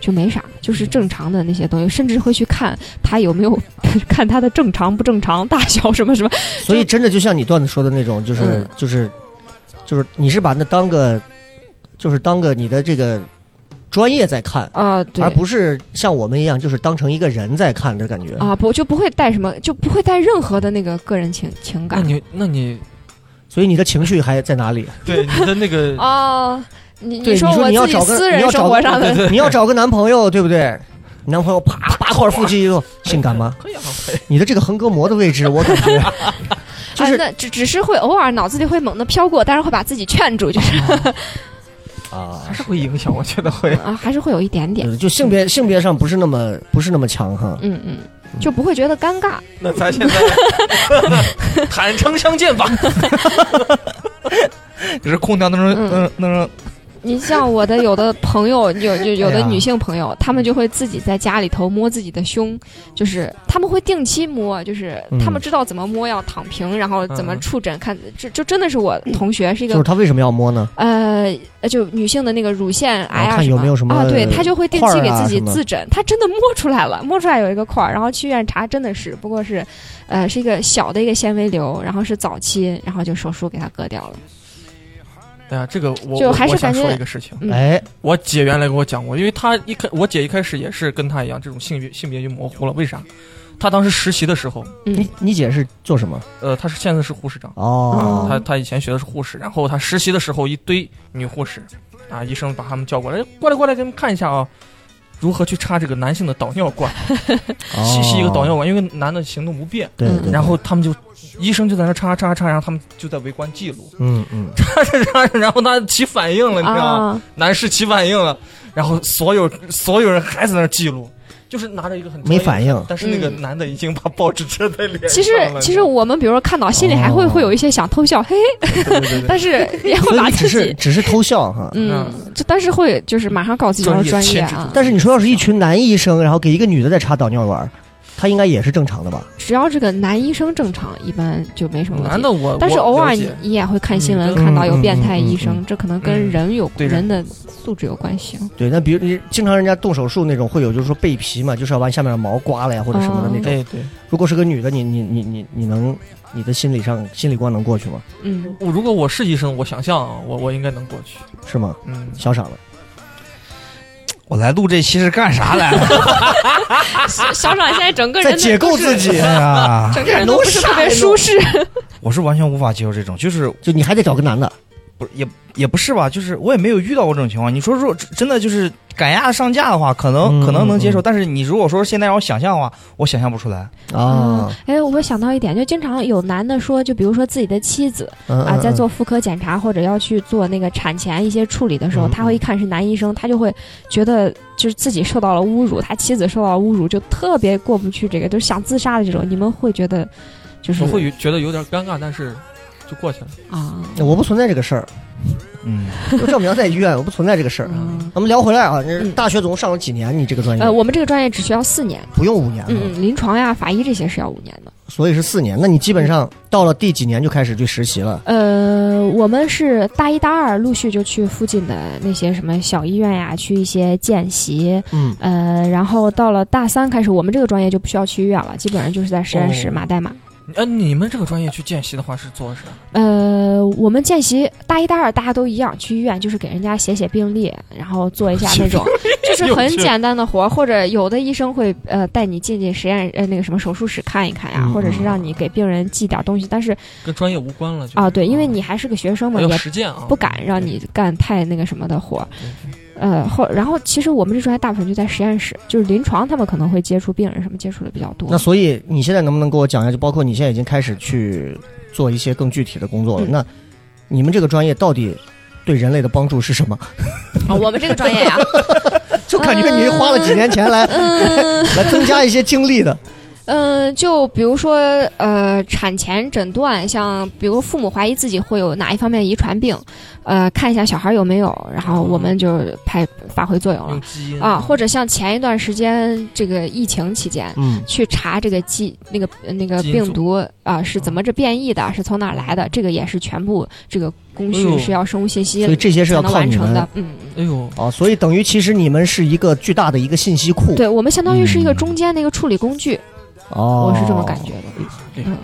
[SPEAKER 5] 就没啥，就是正常的那些东西，甚至会去看他有没有 [laughs] 看他的正常不正常、大小什么什么。
[SPEAKER 3] 所以真的就像你段子说的那种，就是、
[SPEAKER 5] 嗯
[SPEAKER 3] 就是就是你是把那当个就是当个你的这个专业在看，
[SPEAKER 5] 啊、对，
[SPEAKER 3] 而不是像我们一样就是当成一个人在看的感觉。
[SPEAKER 5] 啊，不就不会带什么，就不会带任何的那个个人情情
[SPEAKER 3] 嗯
[SPEAKER 4] 那
[SPEAKER 5] 感
[SPEAKER 4] 你那你
[SPEAKER 3] 所以你的情绪还在哪里？啊
[SPEAKER 5] [laughs]
[SPEAKER 4] 对你的那个
[SPEAKER 5] 啊。你
[SPEAKER 3] 对，
[SPEAKER 5] 你
[SPEAKER 3] 你
[SPEAKER 5] 说我
[SPEAKER 3] 你要
[SPEAKER 5] 自己
[SPEAKER 3] 找
[SPEAKER 5] 私
[SPEAKER 3] 个你要
[SPEAKER 5] 人生
[SPEAKER 3] 找
[SPEAKER 5] 活上
[SPEAKER 3] 个
[SPEAKER 5] 的，
[SPEAKER 3] 你要找个男朋友，对不对？男朋友啪八块腹肌一露，性感吗？
[SPEAKER 4] [laughs] 可以啊，
[SPEAKER 3] [laughs] 你的这个横膈膜的位置，我感
[SPEAKER 5] [laughs]
[SPEAKER 3] 觉就是
[SPEAKER 5] 啊、那只只是会偶尔脑子里会猛地飘过，但是会把自己劝住，
[SPEAKER 3] [laughs]
[SPEAKER 5] 就是、
[SPEAKER 3] 啊
[SPEAKER 4] 还，是会影响，我觉得 [laughs] 会。
[SPEAKER 5] 啊，还是会有一点点，
[SPEAKER 3] 对啊嗯就性别性别上不是那么不是那么强哈。
[SPEAKER 5] 嗯嗯，就不会觉得尴尬。
[SPEAKER 4] 那咱现
[SPEAKER 6] [laughs]
[SPEAKER 4] 在坦诚相见吧。
[SPEAKER 6] 可是空调那种
[SPEAKER 5] 嗯
[SPEAKER 6] 嗯那种
[SPEAKER 5] 你像我的有的朋友，有有有
[SPEAKER 6] 哎
[SPEAKER 5] 的
[SPEAKER 6] 呀
[SPEAKER 5] 女性朋友，她们就会自己在家里头摸自己的胸，就是她们会定期摸，就是
[SPEAKER 3] 嗯
[SPEAKER 5] 她们知道怎么摸要躺平，然后怎么
[SPEAKER 4] 嗯
[SPEAKER 5] 触诊，看这就真的是我同学是一
[SPEAKER 3] 就是
[SPEAKER 5] 个
[SPEAKER 3] 他为什么要摸呢？
[SPEAKER 5] 呃呃就女性的那个乳腺癌
[SPEAKER 3] 然后
[SPEAKER 5] 啊
[SPEAKER 3] 看
[SPEAKER 5] 什
[SPEAKER 3] 有
[SPEAKER 5] 么
[SPEAKER 3] 没有什么
[SPEAKER 5] 啊，对，她就会定期给自己
[SPEAKER 3] 块儿啊什么
[SPEAKER 5] 自诊，她真的摸出来了，摸出来有一个块儿，然后去医院查，真的是不过是呃是一个小的一个纤维瘤，然后是早期，然后就手术给它割掉了。
[SPEAKER 4] 哎呀，这个我
[SPEAKER 5] 就
[SPEAKER 4] 我
[SPEAKER 5] 还是
[SPEAKER 4] 我想
[SPEAKER 5] 感觉
[SPEAKER 4] 说一个事情，
[SPEAKER 5] 嗯
[SPEAKER 3] 哎，
[SPEAKER 4] 我姐原来跟我讲过，因为她一开我姐一开始也是跟她一样，这种性别性别就模糊了。为啥？她当时实习的时候，
[SPEAKER 5] 嗯
[SPEAKER 3] 你你姐是做什么？
[SPEAKER 4] 呃，她是现在是护士长，
[SPEAKER 3] 哦，
[SPEAKER 5] 嗯
[SPEAKER 4] 她啊她以前学的是护士，然后她实习的时候一堆女护士，啊，医生把她们叫过来，哎过来过来，给你们看一下啊。如何去插这个男性的导尿管，吸吸一个导
[SPEAKER 3] 导
[SPEAKER 4] 尿
[SPEAKER 3] 游，
[SPEAKER 4] 管，因为男的行动不便，
[SPEAKER 3] 对，
[SPEAKER 5] 嗯
[SPEAKER 3] 哦对
[SPEAKER 4] 然后他们就，医生就在那插插插，然后他们就在围观记录， [laughs]
[SPEAKER 3] 嗯嗯，
[SPEAKER 4] 插着插着，然后他起反应了，你知道吗？
[SPEAKER 5] 啊，
[SPEAKER 4] 男士起反应了，然后所有所有人还在那儿记录，就是拿着一个很
[SPEAKER 3] 没反
[SPEAKER 4] 应，
[SPEAKER 3] 应。
[SPEAKER 4] 但是那个
[SPEAKER 5] 嗯
[SPEAKER 4] 男的已经把报纸遮在脸
[SPEAKER 5] 其实
[SPEAKER 4] 上了
[SPEAKER 5] 其实我们比如说看到心里还会
[SPEAKER 3] 哦
[SPEAKER 5] 会有一些想偷笑，嘿嘿，
[SPEAKER 4] 对对对对
[SPEAKER 5] 但
[SPEAKER 3] [laughs]
[SPEAKER 5] 是也会
[SPEAKER 3] 所以
[SPEAKER 5] 把
[SPEAKER 3] 你只
[SPEAKER 5] 自
[SPEAKER 3] 是
[SPEAKER 5] 己
[SPEAKER 3] 只是偷笑哈。
[SPEAKER 5] 嗯，就但是会就是马上告诉自己要专
[SPEAKER 4] 专业
[SPEAKER 5] 业
[SPEAKER 4] 切齿
[SPEAKER 5] 啊，
[SPEAKER 3] 但是你说要是一群男医生，然后给一个女的在插导尿管，他应该也是正常的吧？
[SPEAKER 5] 只要这个男医生正常，一般就没什么问题。
[SPEAKER 4] 男的我，
[SPEAKER 5] 但是
[SPEAKER 4] 呃我
[SPEAKER 5] 偶尔
[SPEAKER 4] 了
[SPEAKER 5] 你
[SPEAKER 4] 解
[SPEAKER 5] 你也会看新闻，
[SPEAKER 4] 嗯
[SPEAKER 5] 看到有
[SPEAKER 3] 嗯
[SPEAKER 5] 变态
[SPEAKER 3] 嗯
[SPEAKER 5] 医
[SPEAKER 3] 嗯
[SPEAKER 5] 生，这可能跟
[SPEAKER 4] 嗯
[SPEAKER 5] 人有
[SPEAKER 4] 对
[SPEAKER 5] 人的素质有关系。啊
[SPEAKER 3] 对，那比如你经常人家动手术那种，会有就是说被皮嘛，就是要把你下面的毛刮了呀或者什么的那种。
[SPEAKER 5] 哦
[SPEAKER 4] 对哎对，
[SPEAKER 3] 如果是个女的，你你你你你能你的心理上心理关能过去吗？
[SPEAKER 5] 嗯，
[SPEAKER 4] 我如果我是医生，我想象啊，我我应该能过去，
[SPEAKER 3] 是吗？
[SPEAKER 4] 嗯，
[SPEAKER 3] 小傻了，
[SPEAKER 6] 我来录这期是干
[SPEAKER 3] [laughs]
[SPEAKER 6] 啥来了？
[SPEAKER 5] 小小爽现在整个
[SPEAKER 3] 在
[SPEAKER 5] 人
[SPEAKER 3] 解构自己，
[SPEAKER 6] 哎
[SPEAKER 3] [laughs]
[SPEAKER 6] 呀，
[SPEAKER 5] 整个人都不是特别舒适。
[SPEAKER 6] 我是完全无法接受这种，就是
[SPEAKER 3] 就你还得找个男的，
[SPEAKER 6] 不是也也不是吧，就是我也没有遇到过这种情况。你说如果真的就是赶鸭子上架的话，可能、
[SPEAKER 3] 嗯
[SPEAKER 6] 可能能接
[SPEAKER 3] 嗯
[SPEAKER 6] 受，
[SPEAKER 3] 嗯
[SPEAKER 6] 但是你如果说现在让我想象的话，我想象不出来。
[SPEAKER 3] 啊，
[SPEAKER 5] 哎，我想到一点，就经常有男的说，就比如说自己的妻子
[SPEAKER 3] 嗯
[SPEAKER 5] 啊，在
[SPEAKER 3] 嗯
[SPEAKER 5] 做妇科检查或者要去做那个产前一些处理的时候，
[SPEAKER 3] 嗯
[SPEAKER 5] 他会一看是男医生，他就会觉得就是自己受到了侮辱，他妻子受到了侮辱，就特别过不去这个，就是想自杀的这种。你们会觉得就是
[SPEAKER 4] 我会有觉得有点尴尬，但是就过去了。
[SPEAKER 5] 啊，
[SPEAKER 3] 嗯我不存在这个
[SPEAKER 5] [laughs]
[SPEAKER 3] 事儿，
[SPEAKER 6] 嗯，
[SPEAKER 3] 就丈母娘在医院，我不存在这个事儿。
[SPEAKER 5] 嗯
[SPEAKER 3] 咱们聊回来啊，你
[SPEAKER 5] 嗯
[SPEAKER 3] 大学总共上了几年？你这个专业、
[SPEAKER 5] 呃，我们这个专业只需要四年，
[SPEAKER 3] 不用五年了，
[SPEAKER 5] 嗯，临床呀、法医这些是要五年的。
[SPEAKER 3] 所以是四年。那你基本上到了第几年就开始去实习了？
[SPEAKER 5] 呃，我们是大一、大二陆续就去附近的那些什么小医院呀，去一些见习。
[SPEAKER 3] 嗯，
[SPEAKER 5] 呃，然后到了大三开始，我们这个专业就不需要去医院了，基本上就是在实验室
[SPEAKER 4] 哦
[SPEAKER 5] 码代码。
[SPEAKER 4] 哎，你们这个专业去见习的话是做啥？
[SPEAKER 5] 呃，我们见习大一、大二大家都一样，去医院就是给人家写写病历，然后做一下那 [laughs] 种就是很简单的活儿，或者有的医生会呃带你进进实验呃那个什么手术室看一看呀、
[SPEAKER 3] 嗯
[SPEAKER 5] 或者是让你给病人寄点儿东西，但是
[SPEAKER 4] 跟专业无关了，就是
[SPEAKER 5] 啊，对，因为你还是个学生嘛，
[SPEAKER 4] 还
[SPEAKER 5] 也
[SPEAKER 4] 要实践
[SPEAKER 3] 哦
[SPEAKER 4] 啊，
[SPEAKER 5] 不敢让你干太那个什么的活儿。呃，后然后其实我们这专业大部分就在实验室，就是临床，他们可能会接触病人什么接触的比较多。
[SPEAKER 3] 那所以你现在能不能给我讲一下？就包括你现在已经开始去做一些更具体的工作了。
[SPEAKER 5] 嗯
[SPEAKER 3] 那你们这个专业到底对人类的帮助是
[SPEAKER 5] [laughs]
[SPEAKER 3] 什么？
[SPEAKER 5] 啊，我们这个专
[SPEAKER 3] [laughs]
[SPEAKER 5] 业呀、
[SPEAKER 3] 就感觉你花了几年钱来、
[SPEAKER 5] 嗯
[SPEAKER 3] 来增加一些经历
[SPEAKER 5] [laughs]
[SPEAKER 3] 的。
[SPEAKER 5] 嗯，就比如说呃，产前诊断，像比如父母怀疑自己会有哪一方面遗传病，呃，看一下小孩有没有，然后我们就派发挥作用了
[SPEAKER 4] 用基
[SPEAKER 3] 嗯
[SPEAKER 4] 因
[SPEAKER 5] 啊，或者像前一段时间这个疫情期间，
[SPEAKER 3] 嗯
[SPEAKER 5] 去查这个基那个那个
[SPEAKER 4] 基因组
[SPEAKER 5] 病毒啊、是怎么这变异的，是从哪儿来的，这个也是全部这个工
[SPEAKER 4] 哎
[SPEAKER 5] 序
[SPEAKER 4] 呦
[SPEAKER 5] 是要生物信息
[SPEAKER 3] 所以这些是
[SPEAKER 5] 才
[SPEAKER 3] 要
[SPEAKER 5] 能
[SPEAKER 3] 靠
[SPEAKER 5] 完
[SPEAKER 3] 你
[SPEAKER 5] 成
[SPEAKER 3] 们
[SPEAKER 5] 的。嗯，
[SPEAKER 4] 哎呦，
[SPEAKER 3] 哦，所以等于其实你们是一个巨大的一个信息库。
[SPEAKER 5] 对我们相当于是一个中间的一个处理工具，
[SPEAKER 3] 哦，
[SPEAKER 5] 我是这么感觉。的。
[SPEAKER 4] 对
[SPEAKER 5] 嗯，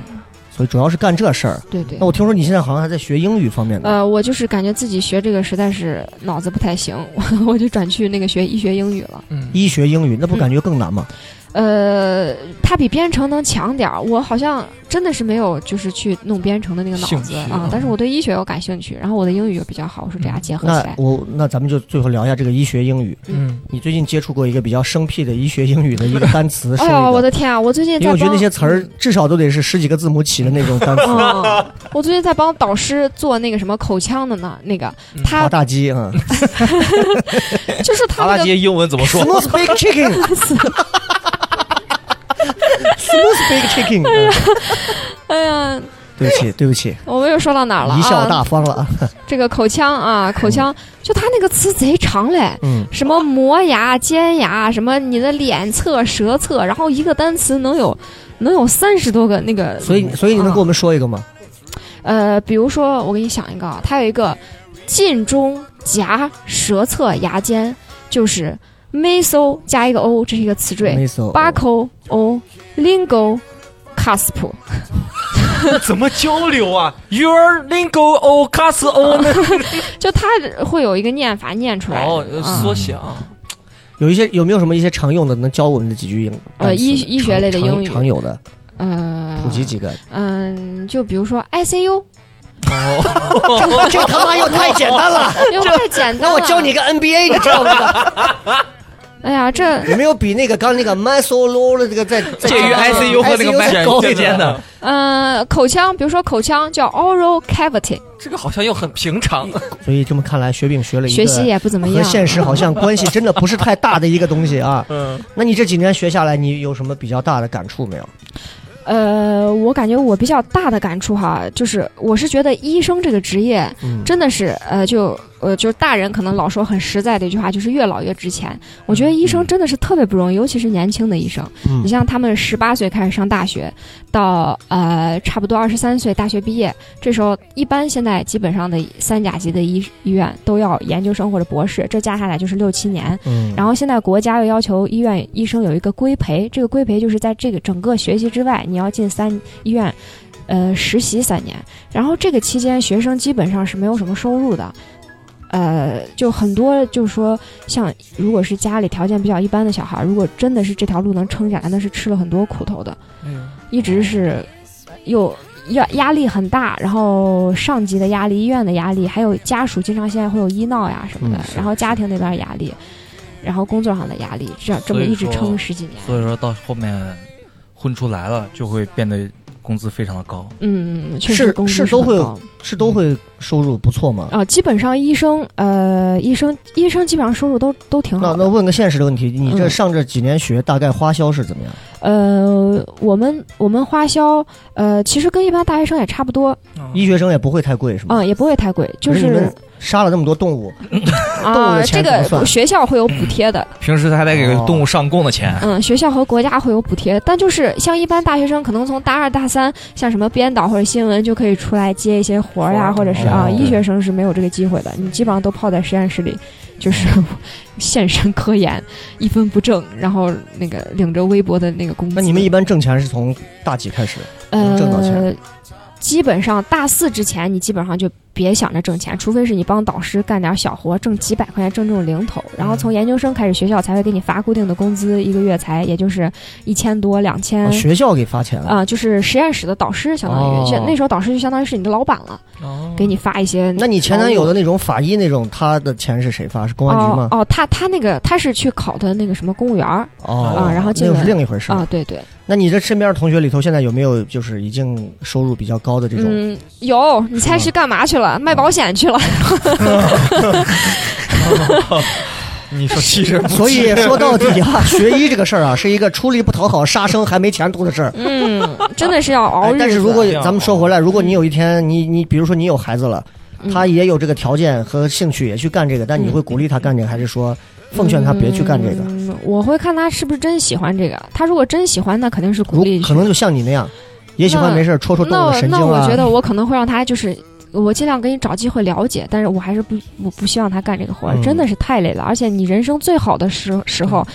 [SPEAKER 3] 所以主要是干这事儿。
[SPEAKER 5] 对对
[SPEAKER 3] 那。我听说你现在好像还在学英语方面的。
[SPEAKER 5] 呃，我就是感觉自己学这个实在是 [laughs] 脑子不太行，我我就转去那个学医学英语了。
[SPEAKER 4] 嗯，
[SPEAKER 3] 医学英语那不感觉更难吗？
[SPEAKER 5] 呃，它比编程能强点儿。我好像真的是没有，就是去弄编程的那个脑
[SPEAKER 4] 兴
[SPEAKER 5] 子
[SPEAKER 4] 趣
[SPEAKER 5] 啊、
[SPEAKER 4] 啊
[SPEAKER 5] 但是我对医学有感兴趣，然后我的英语又比较好，我说这俩结合起
[SPEAKER 3] 那
[SPEAKER 5] 来，
[SPEAKER 3] 我那咱们就最后聊一下这个医学英语。
[SPEAKER 4] 嗯，
[SPEAKER 3] 你最近接触过一个比较生僻的医学英语的一个单词，说
[SPEAKER 5] 哎
[SPEAKER 3] 一
[SPEAKER 5] 呀，
[SPEAKER 3] 个
[SPEAKER 5] 我的天啊！我最近
[SPEAKER 3] 因
[SPEAKER 5] 在嗯
[SPEAKER 3] 为我觉得
[SPEAKER 5] 帮
[SPEAKER 3] 那些词儿至少都得是十几个字母起的那种单词，
[SPEAKER 5] [laughs] 嗯，我最近在帮导师做那个什么口腔的呢，那个
[SPEAKER 4] 嗯
[SPEAKER 5] 他
[SPEAKER 3] [laughs] 滑大鸡啊。
[SPEAKER 5] 就是他们的
[SPEAKER 6] 英文怎么 [laughs]
[SPEAKER 3] Smooth baked chicken。Smooth baked chicken 嗯。
[SPEAKER 5] 哎呀，
[SPEAKER 3] 对不起，对不起，
[SPEAKER 5] 我们又说到哪儿了
[SPEAKER 3] 贻笑
[SPEAKER 5] 啊？
[SPEAKER 3] 大嗯方了啊。
[SPEAKER 5] 这个口腔啊，口腔就他那个词贼长嘞，
[SPEAKER 3] 嗯，
[SPEAKER 5] 什么磨牙、尖牙，什么你的脸侧、舌侧，然后一个单词能有能有三十多个那个，
[SPEAKER 3] 所以所以你能给我们说一个吗？
[SPEAKER 5] 呃，比如说我给你想一个，啊，它有一个近中夹舌侧牙尖，就是 meso 加一个 o，这是一个词缀
[SPEAKER 3] 没搜。
[SPEAKER 5] b a c o o lingo cusp，
[SPEAKER 4] 怎么交流啊？Your lingo o c a s o
[SPEAKER 5] [laughs] 就它会有一个念法念出来的。
[SPEAKER 4] 哦，呃
[SPEAKER 5] 啊
[SPEAKER 4] 缩写
[SPEAKER 5] [laughs]
[SPEAKER 4] 啊，
[SPEAKER 3] 有一些有没有什么一些常用的能教我们的几句英？
[SPEAKER 5] 呃医医学类的
[SPEAKER 3] 常
[SPEAKER 5] 英语
[SPEAKER 3] 常有的
[SPEAKER 5] 呃
[SPEAKER 3] 普及几个。
[SPEAKER 5] 嗯，就比如说
[SPEAKER 3] [laughs]
[SPEAKER 5] ICU，
[SPEAKER 4] 哦，
[SPEAKER 3] 这他妈又太简单了，
[SPEAKER 5] 因为哎太简单
[SPEAKER 3] 那
[SPEAKER 5] 了。
[SPEAKER 3] 我教你。个 NBA，你知道
[SPEAKER 5] [laughs]
[SPEAKER 3] 吗？
[SPEAKER 5] 哎呀，这
[SPEAKER 3] 有没有比那个刚那个 m y s o l o 的这个在
[SPEAKER 4] [laughs]
[SPEAKER 6] 介于 ICU 和那个
[SPEAKER 3] ICU 再高
[SPEAKER 6] Mac
[SPEAKER 3] 一
[SPEAKER 6] 之
[SPEAKER 3] 点
[SPEAKER 6] 间的？
[SPEAKER 5] 嗯，口腔，比如说口腔叫 oral cavity，
[SPEAKER 4] 这个好像又很平常。
[SPEAKER 3] 所以这么看来，雪饼学了一个
[SPEAKER 5] 学习也不怎么
[SPEAKER 3] 和
[SPEAKER 5] 样。
[SPEAKER 3] 现实好像关系真的不是太大的一个东西
[SPEAKER 5] [laughs]
[SPEAKER 3] 啊。
[SPEAKER 4] 嗯，
[SPEAKER 3] 那你这几年学下来，你有什么比较大的感触没有？
[SPEAKER 5] 呃，我感觉我比较大的感触哈，就是我是觉得医生这个职业
[SPEAKER 3] 嗯，
[SPEAKER 5] 真的是，呃，就呃，就是大人可能老说很实在的一句话，就是越老越值钱。我觉得医生真的是特别不容易，尤其是年轻的医生。
[SPEAKER 3] 嗯
[SPEAKER 5] 你像他们十八岁开始上大学，到呃差不多二十三岁大学毕业，这时候一般现在基本上的三甲级的医医院都要研究生或者博士，这加下来就是六七年。
[SPEAKER 3] 嗯
[SPEAKER 5] 然后现在国家又要求医院医生有一个规培，这个规培就是在这个整个学习之外，你要进三医院，呃，实习三年。然后这个期间，学生基本上是没有什么收入的，呃，就很多就是说，像如果是家里条件比较一般的小孩儿，如果真的是这条路能撑下来，那是吃了很多苦头的，一直是又。压压力很大，然后上级的压力、医院的压力，还有家属经常现在会有医闹呀什么的，
[SPEAKER 3] 嗯是
[SPEAKER 5] 然后家庭那边儿压力，然后工作上的压力，这样这么
[SPEAKER 6] 所以
[SPEAKER 5] 一直
[SPEAKER 6] 说
[SPEAKER 5] 撑十几年。
[SPEAKER 6] 所以说到后面混出来了，就会变得工资非常的高。
[SPEAKER 5] 嗯，确
[SPEAKER 3] 是
[SPEAKER 5] 实工资
[SPEAKER 3] 是都
[SPEAKER 5] 很
[SPEAKER 3] 会
[SPEAKER 5] 高
[SPEAKER 3] 是都会收入不错吗？
[SPEAKER 5] 啊、基本上医生，呃，医生医生基本上收入都都挺
[SPEAKER 3] 那
[SPEAKER 5] 好的
[SPEAKER 3] 那。问个现实的问题，你这
[SPEAKER 5] 嗯
[SPEAKER 3] 上这几年学大概花销是怎么样？
[SPEAKER 5] 呃，我们我们花销，呃，其实跟一般大学生也差不多，
[SPEAKER 3] 医学生也不会太贵是吗？
[SPEAKER 5] 嗯，也不会太贵，就
[SPEAKER 3] 可是你
[SPEAKER 5] 是
[SPEAKER 3] 们杀了那么多动物，动物
[SPEAKER 5] 啊
[SPEAKER 3] 的，钱
[SPEAKER 5] 这
[SPEAKER 3] 怎么算
[SPEAKER 5] 个学校会有补贴的，
[SPEAKER 6] 平时还得给
[SPEAKER 3] 哦
[SPEAKER 6] 动物上供的钱，
[SPEAKER 5] 嗯，学校和国家会有补贴，但就是像一般大学生，可能从大二大三，像什么编导或者新闻就可以出来接一些活儿呀、
[SPEAKER 4] 活儿
[SPEAKER 5] 或者是啊，
[SPEAKER 3] 哦
[SPEAKER 5] 医学生是没有这个机会的，你基本上都泡在实验室里，就是 [laughs] 现身科研，一分不挣，然后那个领着微薄的那个工资。
[SPEAKER 3] 那你们一般挣钱是从大几开始？能挣到钱
[SPEAKER 5] 呃，基本上大四之前，你基本上就别想着挣钱，除非是你帮导师干点小活，挣几百块钱，挣这种零头。然后从研究生开始，学校才会给你发固定的工资，一个月才也就是一千多、两千
[SPEAKER 3] 哦。学校给发钱了？
[SPEAKER 5] 啊、就是实验室的导师，相当于、
[SPEAKER 3] 哦
[SPEAKER 5] 像那时候导师就相当于是你的老板了，
[SPEAKER 4] 哦，
[SPEAKER 5] 给你发一些。
[SPEAKER 3] 那你前男友的那种法医那种，他的钱是谁发？是公安局
[SPEAKER 5] 哦
[SPEAKER 3] 吗？
[SPEAKER 5] 哦，他他那个他是去考的那个什么公务员儿
[SPEAKER 3] 哦
[SPEAKER 5] 啊然后
[SPEAKER 3] 那
[SPEAKER 5] 进
[SPEAKER 3] 又
[SPEAKER 5] 了
[SPEAKER 3] 是另一回事
[SPEAKER 5] 啊、。对对，
[SPEAKER 3] 那你这身边的同学里头，现在有没有就是已经收入比较高的这种？哦
[SPEAKER 5] 嗯，有，你猜是干嘛去了？卖保险去
[SPEAKER 3] [laughs]
[SPEAKER 5] 了。
[SPEAKER 4] 你说其实
[SPEAKER 3] 所以说到底啊，学医这个事儿啊，是一个出力不讨好、杀生还没前途的
[SPEAKER 5] [laughs]
[SPEAKER 3] 事儿。
[SPEAKER 5] 嗯，真的是要熬
[SPEAKER 3] 哎
[SPEAKER 5] 日子。
[SPEAKER 3] 但是如果
[SPEAKER 4] 这样
[SPEAKER 3] 咱们说回来，如果你有一天你你比如说你有孩子了，
[SPEAKER 5] 嗯
[SPEAKER 3] 他也有这个条件和兴趣也去干这个，但你会鼓励他干这个，还是说奉劝他别去干这个？
[SPEAKER 5] 嗯，我会看他是不是真喜欢这个。他如果真喜欢，那肯定是鼓
[SPEAKER 3] 如
[SPEAKER 5] 励。
[SPEAKER 3] 可能就像你那样，也喜欢
[SPEAKER 5] 那
[SPEAKER 3] 没事儿戳戳动
[SPEAKER 5] 那
[SPEAKER 3] 物
[SPEAKER 5] 我
[SPEAKER 3] 的神经
[SPEAKER 5] 那我
[SPEAKER 3] 啊
[SPEAKER 5] 觉。得我可能会让他就是。我尽量给你找机会了解，但是我还是不我不希望他干这个活儿，
[SPEAKER 3] 嗯
[SPEAKER 5] 真的是太累了。而且你人生最好的时时候，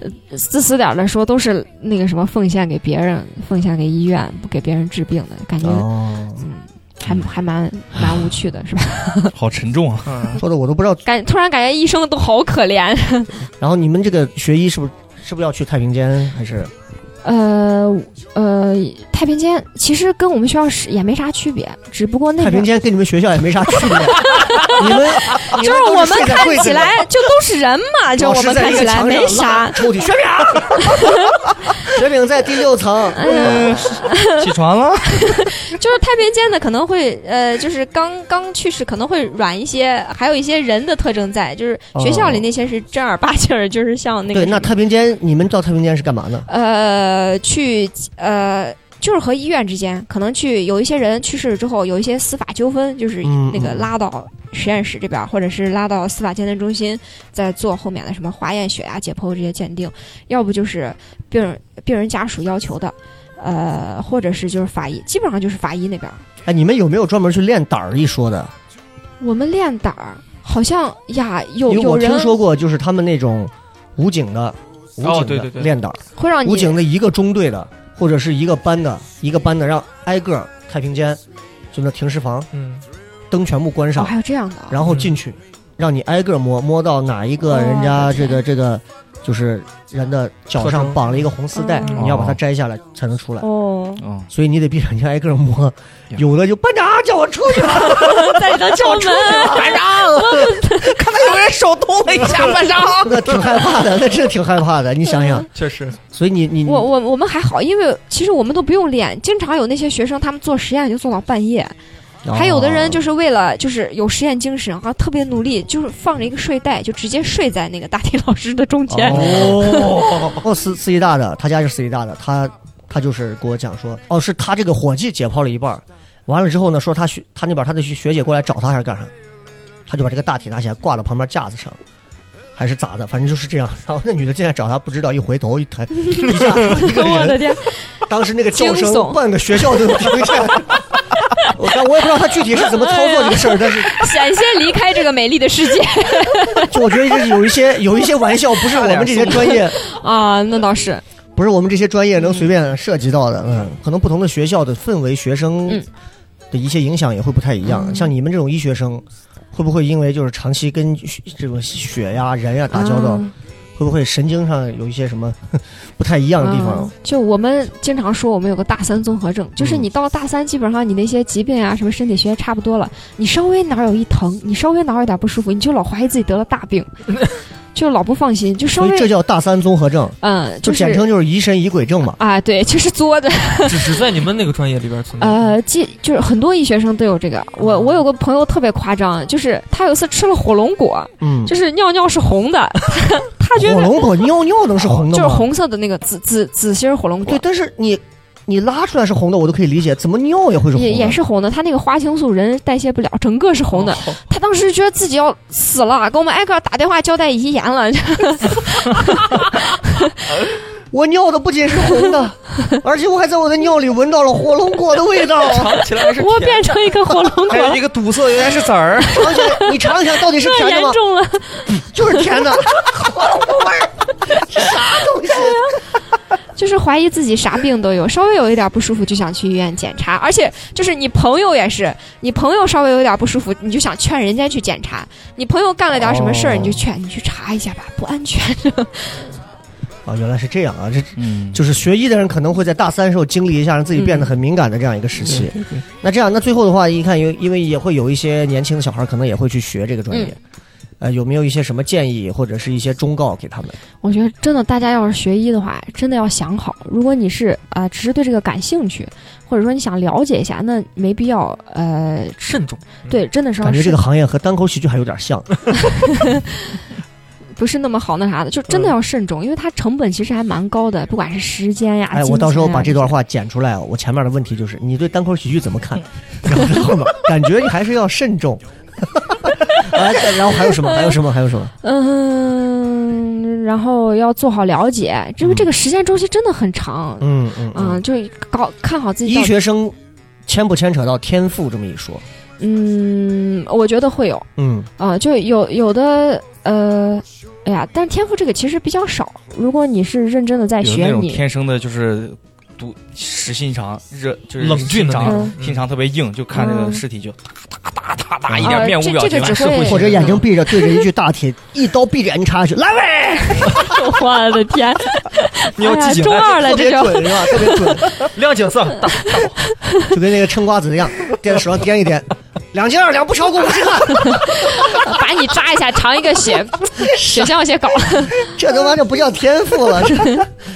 [SPEAKER 5] 呃，自私点儿的说，都是那个什么奉献给别人，奉献给医院，不给别人治病的感觉，
[SPEAKER 3] 哦，
[SPEAKER 5] 还还蛮蛮无趣的，是吧？ [laughs]
[SPEAKER 6] 好沉重啊！
[SPEAKER 4] 嗯
[SPEAKER 3] 说的我都不知道。
[SPEAKER 5] 感突然感觉医生都好可怜，
[SPEAKER 3] 然后你们这个学医是不是是不是要去太平间？还是
[SPEAKER 5] 呃呃，太平间其实跟我们学校是也没啥区别，只不过那
[SPEAKER 3] 太平
[SPEAKER 5] 边
[SPEAKER 3] 间跟你们学校也没啥区
[SPEAKER 5] [laughs]
[SPEAKER 3] 别？你们你
[SPEAKER 5] 就是
[SPEAKER 3] 都
[SPEAKER 5] 我
[SPEAKER 3] 是
[SPEAKER 5] 们
[SPEAKER 3] 睡在柜
[SPEAKER 5] 看
[SPEAKER 3] 子
[SPEAKER 5] 起
[SPEAKER 3] 里
[SPEAKER 5] 来就都是人嘛，就
[SPEAKER 3] 老
[SPEAKER 5] 我
[SPEAKER 3] 师
[SPEAKER 5] 们
[SPEAKER 3] 在
[SPEAKER 5] 看
[SPEAKER 3] 一
[SPEAKER 5] 起
[SPEAKER 3] 个
[SPEAKER 5] 来
[SPEAKER 3] 墙
[SPEAKER 5] 没
[SPEAKER 3] 上拉
[SPEAKER 5] 啥。
[SPEAKER 3] 抽屉，雪饼，
[SPEAKER 5] [laughs]
[SPEAKER 3] 雪饼在第六层。
[SPEAKER 5] 哎
[SPEAKER 3] 嗯
[SPEAKER 6] 起床了，
[SPEAKER 5] 就是太平间的可能会呃，就是刚刚去世可能会软一些，还有一些人的特征在，就是学校里那些是正儿八经儿，就是像那个
[SPEAKER 3] 哦对，那太平间，你们到太平间是干嘛呢？
[SPEAKER 5] 呃去呃。就是和医院之间，可能去有一些人去世了之后，有一些司法纠纷，就是
[SPEAKER 3] 嗯
[SPEAKER 5] 那个
[SPEAKER 3] 嗯
[SPEAKER 5] 拉到实验室这边，或者是拉到司法鉴定中心，再做后面的什么化验、血压、啊解剖这些鉴定，要不就是病人病人家属要求的，呃，或者是就是法医，基本上就是法医那边。
[SPEAKER 3] 哎，你们有没有专门去练胆儿一说的？
[SPEAKER 5] 我们练胆儿，好像呀，有
[SPEAKER 3] 因为
[SPEAKER 5] 有
[SPEAKER 3] 我
[SPEAKER 5] 人
[SPEAKER 3] 听说过，就是他们那种武警的，武
[SPEAKER 4] 哦
[SPEAKER 3] 警
[SPEAKER 4] 对
[SPEAKER 3] 的
[SPEAKER 4] 对对
[SPEAKER 3] 练胆儿，
[SPEAKER 5] 会让
[SPEAKER 3] 武警
[SPEAKER 5] 啊你
[SPEAKER 3] 的一个中队的，或者是一个班的，一个班的，让挨个儿太平间，就那停尸房
[SPEAKER 4] 嗯，
[SPEAKER 3] 灯全部关
[SPEAKER 5] 哦，
[SPEAKER 3] 上，
[SPEAKER 5] 还有这样的啊，
[SPEAKER 3] 然后进去，让你挨个摸摸到哪一个
[SPEAKER 5] 哦
[SPEAKER 3] 人家
[SPEAKER 5] 我
[SPEAKER 3] 这
[SPEAKER 5] 天
[SPEAKER 3] 个这个就是人的脚
[SPEAKER 4] 特
[SPEAKER 3] 上
[SPEAKER 4] 征
[SPEAKER 3] 绑了一个红丝带，
[SPEAKER 5] 嗯
[SPEAKER 3] 你要把它摘下来才能出来，
[SPEAKER 5] 哦，嗯
[SPEAKER 6] 嗯，
[SPEAKER 3] 所以你得闭上眼睛挨个儿摸。
[SPEAKER 6] 呀
[SPEAKER 3] 有的就班长叫我出去了，
[SPEAKER 5] 在你 [laughs] 的正门，
[SPEAKER 3] 班长，
[SPEAKER 7] 看到有人手动了一下，班长。
[SPEAKER 3] [laughs] 那挺害怕的，那真的挺害怕的。你想想，
[SPEAKER 4] [laughs] 确实，
[SPEAKER 3] 所以你你
[SPEAKER 5] 我我我们还好，因为其实我们都不用练，经常有那些学生他们做实验就做到半夜，
[SPEAKER 3] 哦
[SPEAKER 5] 还有的人就是为了就是有实验精神啊，特别努力，就是放着一个睡袋就直接睡在那个大体老师的 [laughs] 中间。
[SPEAKER 3] 哦，哦，四四医大的，他家是四医大的，他他就是给我讲说，哦，是他这个伙计解剖了一半儿，完了之后呢，说他学他那边他的学姐过来找他还是干啥，他就把这个大体拿起来挂到旁边架子上。还是咋的，反正就是这样。然后那女的进来找他，不知道一回头一抬，一下一个
[SPEAKER 5] [laughs] 我的
[SPEAKER 3] 人，
[SPEAKER 5] 天，
[SPEAKER 3] 当时那个叫
[SPEAKER 5] 惊
[SPEAKER 3] 声
[SPEAKER 5] 悚
[SPEAKER 3] 半个学校都能听见。我刚我也不知道他具体是怎么操作这个事儿，但是
[SPEAKER 5] 险些离开这个美丽
[SPEAKER 3] [laughs]
[SPEAKER 5] 的世界
[SPEAKER 3] 就我觉得这有一些有一些玩笑不是我们这些专业
[SPEAKER 5] 啊！那倒是，
[SPEAKER 3] 不是我们这些专业能随便涉及到的，嗯，可能不同的学校的氛围、学生
[SPEAKER 5] 嗯
[SPEAKER 3] 的一些影响也会不太一样。像你们这种医学生，会不会因为就是长期跟血这种血呀、人呀打交道，
[SPEAKER 5] 啊
[SPEAKER 3] 会不会神经上有一些什么 [laughs] 不太一样的地方嗯
[SPEAKER 5] 嗯？就我们经常说，我们有个大三综合症，就是你到了大三，基本上你那些疾病啊，什么身体学差不多了，你稍微哪儿有一疼，你稍微哪儿有点不舒服，你就老怀疑自己得了大
[SPEAKER 3] [laughs]
[SPEAKER 5] 病，就老不放心，就稍
[SPEAKER 3] 所以这
[SPEAKER 5] 微
[SPEAKER 3] 叫大三综合症，
[SPEAKER 5] 嗯，
[SPEAKER 3] 就是简称就是疑神疑鬼症嘛。
[SPEAKER 5] 啊，对，就是作的。
[SPEAKER 4] 只只在你们那个专业里边存在。
[SPEAKER 3] 嗯
[SPEAKER 5] 呃，记就是很多医学生都有这个。
[SPEAKER 3] 啊
[SPEAKER 5] 我我有个朋友特别夸张，就是他有一次吃了火龙果，
[SPEAKER 3] 嗯，
[SPEAKER 5] 就是尿尿是红的，他他觉
[SPEAKER 3] 火
[SPEAKER 5] 得
[SPEAKER 3] 龙
[SPEAKER 5] [laughs]
[SPEAKER 3] 果尿尿能是红
[SPEAKER 5] 就
[SPEAKER 3] 的
[SPEAKER 5] 是
[SPEAKER 3] 吗？
[SPEAKER 5] 红色的那个紫紫紫心儿火龙果
[SPEAKER 3] 对，。但是你你拉出来是红的，我都可以理解，怎么尿也会是红的？哦
[SPEAKER 5] 也也是红的，他那个花青素人代谢不了，整个是
[SPEAKER 4] 哦
[SPEAKER 5] 红的。他当时觉得自己要死了，给我们挨个打电话交代遗言
[SPEAKER 3] [laughs]
[SPEAKER 5] 了。
[SPEAKER 3] 我尿的不仅是红的，
[SPEAKER 5] [laughs]
[SPEAKER 3] 而且我还在我的尿里闻到了火龙果的味道。啊
[SPEAKER 4] 藏起来是
[SPEAKER 5] 我变成一个火龙果
[SPEAKER 6] 还有
[SPEAKER 5] 了，
[SPEAKER 6] 一个堵塞原来是籽儿，
[SPEAKER 3] 尝起来，你尝一下到底是
[SPEAKER 5] 太
[SPEAKER 3] 甜的
[SPEAKER 5] 严
[SPEAKER 3] [laughs] 吗？
[SPEAKER 5] 重了。
[SPEAKER 3] 就是甜的，
[SPEAKER 5] [laughs]
[SPEAKER 3] 火龙果味儿，啥东西？
[SPEAKER 5] 就是怀疑自己啥病都有，稍微有一点不舒服就想去医院检查，而且就是你朋友也是，你朋友稍微有点不舒服，你就想劝人家去检查，你朋友干了点什么事儿，
[SPEAKER 3] 哦
[SPEAKER 5] 你就劝你去查一下吧，不安全。
[SPEAKER 3] 啊，原来是这样啊！这
[SPEAKER 6] 嗯，
[SPEAKER 3] 就是学医的人可能会在大三时候经历一下让自己变
[SPEAKER 5] 嗯
[SPEAKER 3] 得很敏感的这样一个时期。那这样，那最后的话，一看，因为因为也会有一些年轻的小孩可能也会去学这个专业。
[SPEAKER 5] 嗯
[SPEAKER 3] 呃，有没有一些什么建议或者是一些忠告给他们？
[SPEAKER 5] 我觉得真的，大家要是学医的话，真的要想好。如果你是啊、呃只是对这个感兴趣，或者说你想了解一下，那没必要呃，
[SPEAKER 4] 慎重，
[SPEAKER 5] 对，真的是要
[SPEAKER 3] 感觉这
[SPEAKER 5] 慎
[SPEAKER 3] 个行业和单口喜剧还有点像。
[SPEAKER 5] 不是那么好那啥的，就真的要慎重，因为它成本其实还蛮高的，不管是时间呀、
[SPEAKER 3] 哎，
[SPEAKER 5] 金
[SPEAKER 3] 我到时候
[SPEAKER 5] 钱呀
[SPEAKER 3] 把这
[SPEAKER 5] 啊些
[SPEAKER 3] 段话剪出来。我前面的问题就是，你对单口喜剧怎么看？然后后面感觉你还是要慎重。 [laughs] 哎，然后还有什么？还有什么？还有什么？
[SPEAKER 5] 嗯，然后要做好了解，因为这个时间周期真的很长。
[SPEAKER 3] 嗯嗯
[SPEAKER 5] 嗯，
[SPEAKER 3] 嗯，
[SPEAKER 5] 就搞看好自己到
[SPEAKER 3] 医
[SPEAKER 5] 底。
[SPEAKER 3] 学生牵不牵扯到天赋这么一说？
[SPEAKER 5] 嗯，我觉得会有
[SPEAKER 3] 嗯，
[SPEAKER 5] 啊、就有有的呃，哎呀，但是天赋这个其实比较少。如果你是认真的在
[SPEAKER 6] 有那
[SPEAKER 5] 学，
[SPEAKER 6] 种
[SPEAKER 5] 你
[SPEAKER 6] 天生的就是堵实心肠，热就是
[SPEAKER 4] 冷峻的那
[SPEAKER 6] 心肠
[SPEAKER 4] 种
[SPEAKER 5] 嗯
[SPEAKER 4] 嗯
[SPEAKER 6] 心肠特别硬，就看这个尸体就
[SPEAKER 4] 哒哒哒，一点面无
[SPEAKER 5] 这
[SPEAKER 4] 表
[SPEAKER 5] 这
[SPEAKER 4] 情
[SPEAKER 5] 个
[SPEAKER 4] 来
[SPEAKER 5] 只
[SPEAKER 4] 是
[SPEAKER 5] 会
[SPEAKER 4] 会
[SPEAKER 3] 或者眼睛闭着对着一具大铁，一刀闭着眼睛插下去，来呗，
[SPEAKER 5] [laughs] 我的天，
[SPEAKER 4] 你要
[SPEAKER 5] 哎呀
[SPEAKER 4] 记警
[SPEAKER 5] 中二了
[SPEAKER 3] 特 [laughs]
[SPEAKER 5] 这
[SPEAKER 3] 别
[SPEAKER 5] 就。
[SPEAKER 3] 准是吧？特别准，
[SPEAKER 4] 亮景色，
[SPEAKER 5] 嗯
[SPEAKER 4] 大
[SPEAKER 3] 就跟那个称瓜子一样，掂在手上掂一掂，两斤二两不超过五十克，
[SPEAKER 5] 把你扎一下，尝一个血，血象血搞了，
[SPEAKER 3] 这他妈就不叫天赋了，这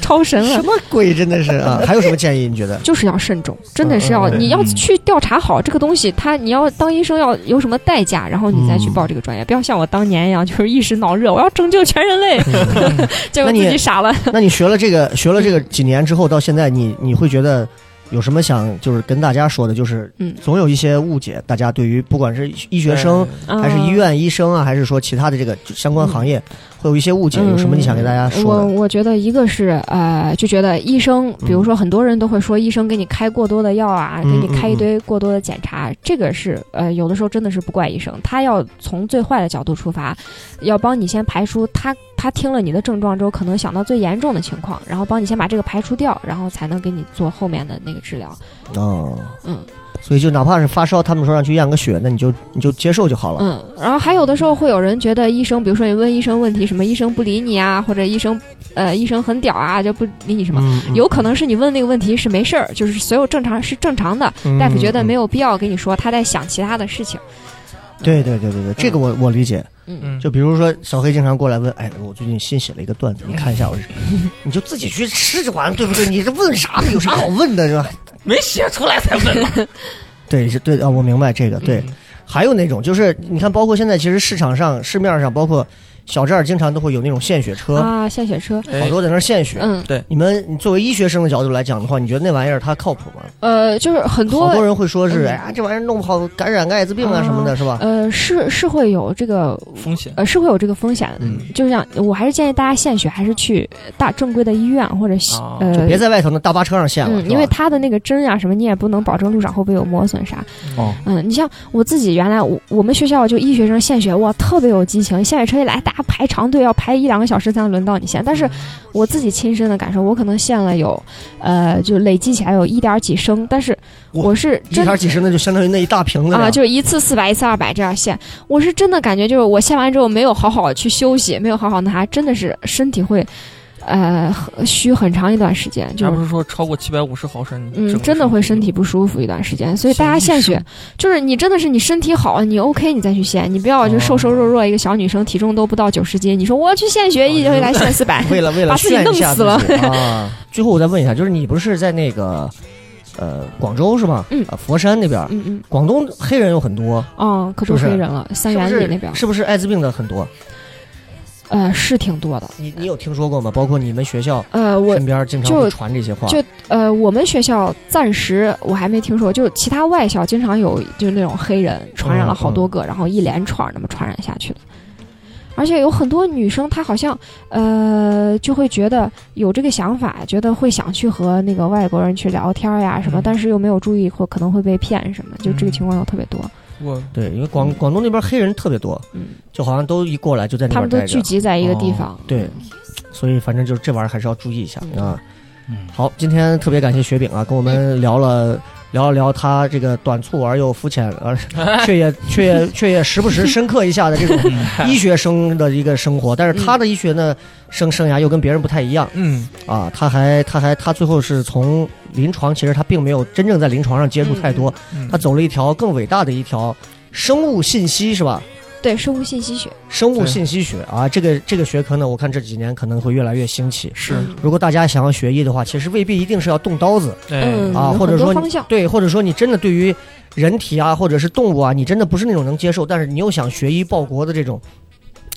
[SPEAKER 5] 超神
[SPEAKER 3] 什
[SPEAKER 5] 了。
[SPEAKER 3] 么鬼？真的是啊！还有什么建议？你觉得？
[SPEAKER 5] 就是要慎重，真的是要，
[SPEAKER 3] 嗯
[SPEAKER 5] 你要
[SPEAKER 6] 嗯
[SPEAKER 5] 去调查好这个东西，它你要当医生要有什么代价，然后你
[SPEAKER 3] 嗯
[SPEAKER 5] 再去报这个专业，不要像我当年一样，就是一时脑热，我要拯救全人类， [laughs] 结
[SPEAKER 3] 嗯
[SPEAKER 5] 果
[SPEAKER 3] 那你
[SPEAKER 5] 自己傻了。 [laughs]
[SPEAKER 3] 那你学了这个，学了这个几年之后，到现在你，你会觉得有什么想就是跟大家说的？就是
[SPEAKER 5] 嗯
[SPEAKER 3] 总有一些误解，大家对于不管是医学生，还是医院医生啊，还是说其他的这个相关行业，会有一些误解。
[SPEAKER 5] 嗯
[SPEAKER 3] 有什么你想给大家说
[SPEAKER 5] 我
[SPEAKER 3] 的？
[SPEAKER 5] 我觉得一个是呃，就觉得医生，比如说很多人都会说医生给你开过多的药啊，
[SPEAKER 3] 嗯
[SPEAKER 5] 给你开一堆过多的检查，这个是呃有的时候真的是不怪医生，他要从最坏的角度出发，要帮你先排除他他听了你的症状之后可能想到最严重的情况，然后帮你先把这个排除掉，然后才能给你做后面的那个治疗。
[SPEAKER 3] 哦，
[SPEAKER 5] 嗯
[SPEAKER 3] 所以就哪怕是发烧，他们说让去验个血，那你就你就接受就好了。
[SPEAKER 5] 嗯，然后还有的时候会有人觉得医生，比如说你问医生问题，什么医生不理你啊，或者医生呃医生很屌啊，就不理你什么。
[SPEAKER 3] 嗯，
[SPEAKER 5] 有可能是你问那个问题是没事儿，就是所有正常是正常的，
[SPEAKER 3] 嗯
[SPEAKER 5] 大夫觉得没
[SPEAKER 3] 有。
[SPEAKER 5] 有必要跟你说，他在想其他的事情。
[SPEAKER 3] 对对对对对，这个我我理解。
[SPEAKER 4] 嗯，
[SPEAKER 3] 就比如说小黑经常过来问，哎，我最近新写了一个段子，你看一下我是， [laughs] 你就自己去吃就完了，对不对？你这问啥呢？有啥好问的是吧？
[SPEAKER 4] 没写出来才问嘛。
[SPEAKER 3] [laughs] 对，是对啊，我明白这个。对，还有那种就是你看，包括现在其实市场上、市面上，包括小寨儿，经常都会有那种献血车，
[SPEAKER 5] 啊，献血车，
[SPEAKER 4] 哎
[SPEAKER 3] 好多在那儿献血。
[SPEAKER 5] 嗯，
[SPEAKER 3] 你们你作为医学生的角度来讲的话，你觉得那玩意儿它靠谱吗？
[SPEAKER 5] 呃，就是很多
[SPEAKER 3] 好多人会说是，
[SPEAKER 5] 嗯
[SPEAKER 3] 哎呀，这玩意儿弄不好感染艾滋病啊什么的，是吧？
[SPEAKER 5] 呃是是会有这个
[SPEAKER 4] 风险，
[SPEAKER 5] 呃是会有这个风险的，
[SPEAKER 3] 嗯
[SPEAKER 5] 就是像我还是建议大家献血还是去大正规的医院或者西、
[SPEAKER 4] 啊
[SPEAKER 5] 呃
[SPEAKER 3] 哦别在外头那大巴车上献了，
[SPEAKER 5] 嗯，因为他的那个针啊什么，你也不能保证路上会不会有磨损啥。
[SPEAKER 6] 哦，
[SPEAKER 5] 嗯，你像我自己原来我我们学校就医学生献血，哇，特别有激情，献血车一来，大家排长队，要排一两个小时才能轮到你献。但是我自己亲身的感受，我可能献了有，呃，就累积起来有一点儿几升，但是我是
[SPEAKER 3] 一
[SPEAKER 5] 真
[SPEAKER 3] 点几十那就相当于那一大瓶子了
[SPEAKER 5] 啊，就是一次四百，一次二百这样献。我是真的感觉，就是我献完之后没有好好去休息，没有好好那啥，真的是身体会，呃，虚很长一段时间，就
[SPEAKER 4] 还
[SPEAKER 5] 是
[SPEAKER 4] 不是说超过七百五十毫升，你
[SPEAKER 5] 嗯
[SPEAKER 4] 整，个
[SPEAKER 5] 真的会
[SPEAKER 4] 身
[SPEAKER 5] 身
[SPEAKER 4] 体
[SPEAKER 5] 体不舒服一段时间，所以大家
[SPEAKER 4] 先医
[SPEAKER 5] 献血
[SPEAKER 4] 生，
[SPEAKER 5] 就是你真的是你身体好，你 OK 你再去献，你不要就瘦瘦弱弱一个小女生，体重都不到九十斤，你说我要去献血，一回来献四百，
[SPEAKER 3] [laughs] 为了为了
[SPEAKER 5] 把自己
[SPEAKER 3] 炫一下
[SPEAKER 5] 弄死
[SPEAKER 3] 己
[SPEAKER 5] [laughs]
[SPEAKER 3] 啊！最后我再问一下，就是你不是在那个呃广州是吧？
[SPEAKER 5] 嗯
[SPEAKER 3] 啊，佛山那边儿，
[SPEAKER 5] 嗯嗯，
[SPEAKER 3] 广东黑人有很多，
[SPEAKER 5] 哦，可多
[SPEAKER 3] 是不
[SPEAKER 5] 黑
[SPEAKER 3] 是
[SPEAKER 5] 人了，三
[SPEAKER 3] 是不
[SPEAKER 5] 元里那
[SPEAKER 3] 是
[SPEAKER 5] 边？，
[SPEAKER 3] 是不是艾滋病的很多？
[SPEAKER 5] 呃，是挺多的，
[SPEAKER 3] 你你有听说过吗？包括你们学校
[SPEAKER 5] 呃，我
[SPEAKER 3] 身边经常
[SPEAKER 5] 就
[SPEAKER 3] 会传这些话，
[SPEAKER 5] 就呃，我们学校暂时我还没听说，就是其他外校经常有就是那种黑人传染了好多个，
[SPEAKER 3] 嗯
[SPEAKER 5] 然后一连串儿那么传染下去的。而且有很多女生，她好像呃就会觉得有这个想法，觉得会想去和那个外国人去聊天儿呀什么，
[SPEAKER 4] 嗯
[SPEAKER 5] 但是又没有注意或可能会被骗什么，就这个
[SPEAKER 4] 嗯
[SPEAKER 5] 情况又特别多。
[SPEAKER 4] 我
[SPEAKER 3] 对，因为广广东那边黑人特别多，
[SPEAKER 5] 嗯，
[SPEAKER 3] 就好像都一过来就在那
[SPEAKER 5] 他们
[SPEAKER 3] 边待
[SPEAKER 5] 都
[SPEAKER 3] 着哦
[SPEAKER 5] 聚。集在一个地方。
[SPEAKER 3] 对，所以反正就是这玩意儿还是要注意一下
[SPEAKER 5] 嗯
[SPEAKER 3] 啊。
[SPEAKER 6] 嗯，
[SPEAKER 3] 好，今天特别感谢雪饼啊，跟我们聊了聊了聊他这个短促而又肤浅，
[SPEAKER 4] [laughs]
[SPEAKER 3] 而却也却也却也时不时深刻一下的这种 [laughs]
[SPEAKER 4] 嗯
[SPEAKER 3] 医学生的一个生活。但是他的医学呢生生涯又跟别人不太一样
[SPEAKER 4] 嗯，
[SPEAKER 3] 啊，他还他还他最后是从临床，其实他并没有真正在临床上接触太多，
[SPEAKER 4] 嗯
[SPEAKER 5] 啊
[SPEAKER 3] 他走了一条更伟大的一条生物信息是吧？
[SPEAKER 5] 对，生物信息学。
[SPEAKER 3] 生物
[SPEAKER 4] 对
[SPEAKER 3] 信息学啊，这个这个学科呢，我看这几年可能会越来越兴起。
[SPEAKER 4] 是
[SPEAKER 5] 嗯
[SPEAKER 3] 如果大家想要学医的话，其实未必一定是要动刀子，
[SPEAKER 4] 哎
[SPEAKER 5] 嗯，
[SPEAKER 3] 啊
[SPEAKER 5] 有
[SPEAKER 3] 或者
[SPEAKER 5] 很多
[SPEAKER 3] 说你
[SPEAKER 5] 方向。
[SPEAKER 3] 对，或者说你真的对于人体啊，或者是动物啊，你真的不是那种能接受，但是你又想学医报国的这种，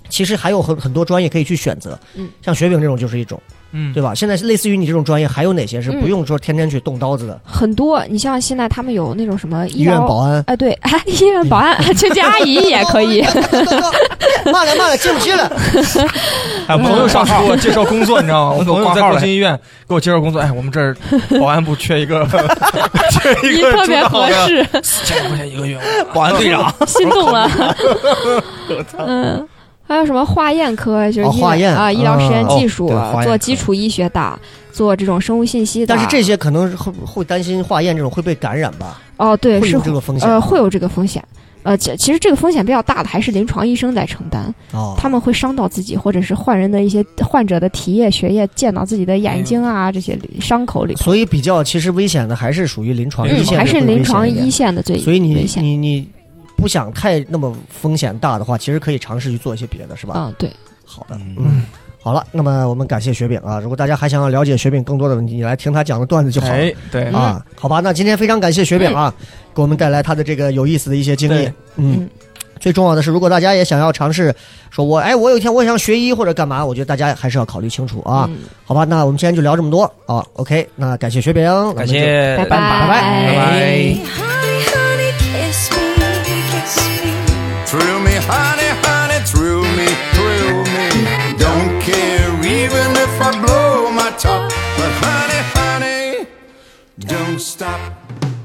[SPEAKER 3] 其实还有很很多专业可以去选择。
[SPEAKER 5] 嗯，
[SPEAKER 3] 像雪饼这种就是一种，
[SPEAKER 4] 嗯
[SPEAKER 3] 对吧？现在类似于你这种专业，还有哪些是
[SPEAKER 5] 嗯
[SPEAKER 3] 不用说天天去动刀子的？
[SPEAKER 5] 很多，你像现在他们有那种什么医
[SPEAKER 3] 医院
[SPEAKER 5] 疗。
[SPEAKER 3] 保安
[SPEAKER 5] 哎，对， [laughs] 啊医院保安、清洁阿姨也可以。
[SPEAKER 3] 慢了慢了，进不去了。
[SPEAKER 4] 哎，朋友上次给我介绍工作，你知道吗？我
[SPEAKER 6] 我
[SPEAKER 4] 朋友
[SPEAKER 6] 挂
[SPEAKER 4] 在
[SPEAKER 6] 号
[SPEAKER 4] 高
[SPEAKER 6] 嘞
[SPEAKER 4] 新医院给我介绍工作，哎，我们这儿保安部缺一个，缺一
[SPEAKER 5] 你
[SPEAKER 4] 个
[SPEAKER 5] 特别
[SPEAKER 4] 主导
[SPEAKER 5] 合
[SPEAKER 4] 的，
[SPEAKER 5] 适，
[SPEAKER 4] 四千块钱一个 [laughs] 月，
[SPEAKER 6] 保安队长，
[SPEAKER 5] 心动了。嗯，还有什么化验科，就是
[SPEAKER 3] 哦
[SPEAKER 5] 医疗
[SPEAKER 3] 化验
[SPEAKER 5] 啊，医疗实验
[SPEAKER 3] 哦
[SPEAKER 5] 技术
[SPEAKER 3] 对化，验
[SPEAKER 5] 做
[SPEAKER 3] 科
[SPEAKER 5] 基础医学的，做这种生物信息的。
[SPEAKER 3] 但是这些可能会会担心化验这种会被感染吧，
[SPEAKER 5] 哦，对
[SPEAKER 3] 会
[SPEAKER 5] 是呃
[SPEAKER 3] 有这个风险。
[SPEAKER 5] 呃会有这个风险。呃，其其实这个风险比较大的还是临床医生在承担，
[SPEAKER 3] 哦，
[SPEAKER 5] 他们会伤到自己，或者是患人的一些患者的体液、血液溅到自己的眼睛
[SPEAKER 3] 哎
[SPEAKER 5] 啊这些里伤口里头。
[SPEAKER 3] 所以比较其实危险的还是属于临床
[SPEAKER 4] 嗯
[SPEAKER 3] 一
[SPEAKER 5] 嗯，
[SPEAKER 3] 线，
[SPEAKER 5] 还是临床一。线的最
[SPEAKER 3] 所以
[SPEAKER 5] 危
[SPEAKER 3] 你
[SPEAKER 5] 险。
[SPEAKER 3] 你你不想太那么风险大的话，其实可以尝试去做一些别的，是吧？
[SPEAKER 5] 嗯，对，
[SPEAKER 3] 好的，嗯，好了，那么我们感谢雪饼啊！如果大家还想要了解雪饼更多的问题，你来听他讲的段子就好了。
[SPEAKER 4] 哎，对，
[SPEAKER 3] 啊，好吧，那今天非常感谢雪饼啊，给我们带来他的这个有意思的一些经历
[SPEAKER 4] 对。
[SPEAKER 3] 嗯
[SPEAKER 5] 嗯，
[SPEAKER 3] 最重要的是，如果大家也想要尝试，说我哎，我有一天我想学医或者干嘛，我觉得大家还是要考虑清楚啊。
[SPEAKER 5] 嗯
[SPEAKER 3] 好吧，那我们今天就聊这么多啊。OK，那感谢雪饼，那我们
[SPEAKER 6] 感
[SPEAKER 3] 就
[SPEAKER 6] 谢，
[SPEAKER 5] 拜
[SPEAKER 3] 拜
[SPEAKER 5] 拜
[SPEAKER 6] 拜。
[SPEAKER 8] Honey, honey, kiss me, kiss me.
[SPEAKER 2] Through me, honey, honey, through me, through me. Don't care even if I blow my top. But honey, honey, don't stop.